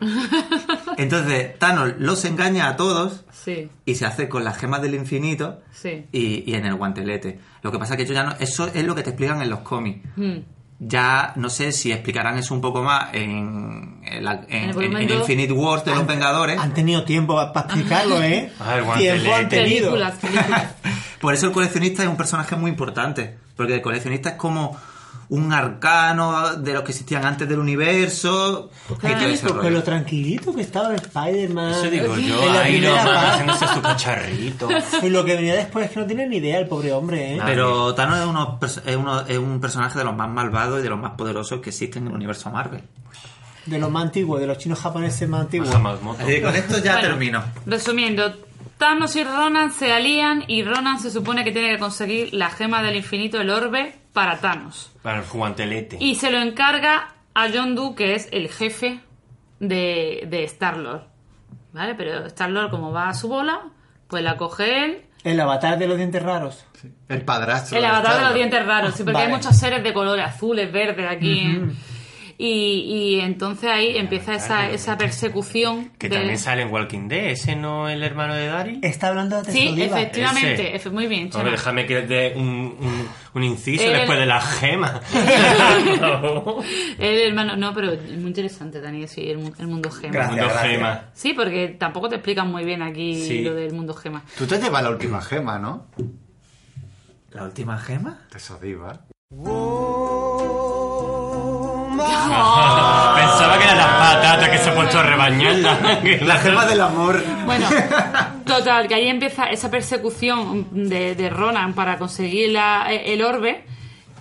Entonces, Thanos los engaña a todos
Sí,
y se hace con las gemas del infinito
sí.
y, y en el guantelete. Lo que pasa es que yo ya no. Eso es lo que te explican en los cómics.
Mm.
Ya no sé si explicarán eso un poco más en, en la- en-
el volumen
en- en
dos.
Infinite War de los Vengadores.
Han tenido tiempo para explicarlo,
(laughs)
¿eh?
Ah, el
tiempo han
guantelete.
tenido.
Películas, películas. (laughs)
Por eso el coleccionista es un personaje muy importante. Porque el coleccionista es como un arcano de los que existían antes del universo.
Pues
y todo ese rollo.
Con lo tranquilito que estaba el Spider-Man.
Eso digo yo,
En la
Iron
primera
Man
parte.
haciéndose su cacharrito.
Y lo que venía después es que no tiene ni idea el pobre hombre, ¿eh?
Pero Thanos es, uno- es uno- es un personaje de los más malvados y de los más poderosos que existen en el universo Marvel.
De los más antiguos, de los chinos japoneses más antiguos.
Así que con esto ya
Bueno.
termino.
Resumiendo, Thanos y Ronan se alían y Ronan se supone que tiene que conseguir la gema del infinito, el orbe, para Thanos.
Para el guantelete.
Y se lo encarga a John Doe, que es el jefe de, de Star-Lord. ¿Vale? Pero Star-Lord, como va a su bola, pues la coge él.
El avatar de los dientes raros.
El padrastro.
El
de
avatar de los
Star-Lord.
dientes raros, sí, porque hay
Vale.
muchos seres de colores azules, verdes aquí. en- y, y entonces ahí empieza esa, esa persecución.
Que
de-
también sale en Walking Dead. ¿Ese no es el hermano de Daryl?
Está hablando de
Sí,
Oliva.
efectivamente.
Ese.
efe- muy bien,
Hombre,
Chema.
déjame que dé un, un, un inciso
El-
después de la gema. (laughs)
El hermano, no, pero es muy interesante, Dani, sí, el, mu- el mundo gema.
Gracias, El mundo gracias. gema.
Sí, porque tampoco te explican muy bien aquí
Sí.
lo del mundo gema.
Tú te llevas la última gema, ¿no?
¿La última gema?
Te sodiva.
Pensaba que eran las patatas que se ha puesto a rebañarla. la
gema del amor.
Bueno, total, que ahí empieza esa persecución de, de Ronan para conseguir la- e, el orbe.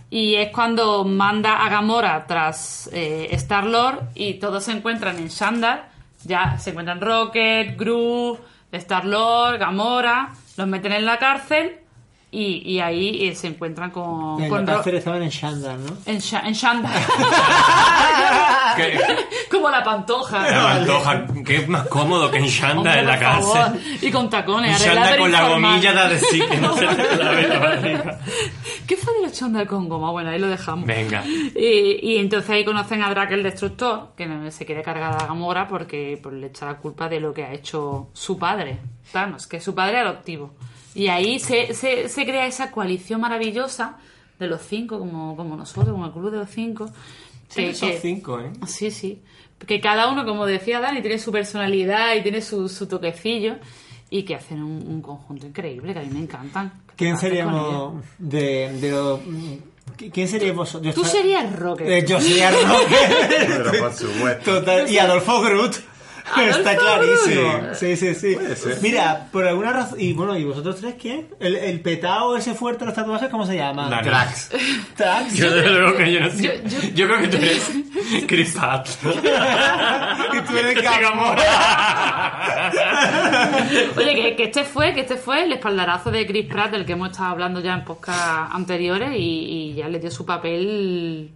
Y es cuando manda a Gamora tras Star Lord y todos se encuentran en Shandar. Ya se encuentran Rocket, Groot, Star Lord, Gamora. Los meten en la cárcel y, y ahí eh, se encuentran con,
En
con
la
Ro-
cárcel estaban en Shandar, ¿no?
en, Sha- en Shandar. (laughs) Como la pantoja.
La pantoja, que es más cómodo que en Shanda
Hombre,
en la
por favor.
cárcel.
Y con
En
tacones.
Shanda
arreglada
con la
pero informal. (laughs)
gomilla da de sí que no se te clave
(laughs)
la barriga.
¿Qué fue de los Shanda con goma? Bueno, ahí lo dejamos.
Venga.
Y, y entonces ahí conocen a Drake el Destructor, que no se quiere cargar a Gamora porque pues, le echa la culpa de lo que ha hecho su padre, Thanos, que es su padre adoptivo. Y ahí se, se- se crea esa coalición maravillosa de los cinco, como, como nosotros, como el club de los cinco.
Sí, son cinco, ¿eh?
Sí, sí. Que cada uno, como decía Dani, tiene su personalidad y tiene su, su toquecillo y que hacen un, un conjunto increíble que a mí me encantan.
¿Quién seríamos de, de los- ¿qui- ¿Quién seríais vosotros?
Tú
Yo-
serías Rocket.
Eh, yo sería Rocket.
Pero por supuesto.
Total, y Adolfo Groot. Está clarísimo.
Groot.
Sí, sí, sí.
Puede ser.
Mira, por alguna razón. Y bueno, ¿y vosotros tres quién? El, el petao ese fuerte de los tatuajes, ¿cómo se llama?
Dani.
Drax.
Drax.
(laughs) Yo, desde luego que yo no sé. Yo, creo que tú eres Chris Pratt.
(laughs) y tú eres
Oye, que, que este fue, que este fue el espaldarazo de Chris Pratt, del que hemos estado hablando ya en podcast anteriores, y, y ya le dio su papel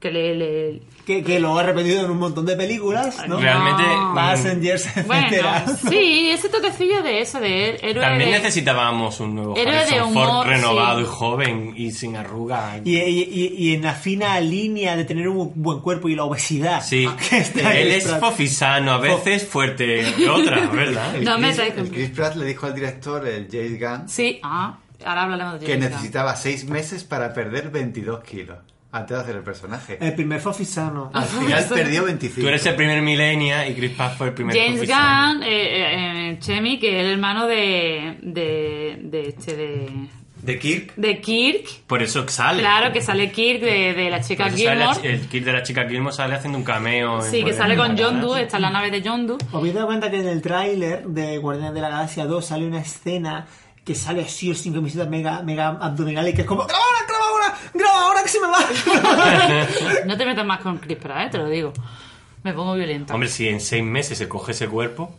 que
(laughs)
le... le-
Que, que lo ha repetido en un montón de películas, ¿no?
Realmente, mm,
Passengers,
Bueno,
etcétera. (laughs)
sí, ese toquecillo de eso, de her- héroe
También
de-
necesitábamos un nuevo
Héroe de
Harrison
humor,
Ford renovado
sí.
y joven y sin arrugas.
Y, y, y- y en la fina línea de tener un buen cuerpo y la obesidad. (laughs)
Sí,
Que está
él
ahí,
es
Pratt.
fofisano, a veces fuerte que
(laughs)
otras, ¿verdad?
No me
Chris-
estáis con-
el Chris Pratt le dijo al director, el James Gunn,
Sí, ah, ahora hablaremos de
que
Jessica.
necesitaba seis meses para perder 22 kilos antes de hacer el personaje.
Eh,
El primer fofisano.
Al final perdió 25.
Tú eres el primer milenia y Chris Pratt fue el primer
James
fofisano.
Gunn, eh, eh, eh, Chemi, que es el hermano de, de, de este, de,
¿De Kirk?
de Kirk.
Por eso sale.
Claro, que sale Kirk de, de la chica
Por eso Pues sale la
Gilmore.
chi- el Kirk de la chica Gilmore sale haciendo un cameo. en
Sí, que
Guardianes
sale
de la
con John
Galaxia.
Doe, está en la nave de John Doe.
¿Os habéis dado cuenta que en el tráiler de Guardianes de la Galaxia 2 sale una escena que sale así o sin camisetas mega, mega abdominales que es como ¡Graba ahora, graba ahora! ¡Graba ahora que se me va!
(laughs) No te metas más con Chris Pratt, eh, te lo digo. Me pongo violenta.
Hombre, si en seis meses se coge ese cuerpo,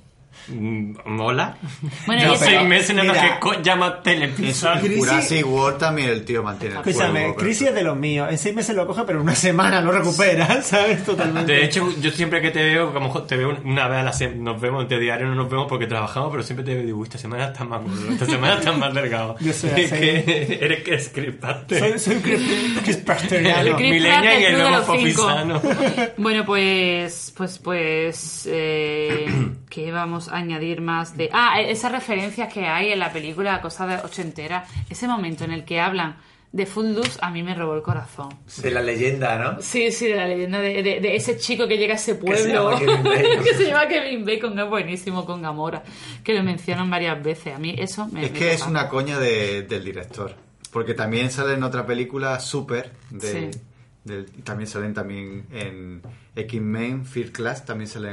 mm, mola.
(laughs) Bueno,
Yo
y eso-
seis meses nada más
Mira.
que co- llama telepizza.
Crisis-
Jurassic World también el tío mantiene el
Escúchame,
cuerpo, pero-
crisis es de los míos. En seis meses lo coge, pero en una semana lo recupera, (laughs) ¿sabes? Totalmente.
De hecho, yo siempre que te veo, como jo- te veo una vez a la semana, nos vemos, de diario no nos vemos porque trabajamos, pero siempre te veo, "Uy, esta semana estás más gordo, esta semana estás más delgado.
Yo soy
(laughs) Es
así.
que eres que es crepante.
soy, soy un cris- crispasteriano.
el
Chris
millennial
Pratt, el
y el
club de
nuevo
los cinco.
fofisano.
(laughs) Bueno, pues, pues, pues, eh, ¿qué vamos a añadir más de...? Ah, e- esas referencias que hay en la película, cosa de ochentera, ese momento en el que hablan de Footloose, a mí me robó el corazón.
De la leyenda, ¿no?
Sí, sí, de la leyenda de, de- de ese chico que llega a ese
se
pueblo,
llama Kevin
(laughs)
Bacon.
que se llama Kevin Bacon, que es buenísimo, con Gamora, que lo mencionan varias veces. A mí eso me...
Es
me
que es
toca.
una coña de- del director. Porque también sale en otra película, Super, de,
Sí.
del- y también salen también en X-Men, Fear Class, también sale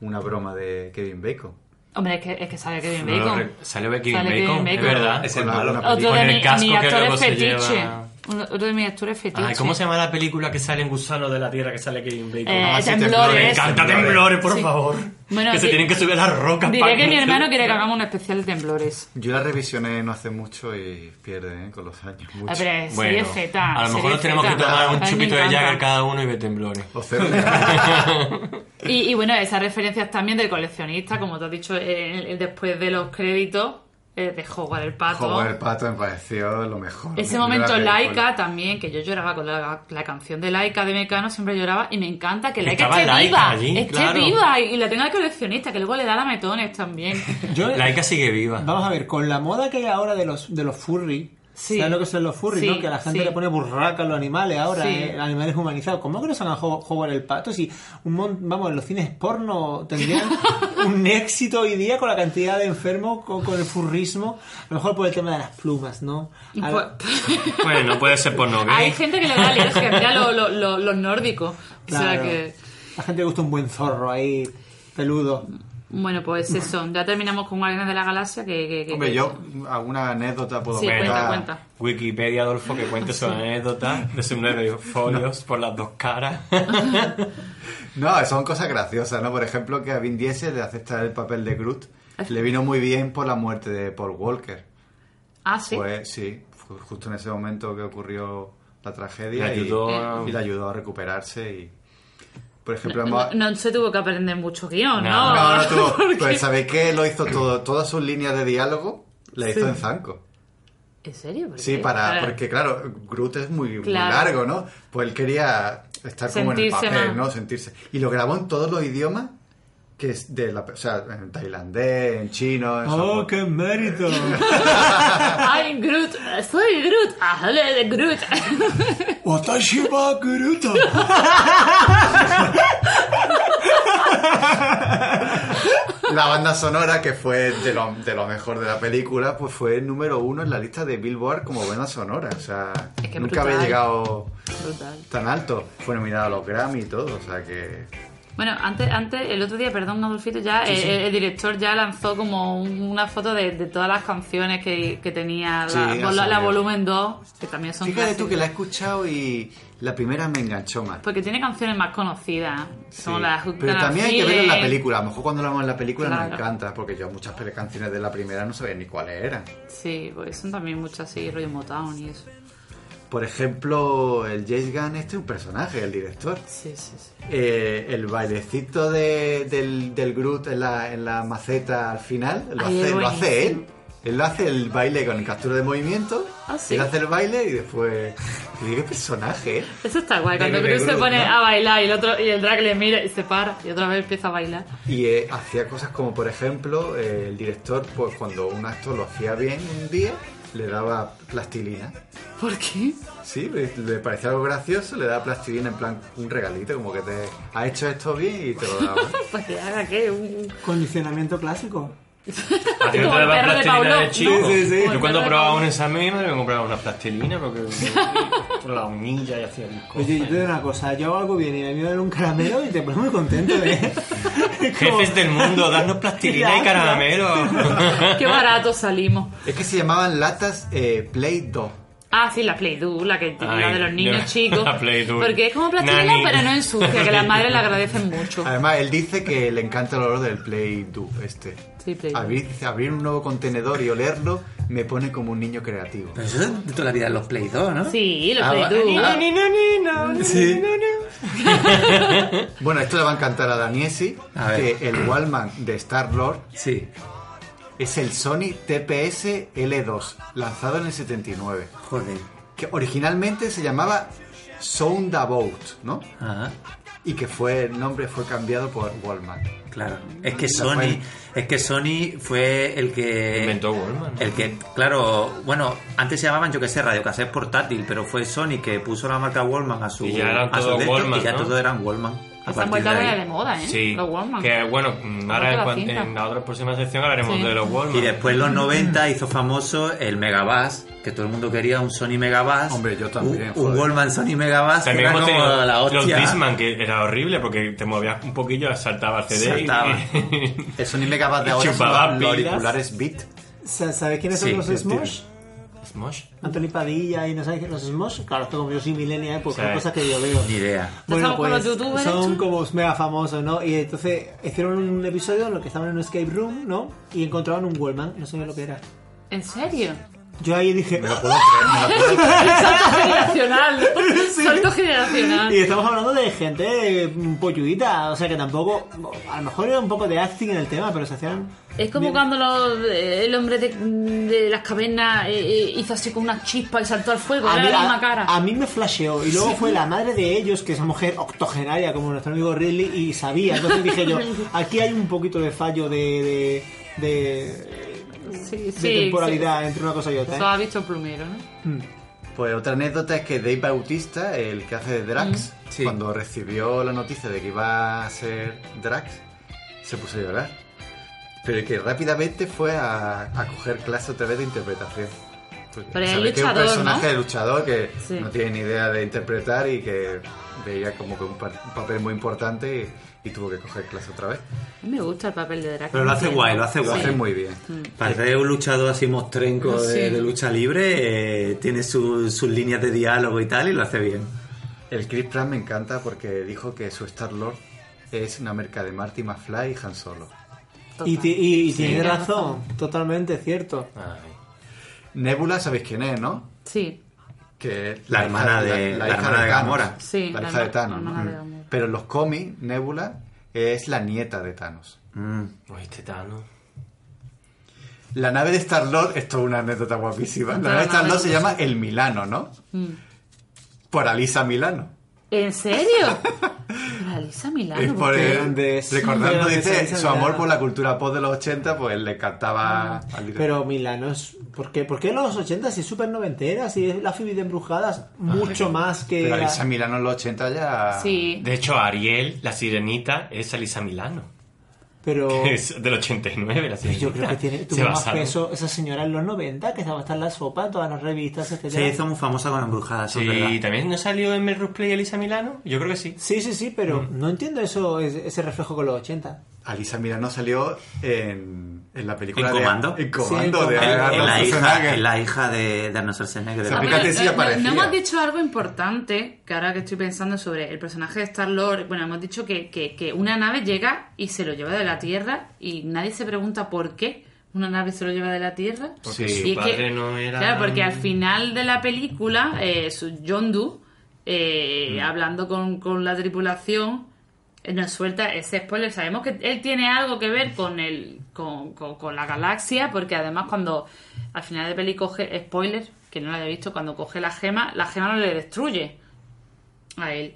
una broma de Kevin Bacon.
Hombre, es que, es que sale Kevin
No lo
Bacon.
re- salió Kevin
Sale Kevin
Bacon,
Bacon.
es verdad.
Es
Con
el
la-
malo.
una
Otro
película.
de
Con el
mi-
casco
mis
que luego
actores
se
fetiche.
lleva.
Uno- Otro de mis actores fetiche.
Ay, ¿cómo se llama la película que sale en Gusano de la Tierra que sale Kevin Bacon?
Eh,
Ah, sí,
temblores.
Me encanta
Temblores.
Temblores, por
Sí.
favor.
Bueno,
que se
di-
tienen que subir a las rocas.
Diré
para
que mi
no se-
hermano quiere que hagamos un especial de temblores.
Yo la revisioné no hace mucho y pierde ¿eh? con los años.
A ver, Ah, serie
Bueno,
Z,
a lo mejor
serie
nos tenemos que
Z.
tomar
A
un
mí me
chupito de
encanta.
Jagger cada uno y ve Temblores.
O cero.
(laughs) Y, y bueno, esas referencias también del coleccionista, como te has dicho, eh, eh, después de los créditos eh, de Howard el Pato.
Joder, Pato me pareció lo mejor.
Ese
Yo la
momento
película.
Laika también, que yo lloraba con la, la canción de Laika de Mecano, siempre lloraba y me encanta que Laika
Estaba
esté
Laika
viva,
allí,
esté
claro.
viva y, y la tenga el coleccionista, que luego le da la metones también.
Yo-
Laika sigue viva.
Vamos a ver, con la moda que hay ahora de los, de los furry.
Sí.
¿Sabes lo que son los furry,
Sí,
no? Que a la gente
sí.
le pone burraca a los animales ahora,
Sí.
eh, animales humanizados. ¿Cómo que no se van a jo- jugar el pato? Si un mon- vamos, los cines porno
(laughs)
tendrían un éxito hoy día con la cantidad de enfermos, con, con el furrismo. A lo mejor por el tema de las plumas, ¿no?
Y
Al-
pues-
(laughs) Bueno, puede ser por
¿Eh?
Hay
novia.
gente que le da alergia, mira lo- lo- lo- los nórdicos. O sea
Claro.
que.
La gente le gusta un buen zorro ahí, peludo.
Bueno, pues eso. Ya terminamos con Guardianes de la Galaxia. Que, que- que-
Hombre, yo alguna anécdota puedo
Sí,
contar.
cuenta, cuenta.
Wikipedia, Adolfo, que cuente su anécdota de sus nueve folios por las dos caras.
(laughs)
No, son cosas graciosas, ¿no? Por ejemplo, que a Vin Diesel le aceptar el papel de Groot le vino muy bien por la muerte de Paul Walker.
Ah, sí.
Fue, sí, fue justo en ese momento que ocurrió la tragedia
Le
y-
ayudó a-
y, le ayudó a recuperarse y, por ejemplo,
No,
hemos-
no se tuvo que aprender mucho guión, ¿no?
No,
pues, no, no
(laughs)
tuvo-
Porque-
pues sabéis que lo hizo todo, todas sus líneas de diálogo la hizo en Zanco.
¿En serio? ¿Por
Sí,
qué? (laughs)
para, porque claro, Groot es muy, muy
Claro.
largo, ¿no? Pues él quería estar como en el
Sentirse
papel,
más.
¿no? Sentirse. Y lo grabó en todos los idiomas, que es de la, o sea, en tailandés, en chino, en
¡Oh,
japonés.
qué (laughs) mérito!
I'm Groot, soy Groot, hazle de Groot. (laughs)
¡Watashi wa Groot!
la banda sonora, que fue de lo, de lo mejor de la película, pues fue el número uno en la lista de Billboard como banda sonora. O sea,
Es que
nunca
brutal.
había llegado
Brutal.
tan alto. Fue nominada a los Grammy y todo. O sea que.
Bueno, antes, antes, el otro día, perdón, Adolfito, ya
Sí,
eh,
sí.
El, director ya lanzó como un- una foto de, de todas las canciones que, que tenía la,
Sí, ha
vol- la
salido.
volumen 2, que también son
Fíjate
clásicos.
tú que la he escuchado y la primera me enganchó más.
Porque tiene canciones más conocidas, como
Sí,
la
Pero también hay que verlo en la película. A lo mejor cuando lo vemos en la película
Claro.
nos encanta, porque yo muchas pele- canciones de la primera no sabía ni cuáles eran.
Sí, pues son también muchas así, rollo Motown y eso.
Por ejemplo, el James Gunn, este es un personaje, el director.
Sí, sí, sí.
Eh, el bailecito de- del, del Groot en la, en la maceta al final, lo,
Ay, es
hace, lo hace
buenísimo.
él. Él lo hace el baile con captura de movimiento.
Ah, sí.
Él hace el baile y después. Y digo, qué personaje, eh?
Eso está guay, cuando
Negro de
Cruz se
Groot,
pone
¿no?
a bailar y el otro y el drag le mira y se para y otra vez empieza a bailar. (laughs)
Y eh, hacía cosas como, por ejemplo, eh, el director, pues cuando un actor lo hacía bien un día, le daba plastilina.
¿Por qué?
Sí, le, le parecía algo gracioso, le daba plastilina en plan un regalito, como que te ha hecho esto bien y te lo
(laughs)
daba.
Pues que haga qué, un
Condicionamiento clásico.
A ti no
Como
te
el perro
daban
de
plastilina
Pablo,
de chico.
¿no? Sí, sí, sí.
Yo cuando
Como el perro de
probaba
Pablo.
un examen, mi madre me compraba una plastilina
(laughs)
porque por la unilla y hacía mis cosas.
Oye, yo te digo una cosa, yo hago algo bien y me miran un caramelo y te pones muy contento, ¿eh?
Jefes del mundo, darnos
(laughs)
plastilina y caramelo.
qué barato salimos.
Es que se llamaban latas eh, Play 2.
Ah, sí, la Play Doh, la, que, la
Ay,
de los niños
la-
chicos.
la Play Doh.
Porque es como plastilina,
Nani.
pero no ensucia, que las madres le agradecen mucho.
Además, él dice que le encanta el olor del Play 2 este.
Sí, Play Doh.
Abrir, dice, abrir un nuevo contenedor y olerlo me pone como un niño creativo. Pero
eso es de toda la vida los Play 2, ¿no?
Sí, los
Ah,
Play
va-
Doh.
ah.
Sí.
Bueno, esto le va a encantar a Daniesi,
Eh. A ver.
que el Wallman de Star-Lord es el Sony TPS L2, lanzado en el 79.
Joder.
Que originalmente se llamaba Soundabout, ¿no?
Ajá.
Y que fue, el nombre fue cambiado por Wallman.
Claro. Es que
Esa fue
Sony, es que Sony fue el que inventó
Wallman.
El que, claro, bueno, antes se llamaban yo que sé radiocassette portátil, pero fue Sony que puso la marca Wallman a su
Y ya eran
a su
todos
de esto,
Wallman,
y ya
¿no?
todos eran Wallman. A
Se han
partir
vuelto
de
muy
ahí.
de moda, ¿eh?
Sí,
Los Walkman.
que bueno, mm, ahora en,
Ahora
cuan-
te la cinta.
en la otra próxima sección hablaremos
Sí.
de los Wallman.
Y
Mm.
después en los 90 hizo famoso el Megabass, que todo el mundo quería un Sony Megabass. Hombre, yo
también,
Un,
joder.
Wallman Sony Megabass que
También
era
hemos
como
tenido
la
los
hostia.
Disman, que era horrible porque te movías un poquillo, saltaba el CD. (laughs)
Saltaba.
Y,
El Sony Megabass de ahora son
Chupaba
los
pilas.
auriculares Beat.
Sa- ¿Sabes quiénes son
Sí,
los
sí,
Smosh?
¿Smosh?
Anthony Padilla y no sabes quién los Smosh. Claro, esto como yo soy millennial, pues
Sí.
son cosas que yo veo.
Ni idea.
Bueno,
estamos con
pues
los youtubers,
son
hecho?
como mega famosos, ¿no? Y entonces hicieron un episodio en lo que estaban en un escape room, ¿no? Y encontraron un Wallman, no sabía lo que era.
¿En
(laughs)
serio?
Yo ahí dije, me lo puedo
Salto generacional. Salto generacional.
(laughs) Y estamos hablando de gente eh, polluita, o sea que tampoco, a lo mejor era un poco de acting en el tema, pero se hacían...
Es como cuando los- eh, el hombre de, de las cavernas eh, eh, hizo así con una chispa y saltó al
Ah,
fuego. Era la misma cara.
a mí me flasheó y luego
Sí.
fue la madre de ellos, que es una mujer octogenaria como nuestro amigo Ridley, y sabía. Entonces dije
(laughs)
yo, aquí hay un poquito de fallo de, de, de-
sí,
de
sí,
temporalidad
sí.
entre una cosa y otra. ¿eh?
Eso ha visto primero, ¿no?
Pues otra anécdota es que Dave Bautista, el que hace de Drax,
Mm.
cuando recibió la noticia de que iba a ser Drax, se puso a llorar. Pero que rápidamente fue a, a coger clase otra vez de interpretación. Porque
Pero es
sabéis que es un
luchador,
personaje
¿no?
de luchador que
Sí.
no tiene ni idea de interpretar y que veía como que un, pa- un papel muy importante y, y tuvo que coger clase otra vez.
Me gusta el papel de Drax.
Pero lo hace guay, lo hace
Lo
guay.
hace muy bien.
Mm.
Parece un luchador así mostrenco de,
Ah, Sí.
de lucha libre, eh, tiene su- sus líneas de diálogo y tal, y lo hace bien.
El Chris Pratt me encanta porque dijo que su Star-Lord es una merca de Marty McFly y Han Solo.
Y, ti- y- y
Sí.
tiene
Tiene
razón, totalmente cierto.
Nebula, sabéis quién es, ¿no?
Sí.
Que es
La hermana
hija-
de-
la,
la
hija
hermana de
Thanos.
Gamora.
Sí,
la
la
hija de
herma-
Thanos.
la
¿no?
hermana de
Mm. Pero en los cómics, Nebula es la nieta de Thanos.
Oíste, Tano.
La nave de Star-Lord, esto es una anécdota guapísima. La
Pero
nave de
la nave
Star-Lord
de-
se llama El Milano, ¿no?
Mm.
Por Alisa Milano.
(laughs)
¿En serio? Realiza Milano.
Es por
porque-
el-
grandes-
recordando,
grandes
dice,
Alisa
su amor
Milano.
por la cultura pop de los 80, pues le
Ah.
encantaba Alisa.
Pero Milano es... ¿Por qué, ¿Por qué los 80 si es súper noventera, si es la Phoebe de
Ah,
Embrujadas, mucho más que...
eh,
Pero
la-
Alisa Milano en los 80 ya...
Sí.
De hecho, Ariel, la sirenita, es Alisa Milano.
Pero
(laughs) Es del 89, la señorita.
yo creo que tiene, tuvo
Se
más
basaron.
peso esa señora en los 90, que estaba hasta en la sopa, en todas las revistas, etc.
Se hizo muy famosa con Embrujadas,
Sí, también no salió en Melrose Play Elisa Milano. Yo creo que sí.
Sí, sí, sí, pero no entiendo eso es- ese reflejo con los 80.
Alisa Milano salió en, en la película
¿En
de
Comando?
En
Sí, en
Comando
Comando.
de
En-
En la,
Arnold
hija,
Schwarzenegger.
en la hija de, de Arnold Schwarzenegger. de
O sea,
la-
fíjate si
no-
aparecía.
No hemos dicho algo importante, que ahora que estoy pensando sobre el personaje de Star-Lord, bueno, hemos dicho que, que- que una nave llega y se lo lleva de la Tierra y nadie se pregunta por qué una nave se lo lleva de la Tierra.
Porque
Y
su
es
padre no era-
Claro, porque al final de la película, eh, su John Doe, eh,
Mm.
hablando con, con la tripulación, eh, nos suelta ese spoiler. Sabemos que él tiene algo que ver con el con, con- con la galaxia, porque además cuando al final de peli coge eh, spoiler, que no lo haya visto, cuando coge la gema, la gema no le destruye a él.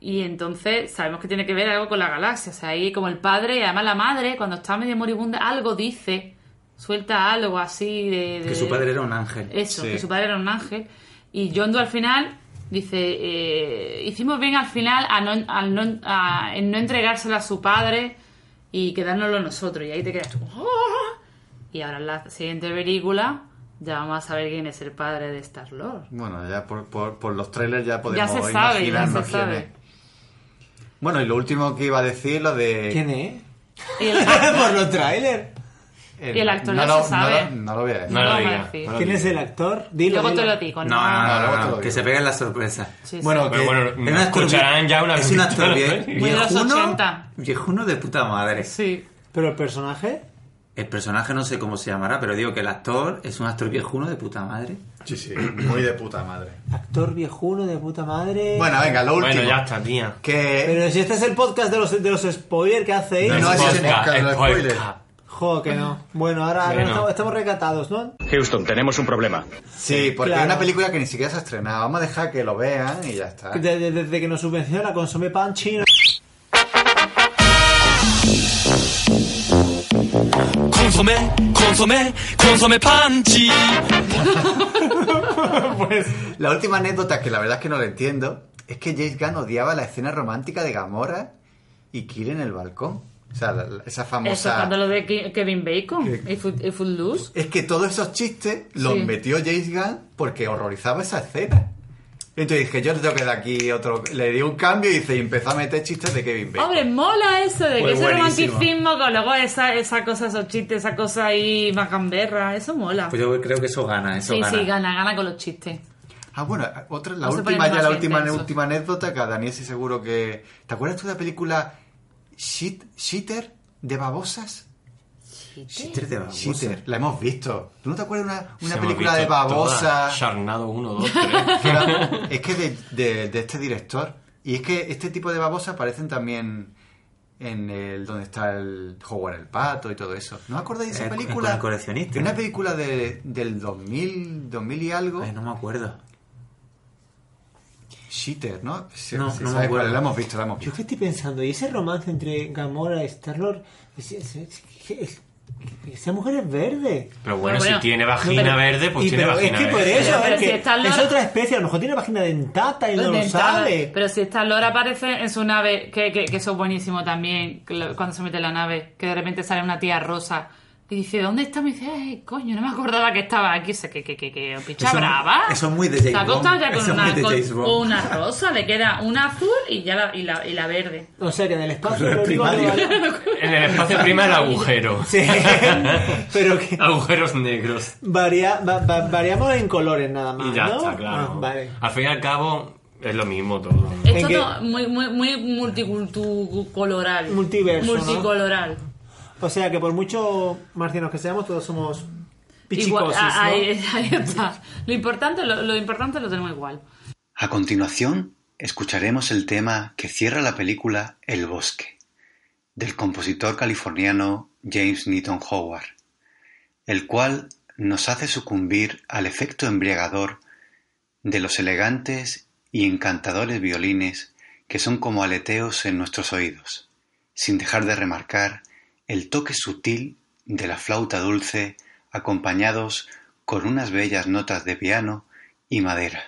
Y entonces sabemos que tiene que ver algo con la galaxia. O sea, ahí como el padre y además la madre, cuando está medio moribunda, algo dice, suelta algo así de... de-
Que su padre era un ángel.
Eso,
Sí.
que su padre era un ángel. Y John Doe al final dice, eh, hicimos bien al final a no, al no, a- en no entregárselo a su padre y quedárnoslo nosotros. Y ahí te quedas tú. "Ah". Y ahora en la siguiente película ya vamos a saber quién es el padre de Star-Lord.
Bueno, ya por, por, por los trailers ya
Ya
podemos
se sabe, ya se
imaginarnos quién
sabe.
es. Bueno, y lo último que iba a decir, lo de...
¿Quién es? (laughs)
Y el-
Por los trailers.
y el actor
no
ya
lo,
se sabe.
No lo, no lo voy a
(laughs)
decir.
No
No
lo
lo
diga.
voy a decir.
no lo
¿Quién
diga.
es el actor? Dilo.
Luego
dilo.
te lo digo.
No, no, no,
luego
no,
te lo
que
digo.
se peguen la sorpresa.
Sí, sí.
Bueno,
Pero bueno,
es un actor
escucharán
vie-
ya una
Es un actor vie-
Muy
de los
viejuno,
80.
viejuno de puta madre.
Sí.
Pero el personaje,
El personaje no sé cómo se llamará, pero digo que el actor es un actor viejuno de puta madre.
Sí, sí, muy de puta madre.
actor viejuno de puta madre.
Bueno, venga, lo último.
Bueno, ya está, tía.
Que...
Pero si este es el podcast de los, de los spoilers que hacéis.
No, es ese
Podcast,
podcast, no
el
es spoiler.
podcast.
Jo, que no. Bueno, ahora, ahora
Bueno.
estamos, estamos recatados, ¿no?
Houston, tenemos un problema.
Sí, porque
Claro.
es una película que ni siquiera se ha estrenado. Vamos a dejar que lo vean y ya está.
De- de- desde que nos subvenciona Consome Pan Chino.
Consomé, consomé, consomé panchi.
La última anécdota, que la verdad es que no la entiendo, es que James Gunn odiaba la escena romántica de Gamora y Kill en el balcón. O sea, la- la- esa
Eso,
famosa...
cuando lo de Ke- Kevin Bacon
Que-
y Foot- y Footloose.
Es que todos esos chistes los
Sí.
metió James Gunn porque horrorizaba esa escena. Entonces dije, yo le tengo que dar aquí otro... Le di un cambio y dice, y empezó a meter chistes de Kevin Bacon.
Hombre, mola eso de que
Pues
ese
buenísimo.
romanticismo con luego esa, esa cosa, esos chistes, esa cosa ahí macamberra, eso mola.
Pues yo creo que eso gana, eso
sí,
gana.
sí, gana, gana con los chistes.
Ah, bueno, otra, la
No se
última,
ponen
ya
más
la última,
intensos.
última anécdota que a Daniel sí seguro que... ¿Te acuerdas tú de la película Shit, Shitter de babosas?
Shitter de babosa.
Shitter, la hemos visto. ¿Tú no te acuerdas de una, una
Se me
película
ha
de
visto toda.
babosas?
Charnado 1, 2,
(laughs)
3.
Que era- es que de, de- de este director. Y es que este tipo de babosas aparecen también en el donde está el Howard el Pato y todo eso. ¿No os acordáis de
Eh,
esa
con-
película?
con el coleccionista.
De Una película de- del 2000, 2000 y algo.
Ay, no me acuerdo.
Shitter, ¿no? Sí,
No,
sí,
no me
¿sabes cuál?
acuerdo.
La hemos visto, la hemos
Yo
visto.
qué estoy pensando, y ese romance entre Gamora y Star-Lord, es- es- es- es- esa mujer es verde.
Pero
Pero
bueno,
bueno,
si tiene
no,
vagina
pero-
verde, pues
Y
tiene
pero es
vagina
que por
verde.
eso,
Pero
a ver,
si
que
Star-Lord-
es otra especie, a lo mejor tiene vagina dentata y no lo
Dentada.
sabe.
Pero si está Lora aparece en su nave, que, que, que eso es buenísimo también, que lo- cuando se mete en la nave, que de repente sale una tía rosa y dice, ¿dónde está? Me dice, ay, coño, no me acordaba que estaba aquí. O sea, que, que, que, que picha
Eso-
brava.
eso es muy de James
Se ha acostado ya
Bond.
con
Eso es muy
una,
de
con-
James Bond.
con una rosa, le queda una azul y ya la, y la, y la verde.
O sea que en el espacio
Correo
lo único que
primario.
vale-
(laughs)
En el espacio prima el agujero.
(laughs) Sí. Pero que
(laughs) Agujeros negros.
varia- va- va- variamos en colores nada más.
Y ya
¿no?
está,
Ah,
claro.
vale.
Al fin y al cabo, es lo mismo todo.
Esto
¿En qué?
no- muy, muy, muy multicoloral.
Multiverso, ¿no?
Multicoloral.
O sea que por mucho marcianos que seamos, todos somos
Igual-
pichicosis,
ah,
¿no?
ahí, ahí está. Lo importante lo, lo importante lo tenemos igual.
A continuación, escucharemos el tema que cierra la película El bosque, del compositor californiano James Newton Howard, el cual nos hace sucumbir al efecto embriagador de los elegantes y encantadores violines que son como aleteos en nuestros oídos, sin dejar de remarcar el toque sutil de la flauta dulce acompañados con unas bellas notas de piano y madera.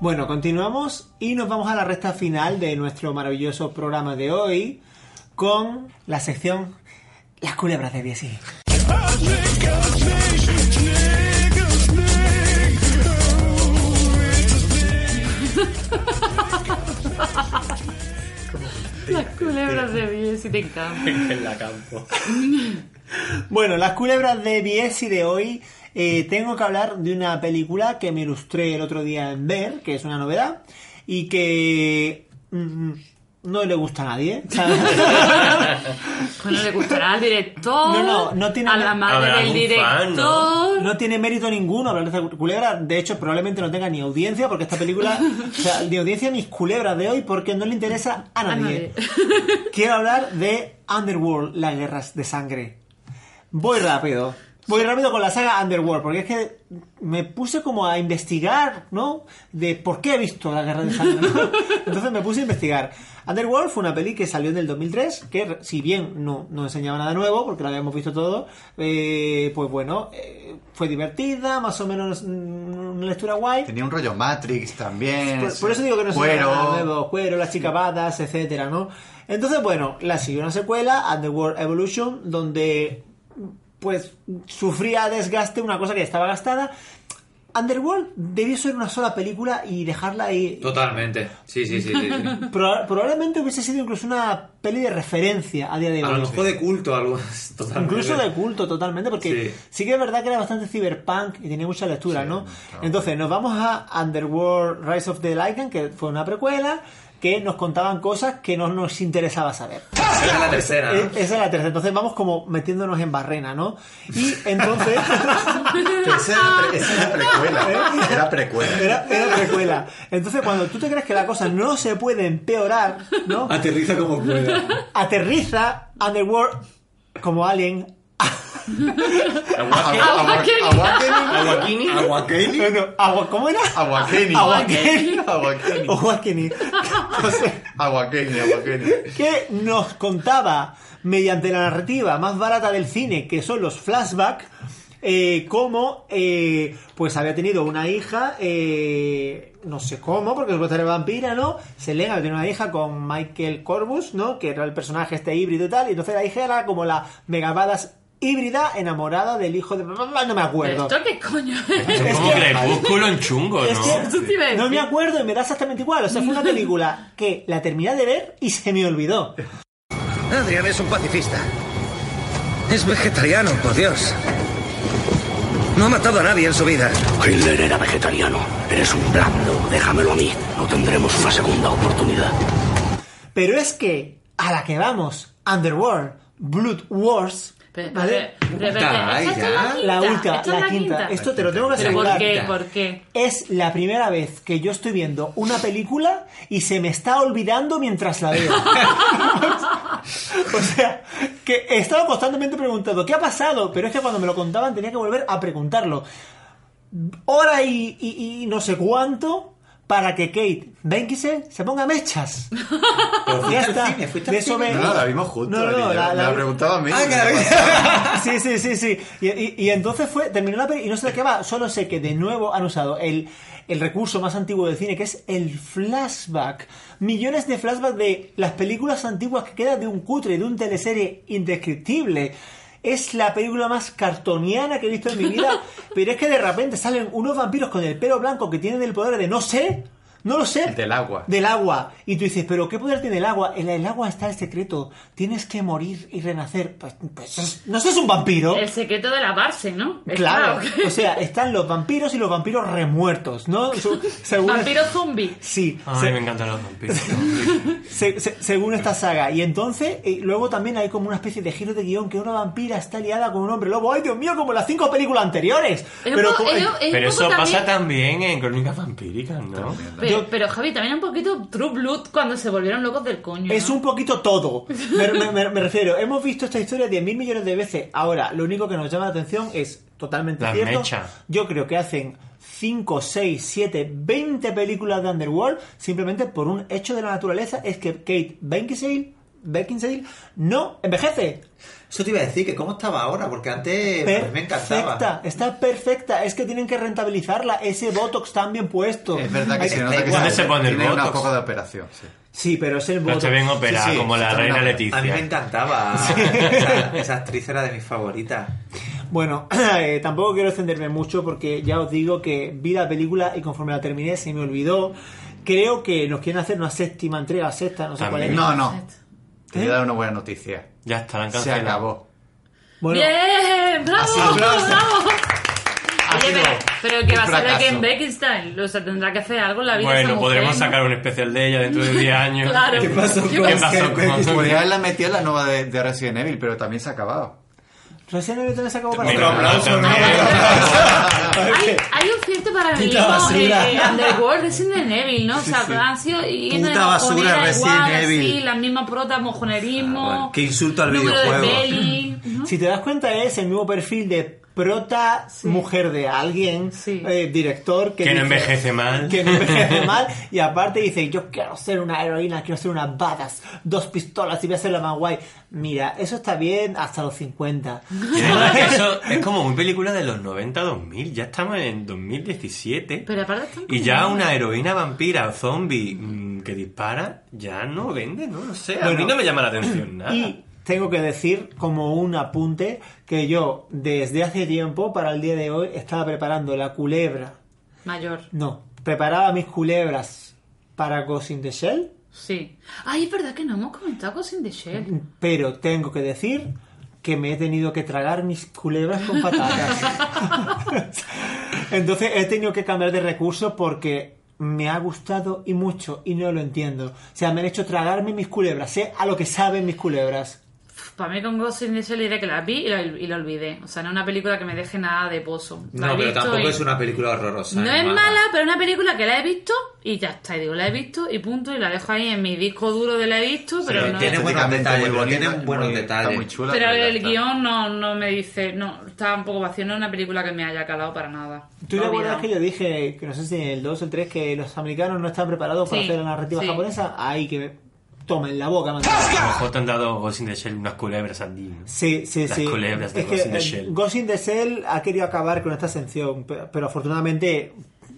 Bueno, continuamos y nos vamos a la recta final de nuestro maravilloso programa de hoy con la sección Las culebras de Biesi.
Las culebras de Biesi te encantan.
en la campo.
Bueno, las culebras de Biesi de hoy. eh, tengo que hablar de una película que me ilustré el otro día en ver, que es una novedad, y que mm, no le gusta a nadie.
Bueno, le gustará al director.
No, no, no tiene
A la madre del director.
¿no? tiene mérito ninguno hablar de esta culebra. De hecho, probablemente no tenga ni audiencia, porque esta (laughs) película, o sea, ni audiencia ni culebras de hoy, porque no le interesa a nadie. Quiero hablar de Underworld, las guerras de sangre. Voy rápido. Voy rápido con la saga Underworld, porque es que me puse como a investigar, ¿no? De por qué he visto la guerra de sangre. ¿no? Entonces me puse a investigar. Underworld fue una peli que salió en el 2003, que si bien no, no enseñaba nada nuevo, porque lo habíamos visto todo, eh, pues bueno, eh, fue divertida, más o menos mm, una lectura guay.
Tenía un rollo Matrix también.
Pues, Por, por eso digo que no
Cuero.
se llama nuevo, cuero, las chicapatas, etcétera, ¿no? Entonces, bueno, la siguió una secuela, Underworld Evolution, donde pues sufría desgaste una cosa que estaba gastada. Underworld debió ser una sola película y dejarla ahí.
Totalmente. Sí, sí, sí. sí, sí. (laughs)
Proba- probablemente hubiese sido incluso una peli de referencia a día de hoy.
A lo mejor de culto, algo. Totalmente.
Incluso de culto, totalmente, porque sí.
Sí.
que es verdad que era bastante cyberpunk y tenía mucha lectura, ¿no? Entonces, nos vamos a Underworld Rise of the Lycan, que fue una precuela, que nos contaban cosas que no nos interesaba saber.
Esa es la tercera. ¿no?
Eh, Esa es la tercera, entonces vamos como metiéndonos en barrena, ¿no? Y entonces. (laughs)
Esa era, pre- esa era precuela. Era precuela.
Era, era precuela. Entonces, cuando tú te crees que la cosa no se puede empeorar, ¿no?
Aterriza como pueda.
Aterriza Underworld como alien.
Aguaque-
Aguaque-
Aguaquini.
Aguakeni.
No, no, agua- ¿Cómo era?
Aguakeni.
Aguakeni.
Aguakeni.
Aguakeni.
Aguakeni. Aguakeni.
que nos contaba mediante la narrativa más barata del cine, que son los flashbacks, eh, cómo eh, pues había tenido una hija, eh, no sé cómo, porque supuestamente era vampira, ¿no? Selena había tenido una hija con Michael Corbus, ¿no? Que era el personaje este híbrido y tal, y entonces la hija era como la megabadas híbrida enamorada del hijo de... No me acuerdo.
¿Esto qué coño es?
Es como crepúsculo en chungo,
Es que-
¿no?
Eso te iba a
No me
decir.
acuerdo y me da exactamente igual. O sea, fue una película que la terminé de ver y se me olvidó.
Adrian es un pacifista. Es vegetariano, por Dios. No ha matado a nadie en su vida.
Hitler era vegetariano. Eres un blando. Déjamelo a mí. No tendremos una segunda oportunidad.
Pero es que a la que vamos, Underworld, Blood Wars,
Pero,
¿vale?
pero, pero, pero,
Ay,
esta es
ya.
La última,
esta es
la quinta. Esto te lo tengo que
¿Pero por
asegurar.
qué? ¿Por qué?
Es la primera vez que yo estoy viendo una película y se me está olvidando mientras la veo. (laughs) o sea, que estaba constantemente preguntando, ¿qué ha pasado? Pero es que cuando me lo contaban tenía que volver a preguntarlo. Hora y, y- y no sé cuánto para que Kate Beckinsale se ponga mechas. ya está. De eso me-
No, no, la vimos juntos.
No, no,
Ari,
la- la-
me la preguntaba a mí.
Ah, (laughs)
me
claro.
la pasaba.
sí, sí, sí, sí. Y, y- y entonces fue, terminó la peli y no sé de qué va. Solo sé que de nuevo han usado el, el recurso más antiguo del cine, que es el flashback. Millones de flashbacks de las películas antiguas que queda de un cutre, de un teleserie indescriptible. Es la película más cartoniana que he visto en mi vida. Pero es que de repente salen unos vampiros con el pelo blanco que tienen el poder de no sé. No lo sé.
Del agua.
Del agua. Y tú dices, ¿pero qué poder tiene el agua? En el agua está el secreto. Tienes que morir y renacer. Pues, pues es- no seas un vampiro.
El secreto de lavarse, ¿no? Es ah,
Claro. pues,
que-
O sea, están los vampiros y los vampiros remuertos, (laughs) ¿no? Su- Según
Vampiro zombie.
Sí.
Ay,
se-
me encantan los vampiros.
(laughs) se- se- según esta saga. Y entonces, eh, luego también hay como una especie de giro de guión que una vampira está liada con un hombre lobo. ¡Ay, Dios mío! Como las cinco películas anteriores.
Es un
Pero
poco-
co-
es un- es un poco
Pero eso
también-
pasa también en Crónicas Vampíricas, ¿no?
Pero, pero, Javi, también un poquito True Blood cuando se volvieron locos del coño.
Es
¿no?
un poquito todo. Me, me- me- me refiero, hemos visto esta historia 10.000 millones de veces. Ahora, lo único que nos llama la atención es totalmente
Las
cierto.
mechas.
Yo creo que hacen 5, 6, 7, 20 películas de Underworld simplemente por un hecho de la naturaleza: es que Kate Beckinsale, Beckinsale no envejece.
Eso te iba a decir, que cómo estaba ahora, porque
Eh,
antes pues, me encantaba.
Perfecta, está perfecta. Es que tienen que rentabilizarla. Ese Botox tan bien puesto.
Es verdad que se nota que
¿Dónde se pone el
tiene una
Botox?
poco de operación. Sí.
Sí, pero es el
No
Botox.
está bien operada,
Sí, sí,
como la
está
reina
bien operada.
Leticia.
A mí me encantaba. esa, esa actriz era de mis favoritas.
Bueno, (clears throat) eh, tampoco quiero extenderme mucho porque ya os digo que vi la película y conforme la terminé se me olvidó. Creo que nos quieren hacer una séptima entrega, sexta, no sé cuál es.
No, no. Te voy a dar una buena noticia.
Ya está, la han
Se
cancelado.
acabó.
Bueno,
¡Bien! ¡Bravo!
Así.
¡Bravo! Oye,
sido
pero, pero que
un
va a ser
fracaso.
que en Beckenstein, o sea, tendrá que hacer algo en la vida. esa
Bueno,
mujer,
podremos
¿no?
sacar un especial de ella dentro de 10 años.
Claro. ¿Qué pasó
¿Qué
con
pasó con-
Podría haberla metido en Pues la nueva de, de Resident Evil, pero también se ha acabado.
Resident Evil también se acabó para
Mira,
siempre.
(laughs) también.
Hay, hay un cierto
Quita
paralelismo
basura.
eh, Underworld Resident Evil, ¿no?
Sí,
o sea,
sí.
han sido y
Puta
era
basura,
igual,
Resident
así,
Evil.
la misma prota, mojonerismo.
Qué insulto al
Número de
videojuego.
peli.
(laughs) Si te das cuenta, es el mismo perfil de prota, mujer de alguien, eh, director que,
Que
dice-
no envejece mal.
que no
(laughs)
envejece mal y aparte dice yo quiero ser una heroína, quiero ser una badass, dos pistolas y voy a ser la más guay. Mira, eso está bien hasta los 50.
Y además que eso es como muy película de los 90-2000. Ya estamos en 2017.
Pero aparte están
Y ya
como-
una heroína vampira o zombie mm, que dispara ya no vende, ¿no? No sé. A mí
Bueno.
no me llama la atención nada.
Y tengo que decir, como un apunte, que yo desde hace tiempo, para el día de hoy, estaba preparando la culebra.
Mayor.
No, preparaba mis culebras para Ghost in the Shell.
Sí. Ay, es verdad que no hemos comentado cosas in the Shell.
Pero tengo que decir que me he tenido que tragar mis culebras con patatas. Entonces he tenido que cambiar de recurso porque me ha gustado y mucho y no lo entiendo. O sea, me han hecho tragarme mis culebras. Sé a lo que saben mis culebras.
Para mí con Ghost in the Shell diré que la vi y la, y la olvidé. O sea, no es una película que me deje nada de pozo. La
No,
he
pero
visto
tampoco
y-
es una película horrorosa.
No
ni
es mala, pero es una película que la he visto y ya está. Y digo, la he visto y punto. Y la dejo ahí en mi disco duro de la he visto, pero
Ah,
Pero
no.
tiene buenos
Estéticamente
detalles,
muy
pero
bonita,
tiene buenos
muy- está
detalles.
muy chula.
Pero
ya
el
está.
guión no, no me dice, no, está un poco vacío, no es una película que me haya calado para nada.
¿Tú
Lo
te
he
acuerdas
olvidado.
que yo dije, que no sé si en el 2 o el 3, que los americanos no están preparados para
Sí,
hacer la narrativa
sí.
japonesa? Ahí que me tomen la boca, manda.
A lo mejor te han dado Ghost in the Shell unas culebras al día.
Sí, sí,
Las
sí.
culebras de
Es
Ghost in the
eh,
Shell.
Ghost in the Shell ha querido acabar con esta ascensión, pero, pero afortunadamente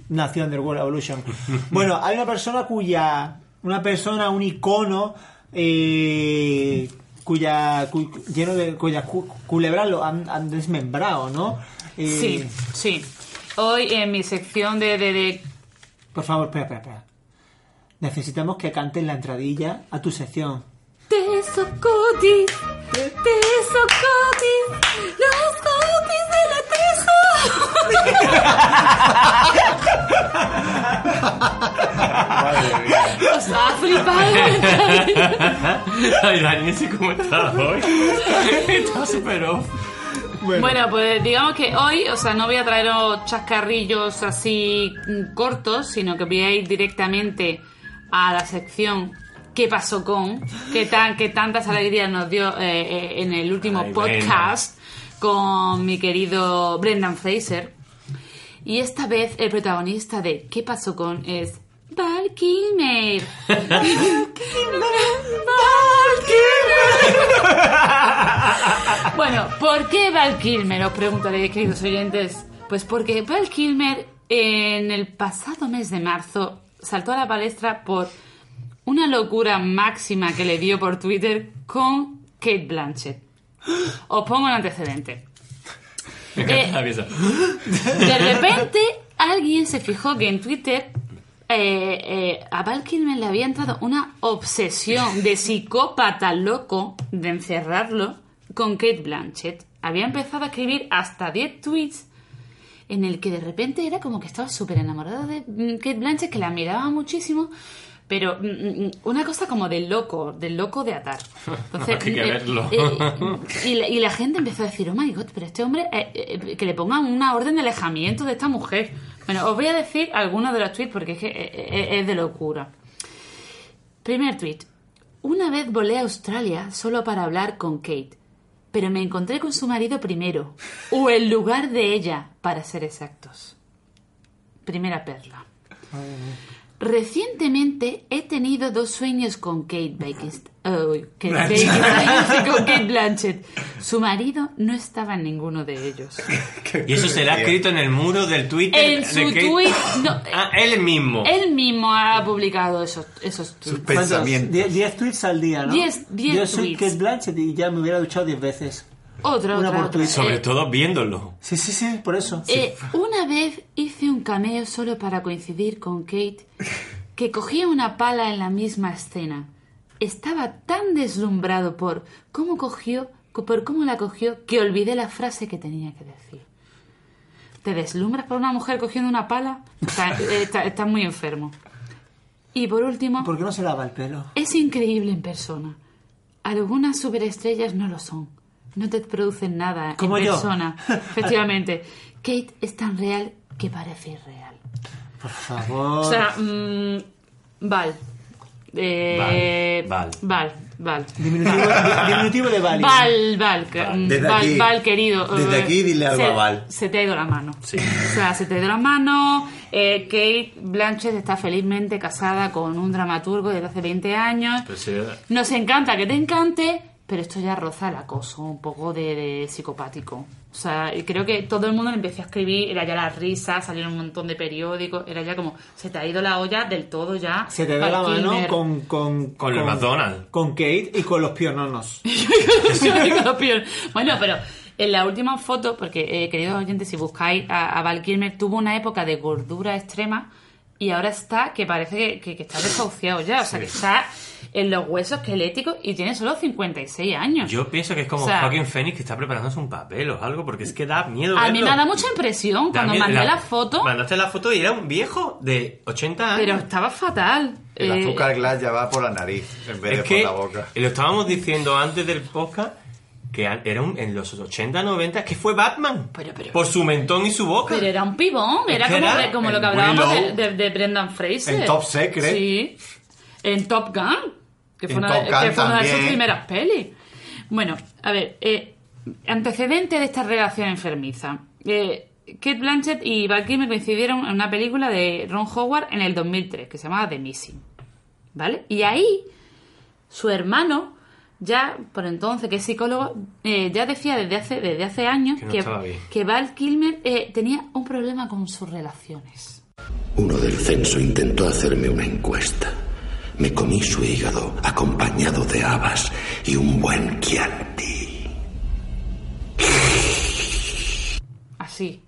nació Underworld
(laughs)
Evolution. bueno, hay una persona cuya. Una persona, un icono. eh, cuya. cu- lleno de. cuya cu- culebras lo han, han desmembrado, ¿no? Eh,
Sí, sí. Hoy en mi sección de... de,
(laughs)
de-
Por favor, espera, espera, espera. Necesitamos que cantes la entradilla a tu sección.
Te socotis, te socotis, los cotis de la teso. Os ha
(laughs)
flipado.
Ay, Dani, ¿sí cómo estás
(laughs)
hoy? Está súper off.
Bueno. pues digamos que hoy, o sea, no voy a traeros chascarrillos así mm, cortos, sino que voy a ir directamente a la sección ¿Qué pasó con? que, tan, que tantas alegrías nos dio eh, eh, en el último
Ay,
podcast con mi querido Brendan Fraser. Y esta vez el protagonista de ¿Qué pasó con? es Val Kilmer. (laughs) Bueno, ¿por qué Val Kilmer? Os preguntaréis, queridos oyentes. Pues porque Val Kilmer en el pasado mes de marzo saltó a la palestra por una locura máxima que le dio por Twitter con Kate Blanchett. Os pongo el antecedente.
Me
Eh,
encanta la pieza.
De repente, alguien se fijó que en Twitter eh, eh, a Val Kilmer le había entrado una obsesión de psicópata loco de encerrarlo con Kate Blanchett. Había empezado a escribir hasta 10 tweets en el que de repente era como que estaba súper enamorada de mm, Kate Blanchett, que la miraba muchísimo, pero mm, mm, mm, una cosa como del loco, del loco de atar. Entonces,
(laughs) Hay que
eh,
verlo.
eh, y, la, y la gente empezó a decir, oh my god, pero este hombre, eh, eh, que le pongan una orden de alejamiento de esta mujer. Bueno, os voy a decir algunos de los tweets porque es que eh, eh, es de locura. Primer tweet. Una vez volé a Australia solo para hablar con Kate, pero me encontré con su marido primero, o en lugar de ella, para ser exactos. Primera perla. Recientemente he oh, (laughs) tenido dos sueños con Kate Beckinsale. con Kate Blanchett. Su marido no estaba en ninguno de ellos.
Y eso será escrito en el muro del Twitter.
En
de
su
Kate-
tuit. No,
(laughs) Ah, él mismo.
él mismo ha publicado esos, esos tuits.
¿Cuántos? Die- 10 tweets al día, ¿no?
Diez- diez
Yo soy
tweets.
Kate Blanchett y ya me hubiera duchado 10 veces.
Otro,
Una
otro,
por
otro.
Twitter.
Sobre
Eh,
todo viéndolo.
Sí, sí, sí, por eso.
Eh, una vez hice un cameo solo para coincidir con Kate, que cogía una pala en la misma escena. Estaba tan deslumbrado por cómo cogió, por cómo la cogió, que olvidé la frase que tenía que decir. ¿Te deslumbras por una mujer cogiendo una pala? Está- eh, está- Estás muy enfermo. Y por último,
¿Por qué no se lava el pelo?
es increíble en persona. Algunas superestrellas no lo son. No te producen nada
Como
en
yo. (laughs)
persona. Efectivamente. Kate es tan real que parece irreal.
Por favor.
(laughs) O sea, mm, Val. Eh,
Val,
Val. Val.
Diminutivo, di- diminutivo de Vali.
Val, Val, que- mm,
Desde
Val,
aquí-
Val, querido.
desde
Eh,
aquí dile algo
se,
a Val.
Se te ha ido la mano. O sea, se te ha ido la mano. eh, Kate Blanchett está felizmente casada con un dramaturgo desde hace 20 años.
Pues sí,
Nos encanta que te encante, pero esto ya roza el acoso, un poco de, de psicopático. O sea, y creo que todo el mundo le empezó a escribir, era ya la risa, salieron un montón de periódicos, era ya como, se te ha ido la olla del todo ya.
Se te ve la
Val
mano
Kilmer.
con, con,
Con el McDonald's.
Con Kate y con los piononos.
(laughs) bueno, pero en la última foto, porque eh, queridos oyentes, si buscáis a, a Val Kilmer, tuvo una época de gordura extrema y ahora está que parece que, que- que está desahuciado ya, o sea, que está en los huesos esqueléticos y tiene solo 56 años.
Yo pienso que es como
O sea-
Joaquín Phoenix que está preparándose un papel o algo, porque es que da miedo.
a mí
verlo.
me da mucha impresión
Da
cuando
miedo.
mandé la foto,
Mandaste la foto y era un viejo de 80 años.
pero estaba fatal.
El
Eh,
azúcar glass ya va por la nariz en vez
Es
de
que
por la boca.
lo estábamos diciendo antes del podcast que an- era un- en los 80, 90, que fue Batman. por su mentón y su boca.
Pero era un pibón, era
Es que
como,
era
de- como lo
en
que hablábamos de,
Willow,
de- de Brendan Fraser.
en Top Secret.
Sí. En Top Gun. Que fue,
En
una, de-
Top Gun
que fue una de sus
también.
primeras pelis. Bueno, a ver, eh, antecedente de esta relación enfermiza. Eh, Kate Blanchett y Val Kilmer coincidieron en una película de Ron Howard en el 2003 que se llamaba The Missing. ¿Vale? Y ahí su hermano, ya por entonces que es psicólogo, eh, ya decía desde hace, desde hace años
Que no
que,
estaba bien.
que Val Kilmer eh, tenía un problema con sus relaciones.
Uno del censo intentó hacerme una encuesta. Me comí su hígado acompañado de habas y un buen Chianti.
Así.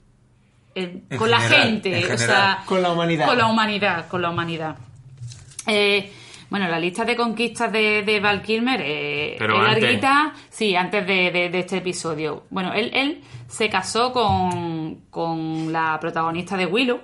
En-
En
con la
general,
gente,
en
o
general.
sea,
Con la humanidad.
Con la humanidad, con la humanidad. Eh, bueno, la lista de conquistas de, de Val Kilmer eh,
Pero
es
antes.
larguita. Sí, antes de, de- de este episodio. Bueno, él, él se casó con, con la protagonista de Willow,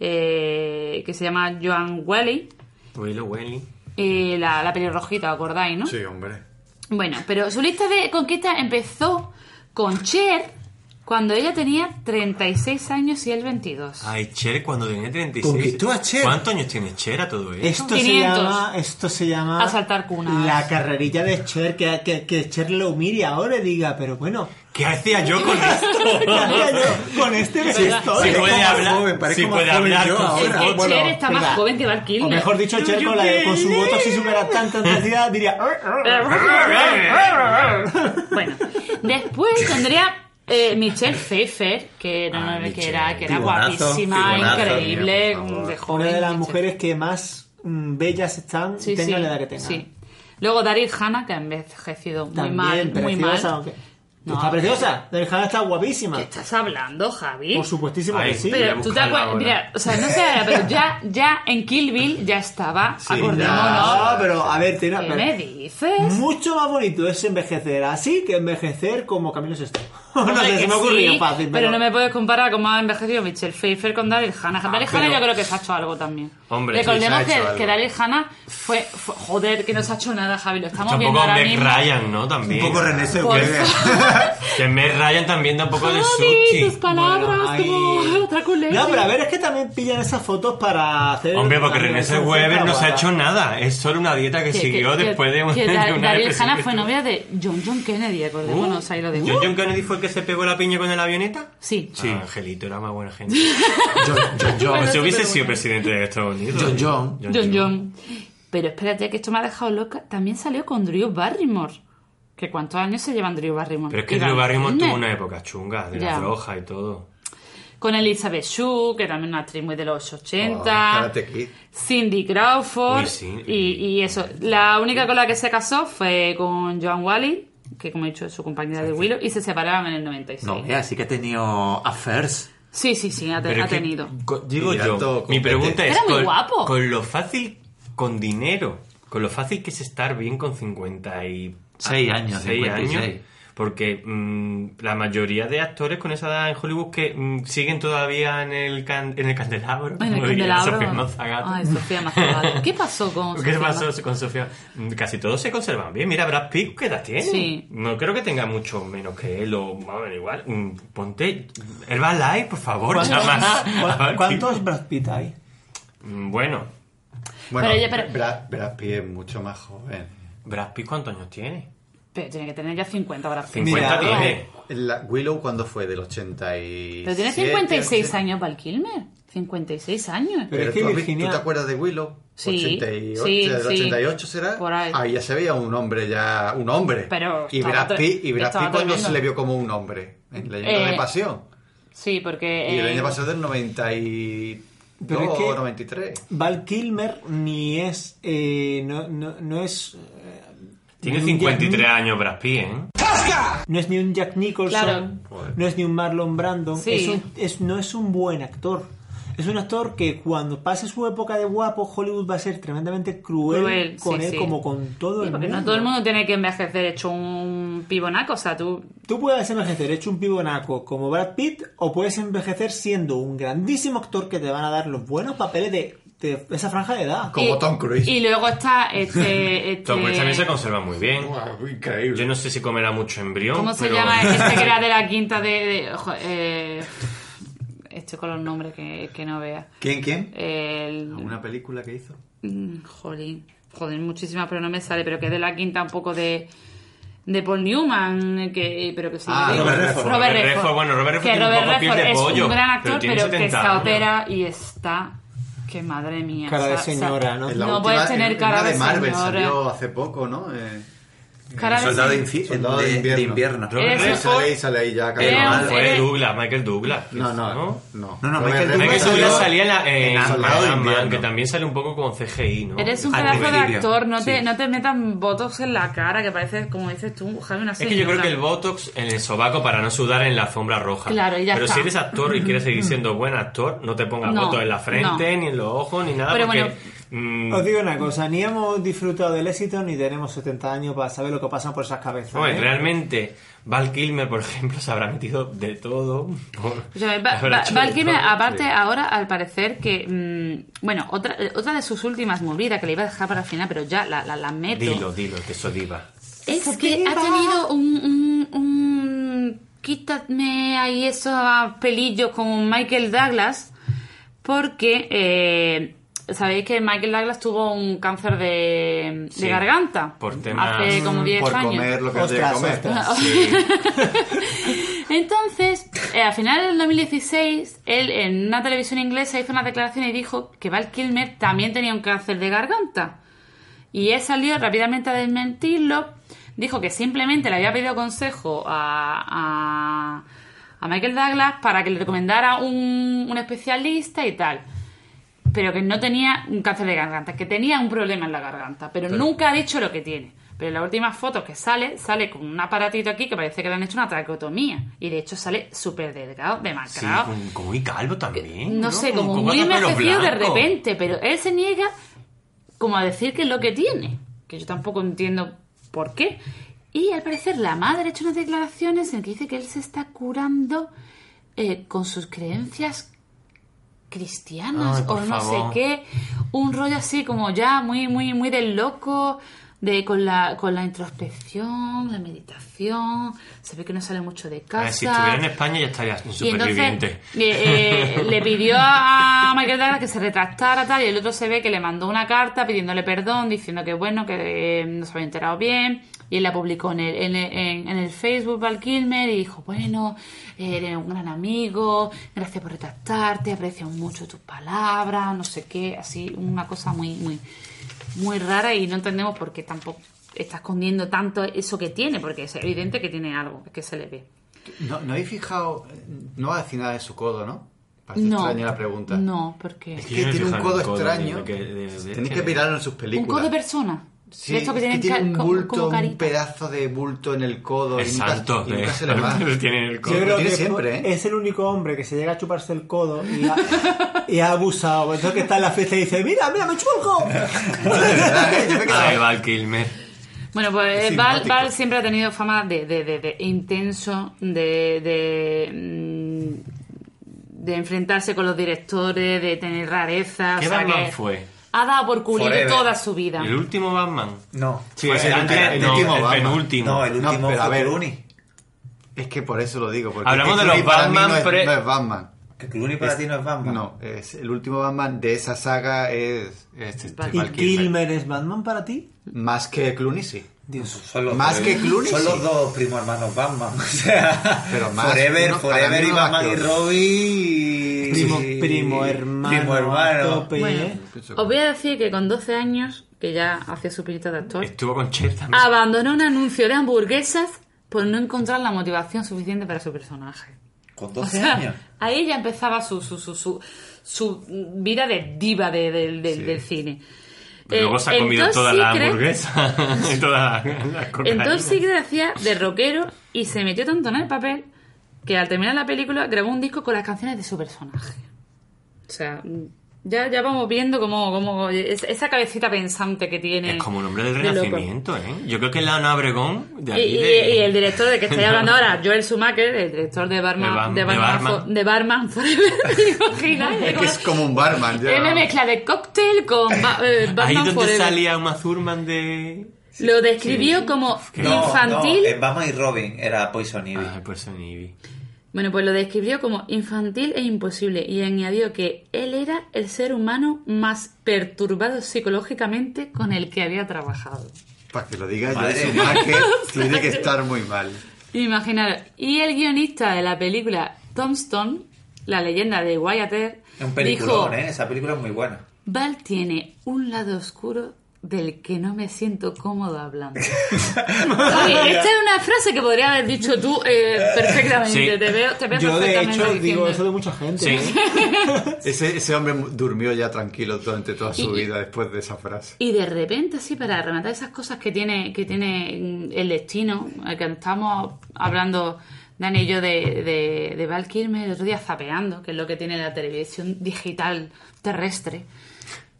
eh, que se llama Joan Welly,
Willow Wenley.
eh, la, la pelirrojita, ¿os acordáis, no?
Sí, hombre.
Bueno, pero su lista de conquistas empezó con Cher cuando ella tenía 36 años y él 22.
Ay, Cher cuando tenía 36.
Conquistó a ah, Cher.
¿Cuántos años tiene Cher a todo esto?
Esto se,
500.
llama, esto se llama
Asaltar cunas.
la carrerilla de Cher, que, que, que Cher lo humille ahora y diga, pero bueno,
¿Qué hacía yo con esto?
¿qué haría yo con este
Sí,
vestuario?
sí puede
Parezco más
hablar,
joven, parezco
sí
más
puede
joven
hablar
yo
con su
ahora.
voz. Es que
Cher está más
Ah, venga.
joven que Val Kilmer.
O mejor dicho, Cher con, la, con su voto así supera tanta intensidad diría... "Arr, arr, arr, arr, arr".
(laughs) bueno, después tendría eh, Michelle Pfeiffer, que, no, no, que era, que era
Figonazo,
guapísima,
figonazo,
increíble, de
Una de
joven.
las mujeres que más mm, bellas están,
Sí,
tenga
sí,
la edad que tenga.
sí. Luego Daryl Hannah, que ha envejecido muy
También
mal, muy mal.
preciosa, aunque- Está preciosa, Daryl Hannah está guapísima. ¿Qué
estás hablando, Javi?
Por supuestísimo que sí.
Pero tú te acuerdas, mira, o sea, no sé ahora,
(laughs)
pero ya, ya en Kill Bill ya estaba, acordémonos.
No, pero a ver, tiene
¿Qué
pero-
me dices?
Mucho más bonito es envejecer así que envejecer como Camilo Sesto. (laughs) no
Hombre,
sé,
que
se me ha ocurrido
sí,
fácil,
pero...
pero...
no me puedes comparar cómo ha envejecido Michelle Pfeiffer con Daryl Hannah. Daryl Hannah
Ah, pero-
yo creo que se ha hecho algo también.
Hombre, sí,
Recordemos
se ha hecho
que,
algo.
que Daryl Hannah fue, fue- Joder, que no se ha hecho nada, Javi. Lo estamos viendo
Tampoco
ahora
Meg
mismo.
Ryan, ¿no? También.
Un poco René Zellweger.
Que Meg Ryan también da un poco de
Javi, tus
sushi.
palabras
Bueno,
como otra culera.
No, pero a ver, es que también pillan esas fotos para hacer...
Hombre, porque René
René
Zellweger no se ha hecho nada. Es solo una dieta que siguió después (laughs) de una,
que Dar-
de una
Daryl
depresión.
Hannah fue novia de John John Kennedy, acordémonos, ahí lo
¿John
digo.
John Kennedy fue el que se pegó la piña con el avioneta?
Sí.
Sí. Angelito era más buena (laughs) gente.
John.
si hubiese sido presidente de Estados Unidos.
John John.
John John. Pero espérate, que esto me ha dejado loca. También salió con Drew Barrymore. que cuántos años se lleva Drew Barrymore.
Pero es que
Y
Drew
Val
Barrymore
Kilmer.
tuvo una época chunga, de
Ya.
la roja y todo.
Con Elizabeth Shue, que también es una actriz muy de los
Oh,
80.
Karate Kid.
Cindy Crawford.
Uy, sí.
y, y eso. La única con la que se casó fue con Joan Wally, que como he dicho es su compañera de Willow, y se separaron en el 96.
No, vea, sí que ha tenido affairs.
Sí, sí, sí, ha, te-
Pero
ha
es que, (laughs)
tenido.
co- digo
Y
yo,
alto
mi
competente.
pregunta es:
Era muy
con,
guapo.
con lo fácil, con dinero, con lo fácil que es estar bien con 56
Seis años, 56.
años. Porque mm, la mayoría de actores con esa edad en Hollywood que mm, siguen todavía en el, can- en el candelabro.
En el
como diría
candelabro.
Sofía Mazagato.
Ay,
(laughs)
Sofía Mazagato. ¿Qué pasó con
¿Qué
Sofía
pasó con Sofía? Mm, Casi todos se conservan bien. Mira, Brad Pitt, ¿qué edad tiene?
Sí.
No creo que tenga mucho menos que él o más o menos igual. Mm, Ponte el Bad Light, por favor,
¿Cuántos-
llama.
(laughs) cua-
(laughs) a Brad Pitt.
¿Cuántos Brad Pitt hay?
Mm, Bueno.
Bueno,
Pero ya- pero-
Brad, Brad Pitt es mucho más joven.
¿Brad Pitt cuántos años tiene?
Pero tiene que tener ya 50 ahora.
Mira,
tiene.
la- Willow, ¿cuándo fue? ¿Del 86?
Pero tiene 56 años Val Kilmer. 56 años.
Pero es que Virginia... ¿Tú te acuerdas de Willow?
Sí,
88,
sí,
¿del
sí.
88 será?
Por ahí.
ya se veía un hombre, ya un hombre.
Pero
y
estaba
Brad Pitt, y
tre-
Brad
estaba
Pitt cuando
tremendo.
se le vio como un hombre. En Leyenda
Eh,
de Pasión.
Sí, porque...
Y el
eh,
año pasado del 92
Pero es que-
93.
Val Kilmer ni es. eh, no, no, no es. eh,
Tiene
ni un Jack
53 años Brad Pitt, ¿eh?
No es ni un Jack Nicholson,
Claro.
no es ni un Marlon Brando,
Sí.
es un- es- no es un buen actor. Es un actor que cuando pase su época de guapo, Hollywood va a ser tremendamente cruel,
Cruel,
con
sí,
él
sí.
como con todo
sí,
el
porque
mundo.
no todo el mundo tiene que envejecer hecho un pibonaco. O sea, tú...
Tú puedes envejecer hecho un pibonaco como Brad Pitt o puedes envejecer siendo un grandísimo actor que te van a dar los buenos papeles de, de esa franja de edad.
Como Tom Cruise.
Y luego está este... este
Tom Cruise también se conserva muy bien.
Ah,
increíble. Yo no sé si comerá mucho embrión.
¿Cómo se
pero-
llama
(laughs)
este que era de la quinta de... de- jo- eh, estoy con los nombres que, que no vea.
¿Quién, quién?
El...
¿Alguna película que hizo?
Mm, Jolín, joder, muchísimas, pero no me sale, pero que es de la quinta un poco de de Paul Newman, que, pero que sí.
Ah,
de-
Robert Redford. Robert Redford, bueno, Robert Redford
que
tiene un
Robert
poco piel
Redford
de
es
pollo,
un gran actor,
pero
pero,
tiene
que
70
se
años.
opera y está... Que madre mía.
Cara de
o sea, o sea,
señora, ¿no?
En la
no
última-
puedes tener
en
cara
una
de,
de Marvel
señora.
salió hace poco, ¿no? Eh,
Cara de
Soldado,
señora.
infi-
Soldado de
de- de
invierno.
invierno.
Robert
Eres
Redford.
un
Sale ahí,
por-
sale ahí ya.
Eres
cabrón.
un-
Fue
eres-
Douglas, Michael Douglas.
No,
¿no?
no, no.
No, no,
Robert
Michael
Redford
Michael
Douglas
salió
Douglas salía en, la, en
en eh, Soldado de
Ant-Man,
Invierno.
que también sale un poco con CGI, ¿no?
Eres un
Al
pedazo de
principio.
actor, no te, no te metan botox en la cara, que parece, como dices tú, Javi, una
Es que yo creo
señora.
que el Botox en el sobaco para no sudar en la alfombra roja.
Claro, y ya
Pero
está.
si eres actor y quieres seguir siendo buen actor, no te pongas
No,
Botox en la frente, ni en los ojos, ni nada.
Pero
porque,
bueno.
mm,
Os digo una cosa, ni hemos disfrutado del éxito ni tenemos 70 años para saber lo que pasa por esas cabezas.
Hombre,
¿eh?
realmente, Val Kilmer, por ejemplo, se habrá metido de todo.
O
(laughs)
sea, Ba-
Habrá
Ba-
hecho
Val
de
Kilmer,
todo,
aparte,
sí.
ahora al parecer que. mm, bueno, otra, eh, otra de sus últimas movidas que le iba a dejar para el final, pero ya la, la, la meto.
Dilo, dilo, que eso diva.
Es que ha tenido un. un, un- quítame ahí esos pelillos con Michael Douglas, porque. eh, Sabéis que Michael Douglas tuvo un cáncer de, de
Sí,
garganta
por temas-
hace Eh, como 10
por
años.
comer lo que debe
Ostras,
comer.
ostras.
Entonces, eh, a finales del 2016, él en una televisión inglesa hizo una declaración y dijo que Val Kilmer también tenía un cáncer de garganta. Y él salió rápidamente a desmentirlo. Dijo que simplemente le había pedido consejo a, a- a Michael Douglas para que le recomendara un, un especialista y tal. Pero que no tenía un cáncer de garganta, que tenía un problema en la garganta, pero, nunca ha dicho lo que tiene. Pero en las últimas fotos que sale, sale con un aparatito aquí que parece que le han hecho una traqueotomía. Y de hecho sale súper delgado,
Sí,
demacrado.
con- como muy calvo también.
No sé, como
Con
muy
cuatro pelos
envejecido de
blancos.
repente, pero él se niega como a decir que es lo que tiene, que yo tampoco entiendo por qué. Y al parecer la madre ha hecho unas declaraciones en que dice que él se está curando eh, con sus creencias cristianas
Ay,
o
por
no
favor.
sé qué, un rollo así como ya muy muy muy del loco de con la con la introspección, la meditación, se ve que no sale mucho de
A
casa.
ver, si Ah, estuviera en España ya estaría un
Y entonces
superviviente.
eh, eh, le pidió a Michael Douglas que se retractara tal, y el otro se ve que le mandó una carta pidiéndole perdón, diciendo que bueno, que eh, no se había enterado bien, y él la publicó en el, en, el- en- en el Facebook Val Kilmer y dijo, bueno, eres un gran amigo, gracias por retractarte, aprecio mucho tus palabras, no sé qué, así una cosa muy, muy, muy rara y no entendemos por qué tampoco está escondiendo tanto eso que tiene, porque es evidente que tiene algo, que se le ve.
No, no habéis fijado, eh, no va a decir nada de su codo, ¿no? Parece
No.
extraña la pregunta.
No, porque...
Es que tiene un codo extraño. Tenéis que mirarlo en sus
Un codo
películas.
de persona.
Sí,
De estos que
es que
tienen
tiene
ca-
un
como- como
bulto, un
carita.
pedazo de bulto en el codo. y nunca-
Exacto,
y nunca,
de-
se le
(laughs)
va.
lo tiene en el codo.
Sí, lo tiene
que
siempre, ¿eh?
Es el único hombre que se llega a chuparse el codo y ha, y ha abusado. Entonces que está en la fiesta y dice, mira, mira, me chupo el codo.
(laughs) Ahí va el Kilmer.
Bueno, pues eh, Val,
Simpático.
Val siempre ha tenido fama de, de- de- de intenso, de, de, mm, de enfrentarse con los directores, de tener rarezas.
¿Qué
o sea
Batman
que
fue?
Ha dado por culillo
Forever.
toda su vida.
¿El último Batman?
No.
Sí,
Pues
es el antes- no, el
Batman.
penúltimo.
No, eh. el
No,
último
pero a
fue
ver.
Clooney. Es que por eso lo digo. Porque
Hablamos
es que
de los
Clooney para mí
Batman
no es,
pre-
no es Batman.
Que Clooney para
Es-
ti no es Batman.
No, es el último Batman de esa saga es, es este,
¿Y
Val Kilmer.
Kilmer es Batman para ti?
Más que
(laughs)
Clooney, sí.
Dios, son los
Más
dos-
que Clooney,
Son los
sí.
dos primos hermanos Batman. (laughs) O sea,
Pero más-
Forever,
uno- para
Forever
mí
y
uno más
Batman
que
y
otro.
Robin. y-
Primo, primo hermano.
Primo hermano.
a tope,
Bueno,
¿eh?
os voy a decir que con 12 años, que ya hacía su pillita de actor,
Este-
Estuvo con Cher también.
abandonó un anuncio de hamburguesas por no encontrar la motivación suficiente para su personaje.
Con
O
12
sea,
años.
Ahí ya empezaba su, su, su, su, su vida de diva de- de- de- del cine.
Pero luego se ha
Eh,
comido
en
toda
Top
la
Secret-
hamburguesa (laughs) y toda la, la cocaína.
Entonces sí que hacía de rockero y se metió tanto en el papel que al terminar la película grabó un disco con las canciones de su personaje. O sea, ya, ya vamos viendo cómo, cómo es- esa cabecita pensante que tiene.
Es como un hombre del
Mm. de loco.
renacimiento, ¿eh? Yo creo que es la Ana Obregón de
Y,
aquí.
y-
de-
y el director de que estoy hablando
(laughs)
ahora, Joel Schumacher, el director de Barman,
De
de
Bar- de
Barman,
Barman.
Fo- de Barman Forever, (laughs) ¿te imaginas?
Es que es como un Batman. ya.
Es una mezcla de cóctel con Ba-
(laughs)
eh,
Ahí
Batman
donde
Forever.
salía Uma Thurman de...
Lo describió como
No, em-
infantil
no, es Batman y Robin era Poison Ivy.
Ah, Poison Ivy.
Bueno, pues lo describió como infantil e imposible y añadió que él era el ser humano más perturbado psicológicamente con el que había trabajado.
Para que lo diga yo,
Madre
su
mía.
(laughs)
maque tiene que estar muy mal.
Imaginaros. Y el guionista de la película Tombstone, la leyenda de Wyatt Earp,
Es un
dijo,
peliculón, ¿eh? Esa película es muy buena.
Val tiene un lado oscuro del que no me siento cómodo hablando. Oye, esta es una frase que podría haber dicho tú eh, perfectamente.
Sí.
Te veo, te veo
Yo de
perfectamente
hecho digo
diciendo-
eso de mucha gente.
Sí.
¿eh?
Ese, ese hombre durmió ya tranquilo durante toda su
Y-
vida después de esa frase.
Y de repente, así, para rematar esas cosas que tiene, que tiene mm, el destino, eh, que estábamos hablando Dani y yo de, de, de Val Kilmer el otro día zapeando, que es lo que tiene la televisión digital terrestre.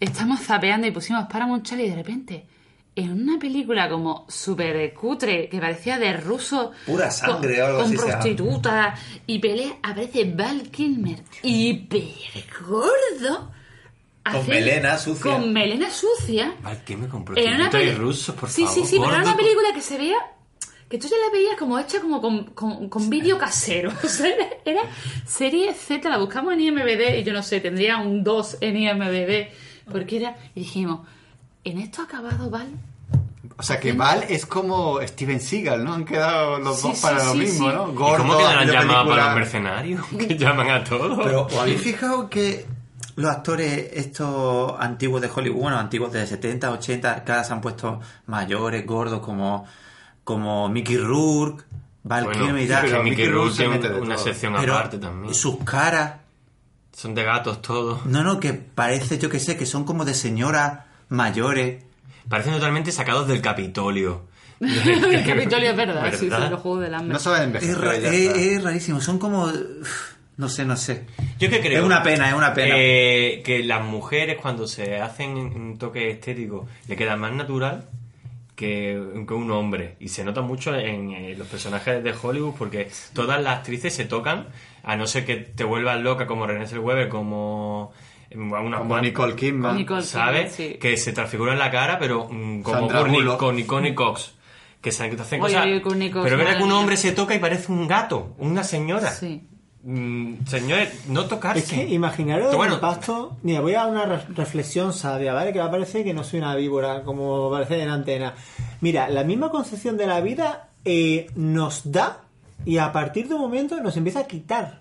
Estamos zapeando y pusimos Paramount Channel y de repente, en una película como super cutre, que parecía de ruso...
Pura sangre
con,
o algo
con
así se llama.
prostitutas y pelea, aparece Val Kilmer hiper gordo.
Con
haciendo-
melena sucia.
Con melena sucia.
Val Kilmer con
Era una
prostituta Ah, y
peli-
rusos, por
sí,
favor.
Sí, sí, pero era
gordo.
una película que se veía... Que tú ya la veías como hecha como con, con, con vídeo casero. (laughs) O sea, era, era serie Z, la buscamos en IMBD y yo no sé, tendría un 2 en IMBD. Porque era... Y dijimos, en esto ha acabado, ¿vale?
O sea que Val es como Steven Seagal, ¿no? Han quedado los
Sí,
dos
sí,
para lo
sí,
mismo,
sí.
¿no?
¿Y cómo quedarán
haciendo
llamadas para los
películas-
mercenarios? (laughs) Que llaman a todos.
Pero (laughs) ¿os habéis fijado que los actores estos antiguos de Hollywood, bueno, antiguos de 70, 80, cada se han puesto mayores, gordos, como, como Mickey Rourke, Val
Bueno,
Kilmer y
sí,
tal?
pero
Pero
Mickey
Rourke
Rourke
se
tiene
mete de
una
todo.
sección aparte también.
sus caras,
Son de gatos todos.
no, no, que parece, yo que sé, que son como de señoras mayores.
Parecen totalmente sacados
(laughs)
del Capitolio.
El Capitolio es verdad, sí,
¿Verdad?
sí, los juegos del hambre.
No saben
Es,
envejecer.
ra-
ya
es-
está.
es rarísimo, son como... uf, No sé, no sé.
Yo que creo.
Es una pena, es una pena.
eh, que las mujeres, cuando se hacen un toque estético, le queda más natural que, que un hombre. Y se nota mucho en eh, los personajes de Hollywood porque todas las actrices se tocan, a no ser que te vuelvas loca como Renée Zellweger, como. eh, Una
Como Nicole Kidman.
Nicole Kidman,
¿Sabes?
sí.
Que se transfiguran la cara, pero mm, como
Sandra
Courtney-
Bullock.
con Nicole Cox. Que se que te hacen
Oye,
cosas.
oye, Courtney Cox,
pero verá
madre
que un
mía.
hombre se toca y parece un gato, una señora.
Sí.
Mm, señores, no tocarse.
Es que imaginaros
Pero bueno,
el pasto. Mira, voy a una re- reflexión sabia, ¿vale? Que va a parecer que no soy una víbora, como parece en antena. Mira, la misma concepción de la vida eh, nos da y a partir de un momento nos empieza a quitar.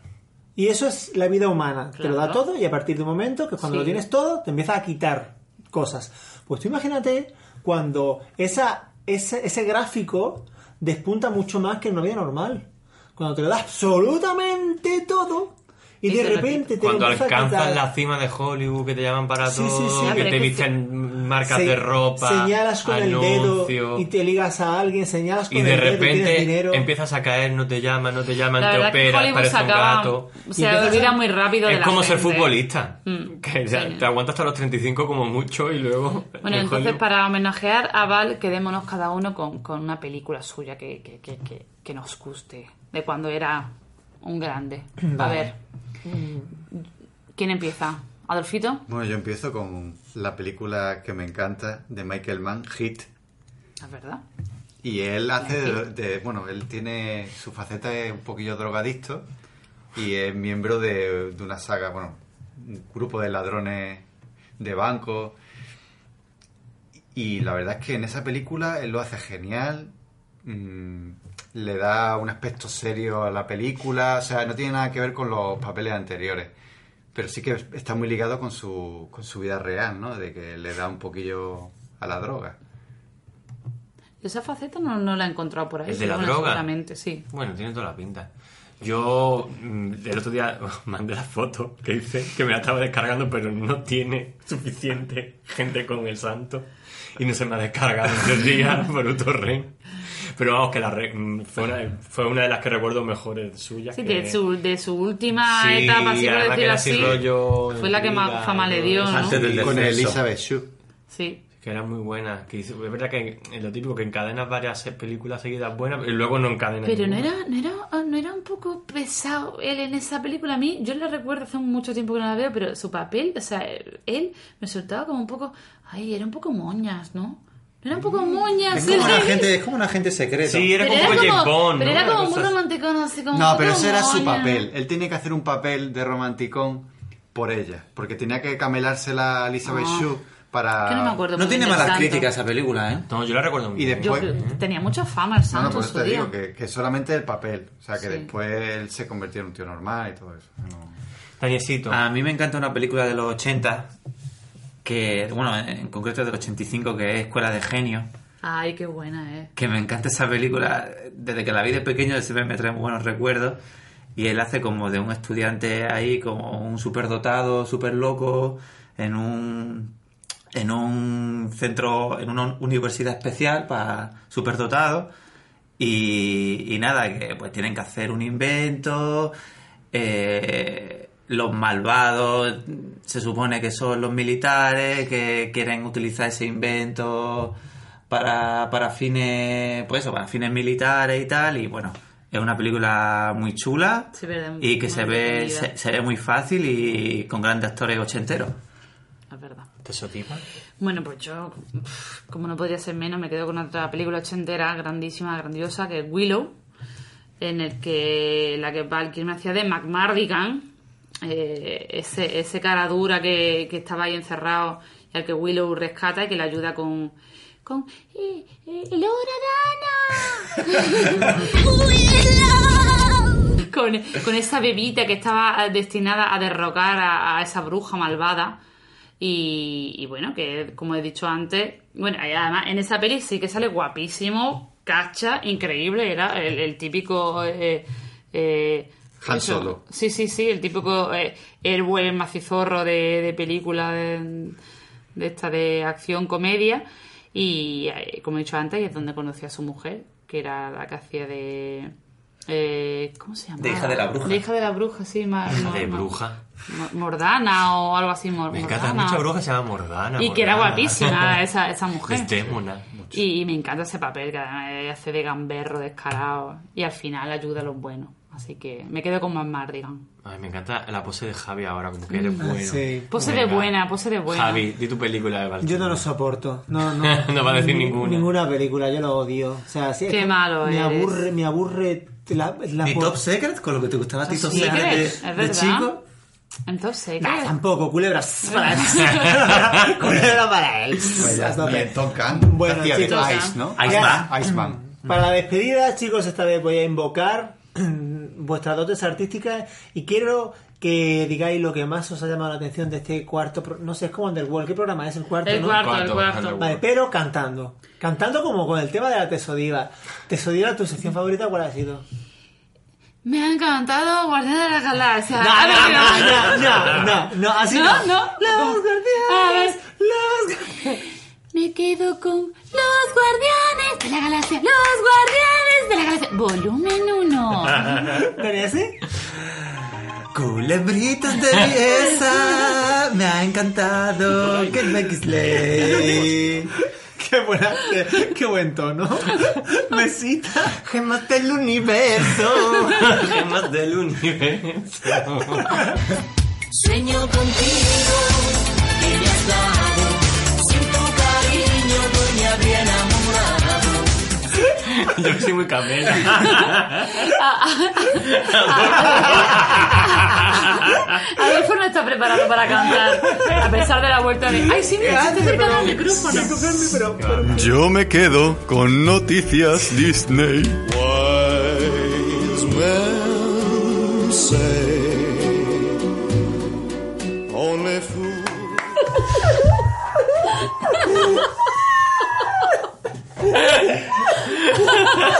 Y eso es la vida humana. Te lo da
Claro.
todo y a partir de un momento, que cuando
Sí.
lo tienes todo, te empieza a quitar cosas. Pues tú imagínate cuando esa ese, ese gráfico despunta mucho más que en una vida normal. Cuando te lo da absolutamente todo y,
Y
de
te
repente te
Cuando
lo empieza a
alcanzas
quitar.
la cima de Hollywood, que te llaman para
Sí,
todo,
sí, sí. Ah,
que
pero
te
es que
visten marcas
Se-
de ropa,
señalas con el dedo
anuncios,
y te ligas a alguien, señalas con
y de
el dedo, tienes
repente
dinero.
empiezas a caer, no te llaman, no te llaman,
La
te
verdad es que
operas,
Hollywood
pareces
se
un
acaba-
gato.
se olvida muy rápido de
Es
la
como ser
gente.
futbolista,
Mm.
que ya te aguantas hasta los 35 como mucho y luego...
Bueno,
en
entonces
Hollywood-
para homenajear a Val, quedémonos cada uno con, con una película suya que, que, que, que, que nos guste, de cuando era un grande. A
Vale.
ver, ¿quién empieza? ¿Adolfito?
Bueno, yo empiezo con la película que me encanta de Michael Mann, Hit.
¿Es verdad?
Y él hace de,
Hit.
de- bueno, él tiene su faceta es un poquillo drogadicto y es miembro de, de una saga, bueno, un grupo de ladrones de banco. Y la verdad es que en esa película él lo hace genial. mm, le da un aspecto serio a la película, o sea, no tiene nada que ver con los papeles anteriores. Pero sí que está muy ligado con su, con su vida real, ¿no? De que le da un poquillo a la droga.
Yo Esa faceta no, no la he encontrado por ahí.
¿El de la
pero bueno,
droga?
seguramente, sí.
Bueno, tiene toda la pinta. Yo mm, el otro día (laughs) mandé la foto que hice, que me la estaba descargando, pero no tiene suficiente gente con el santo. Y no se me ha descargado en
(laughs)
tres días por un torrent. Pero vamos, que la re- mm, fue, una, fue una de las que recuerdo mejores suyas.
Sí,
que-
de su, de su última
Eh, Sí,
etapa, si
además
puedo
que
decir
era
así,
así rollo
fue la que más
vida,
fama le
rollo-
dio, ¿no?
Antes del
Y con
descenso.
Elizabeth Shue.
Sí.
Que era muy buena. Que hizo- es verdad que es lo típico que encadenas varias películas seguidas buenas y luego no encadenas.
Pero no
ninguna.
era, no, era, ah, no era un poco pesado él en esa película. A mí, yo la recuerdo hace mucho tiempo que no la veo, pero su papel, o sea, él me soltaba como un poco. Ay, era un poco moñas, ¿no? Era un poco moñas.
Es como,
él
un
se-
agente, es como un agente secreto.
Sí,
(laughs) pero era como- Pero era como muy
Cosas-
romántico, así como.
No,
un
pero
poco
ese era su
moña.
papel. Él tenía que hacer un papel de romanticón por ella. Porque tenía que camelársela a Elizabeth
Ah.
Shue para...
Es que no me acuerdo No muy tiene bien del
malas
santo.
críticas esa
película,
¿eh?
No, yo la recuerdo muy
Y
Yo
después...
creo- tenía mucha fama el
No,
santo
no, por
en
eso
su
pues te
día.
digo que, que solamente el papel. O sea, que
Sí.
después él se convirtió en un tío normal y todo eso. No.
A mí me encanta una película de los 80, que, bueno, en en concreto del 85, que es Escuela de Genio,
Ay, qué buena eh, es.
que me encanta esa película. Desde que la vi de pequeño siempre me trae buenos recuerdos. Y él hace como de un estudiante ahí, como un superdotado, súper loco, en un en un centro, en una universidad especial para superdotados. Y, y nada, que pues tienen que hacer un invento. eh, los malvados se supone que son los militares que quieren utilizar ese invento para, para fines, pues eso, para fines militares y tal. Y bueno, es una película muy chula
Sí, verdad,
y que se
muy
ve,
entretenida.
se, se ve muy fácil y con grandes actores ochenteros. Mm.
Es verdad.
¿Te sotipa?
Bueno, pues yo, pf, como no podría ser menos, me quedo con otra película ochentera grandísima, grandiosa, que es Willow, en el que la que Val Kilmer hacía de McMardigan, eh, ese, ese cara dura que, que estaba ahí encerrado y al que Willow rescata y que le ayuda con... con ¡Eh, eh,
(laughs)
¡Elora, Dana! (laughs) con, con esa bebita que estaba ah, destinada a derrocar a, a esa bruja malvada. Y, y bueno, que como he dicho antes, bueno, y además en esa peli sí que sale guapísimo, cacha, increíble, era el, el típico... eh, eh,
Han
eso.
Solo.
Sí, sí, sí, el típico eh, héroe macizorro de, de película de, de esta de acción, comedia. Y eh, como he dicho antes, es donde conocí a su mujer, que era la que hacía de... eh, ¿Cómo se llama?
De hija de la bruja.
De hija de la bruja, sí. ma-
Hija
ma-
de
ma-
bruja.
Mo- Mordana o algo así. Mor-
Me
Mordana.
encanta mucha bruja, se llama Mordana.
Y que era
Mordana. (laughs) Este
guapísima esa, esa mujer.
Desdémona.
Y, y me encanta ese papel que además eh, hace de gamberro descarado y al final ayuda a los buenos. Así que me quedo con Mamar, digan.
Ay, me encanta la pose de Javi ahora, como que eres
Mm,
bueno.
sí.
Pues,
Pose de
Venga.
buena, pose de buena.
Javi, di tu película de Val
Yo no lo soporto. No, no.
No va a decir
Ni-
(laughs) ninguna. (laughs)
Ninguna película, yo lo odio. O sea, sí, es
Qué
que
malo
me
eres.
aburre, me aburre la, la
¿Y
por-
Top Secret? Con lo que te gustaba a ti
Top
Top Secret
Secret,
de,
es
de
verdad.
chico.
Entonces,
Nah,
¿qué?
tampoco, (laughs)
(laughs)
culebras para él. culebras para él.
Pues
A tope.
Y en Top Gun,
Pues Bueno,
hacía de
chicos.
Ice, ¿no?
Iceman.
(laughs)
Iceman.
Para la despedida, chicos, esta vez voy a invocar vuestras dotes artísticas y quiero que digáis lo que más os ha llamado la atención de este cuarto, pro- no sé, es como Underworld, ¿qué programa es el cuarto?
El
¿no?
cuarto, el Cuarto, cuarto. Underworld.
Vale, pero cantando, cantando como con el tema de la tesodiva. Tesodiva, ¿tu sección favorita cuál ha sido?
Me ha encantado Guardián de la Galaxia.
No, no, no, no, no, no, no, así
no.
no.
No, Los guardianes, los Me quedo con los guardianes de la galaxia, los guardianes de la galaxia. Volumen 1.
¿Tenía así?
Culebritas de belleza, me ha encantado que me Kingsley.
Qué, buena, qué, qué buen tono. Mesita.
Gemas del universo.
Gemas del universo.
Sueño contigo, que me has dado. Sin tu cariño no me habría enamorado.
(laughs) Yo soy muy
(laughs)
camela.
Adolfo no está preparado para cantar, a pesar de la vuelta de... Ay, sí, mira, estoy cerca del micrófono.
Yo me quedo con noticias Disney.
Wise men say only fools.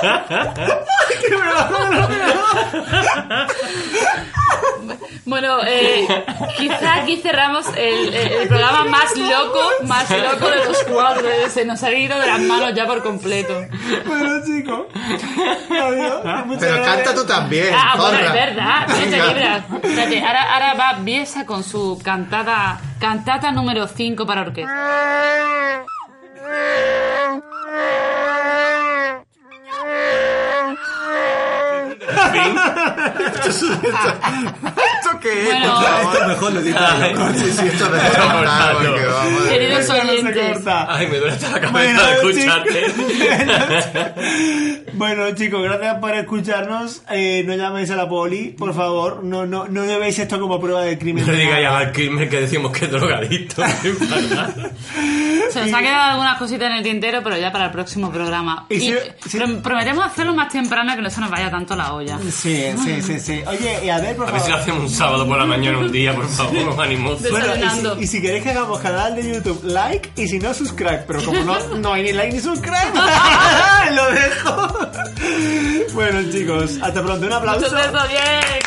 Qué bravo,
Bueno, eh, quizá aquí cerramos el, el- el programa más loco, más loco de los cuatro. Se nos ha ido de las manos ya por completo.
Bueno, chicos.
Pero canta tú también.
Ah, bueno,
zorra.
es
(laughs)
verdad. Espérate,
Venga.
Libra. Espérate, ahora, ahora va Biesa con su cantata, cantata número 5 para orquesta.
¿Esto qué es?
Bueno.
esto mejor lo digo. Sí, sí, esto mejor.
Está
Ah,
cortando.
porque vamos.
Queridos
Eso no se
oyentes,
Ay, me duele hasta la cabeza
Bueno,
de escucharte.
Bueno, chicos, gracias por escucharnos. Eh, no llaméis a la poli, por favor. No, no, no llevéis esto como prueba de crimen.
No le digáis al crimen que decimos que es drogadicto. (laughs)
se nos ha quedado algunas cositas en el tintero, pero ya para el próximo programa.
Y
Y
si-
prom- prometemos hacerlo más temprano que no se nos vaya tanto la olla.
Sí, sí, sí, sí. Oye, y a ver, por
A ver si lo
favor.
hacemos un sábado por la mañana, un día,
(laughs)
por favor, animoso.
Bueno, y si- y, si, queréis que hagamos canal de YouTube, like y si no, subscribe. Pero como no, no hay ni like ni subscribe, (laughs) lo dejo. Bueno, chicos, hasta pronto. Un aplauso.
Muchos besos, bien.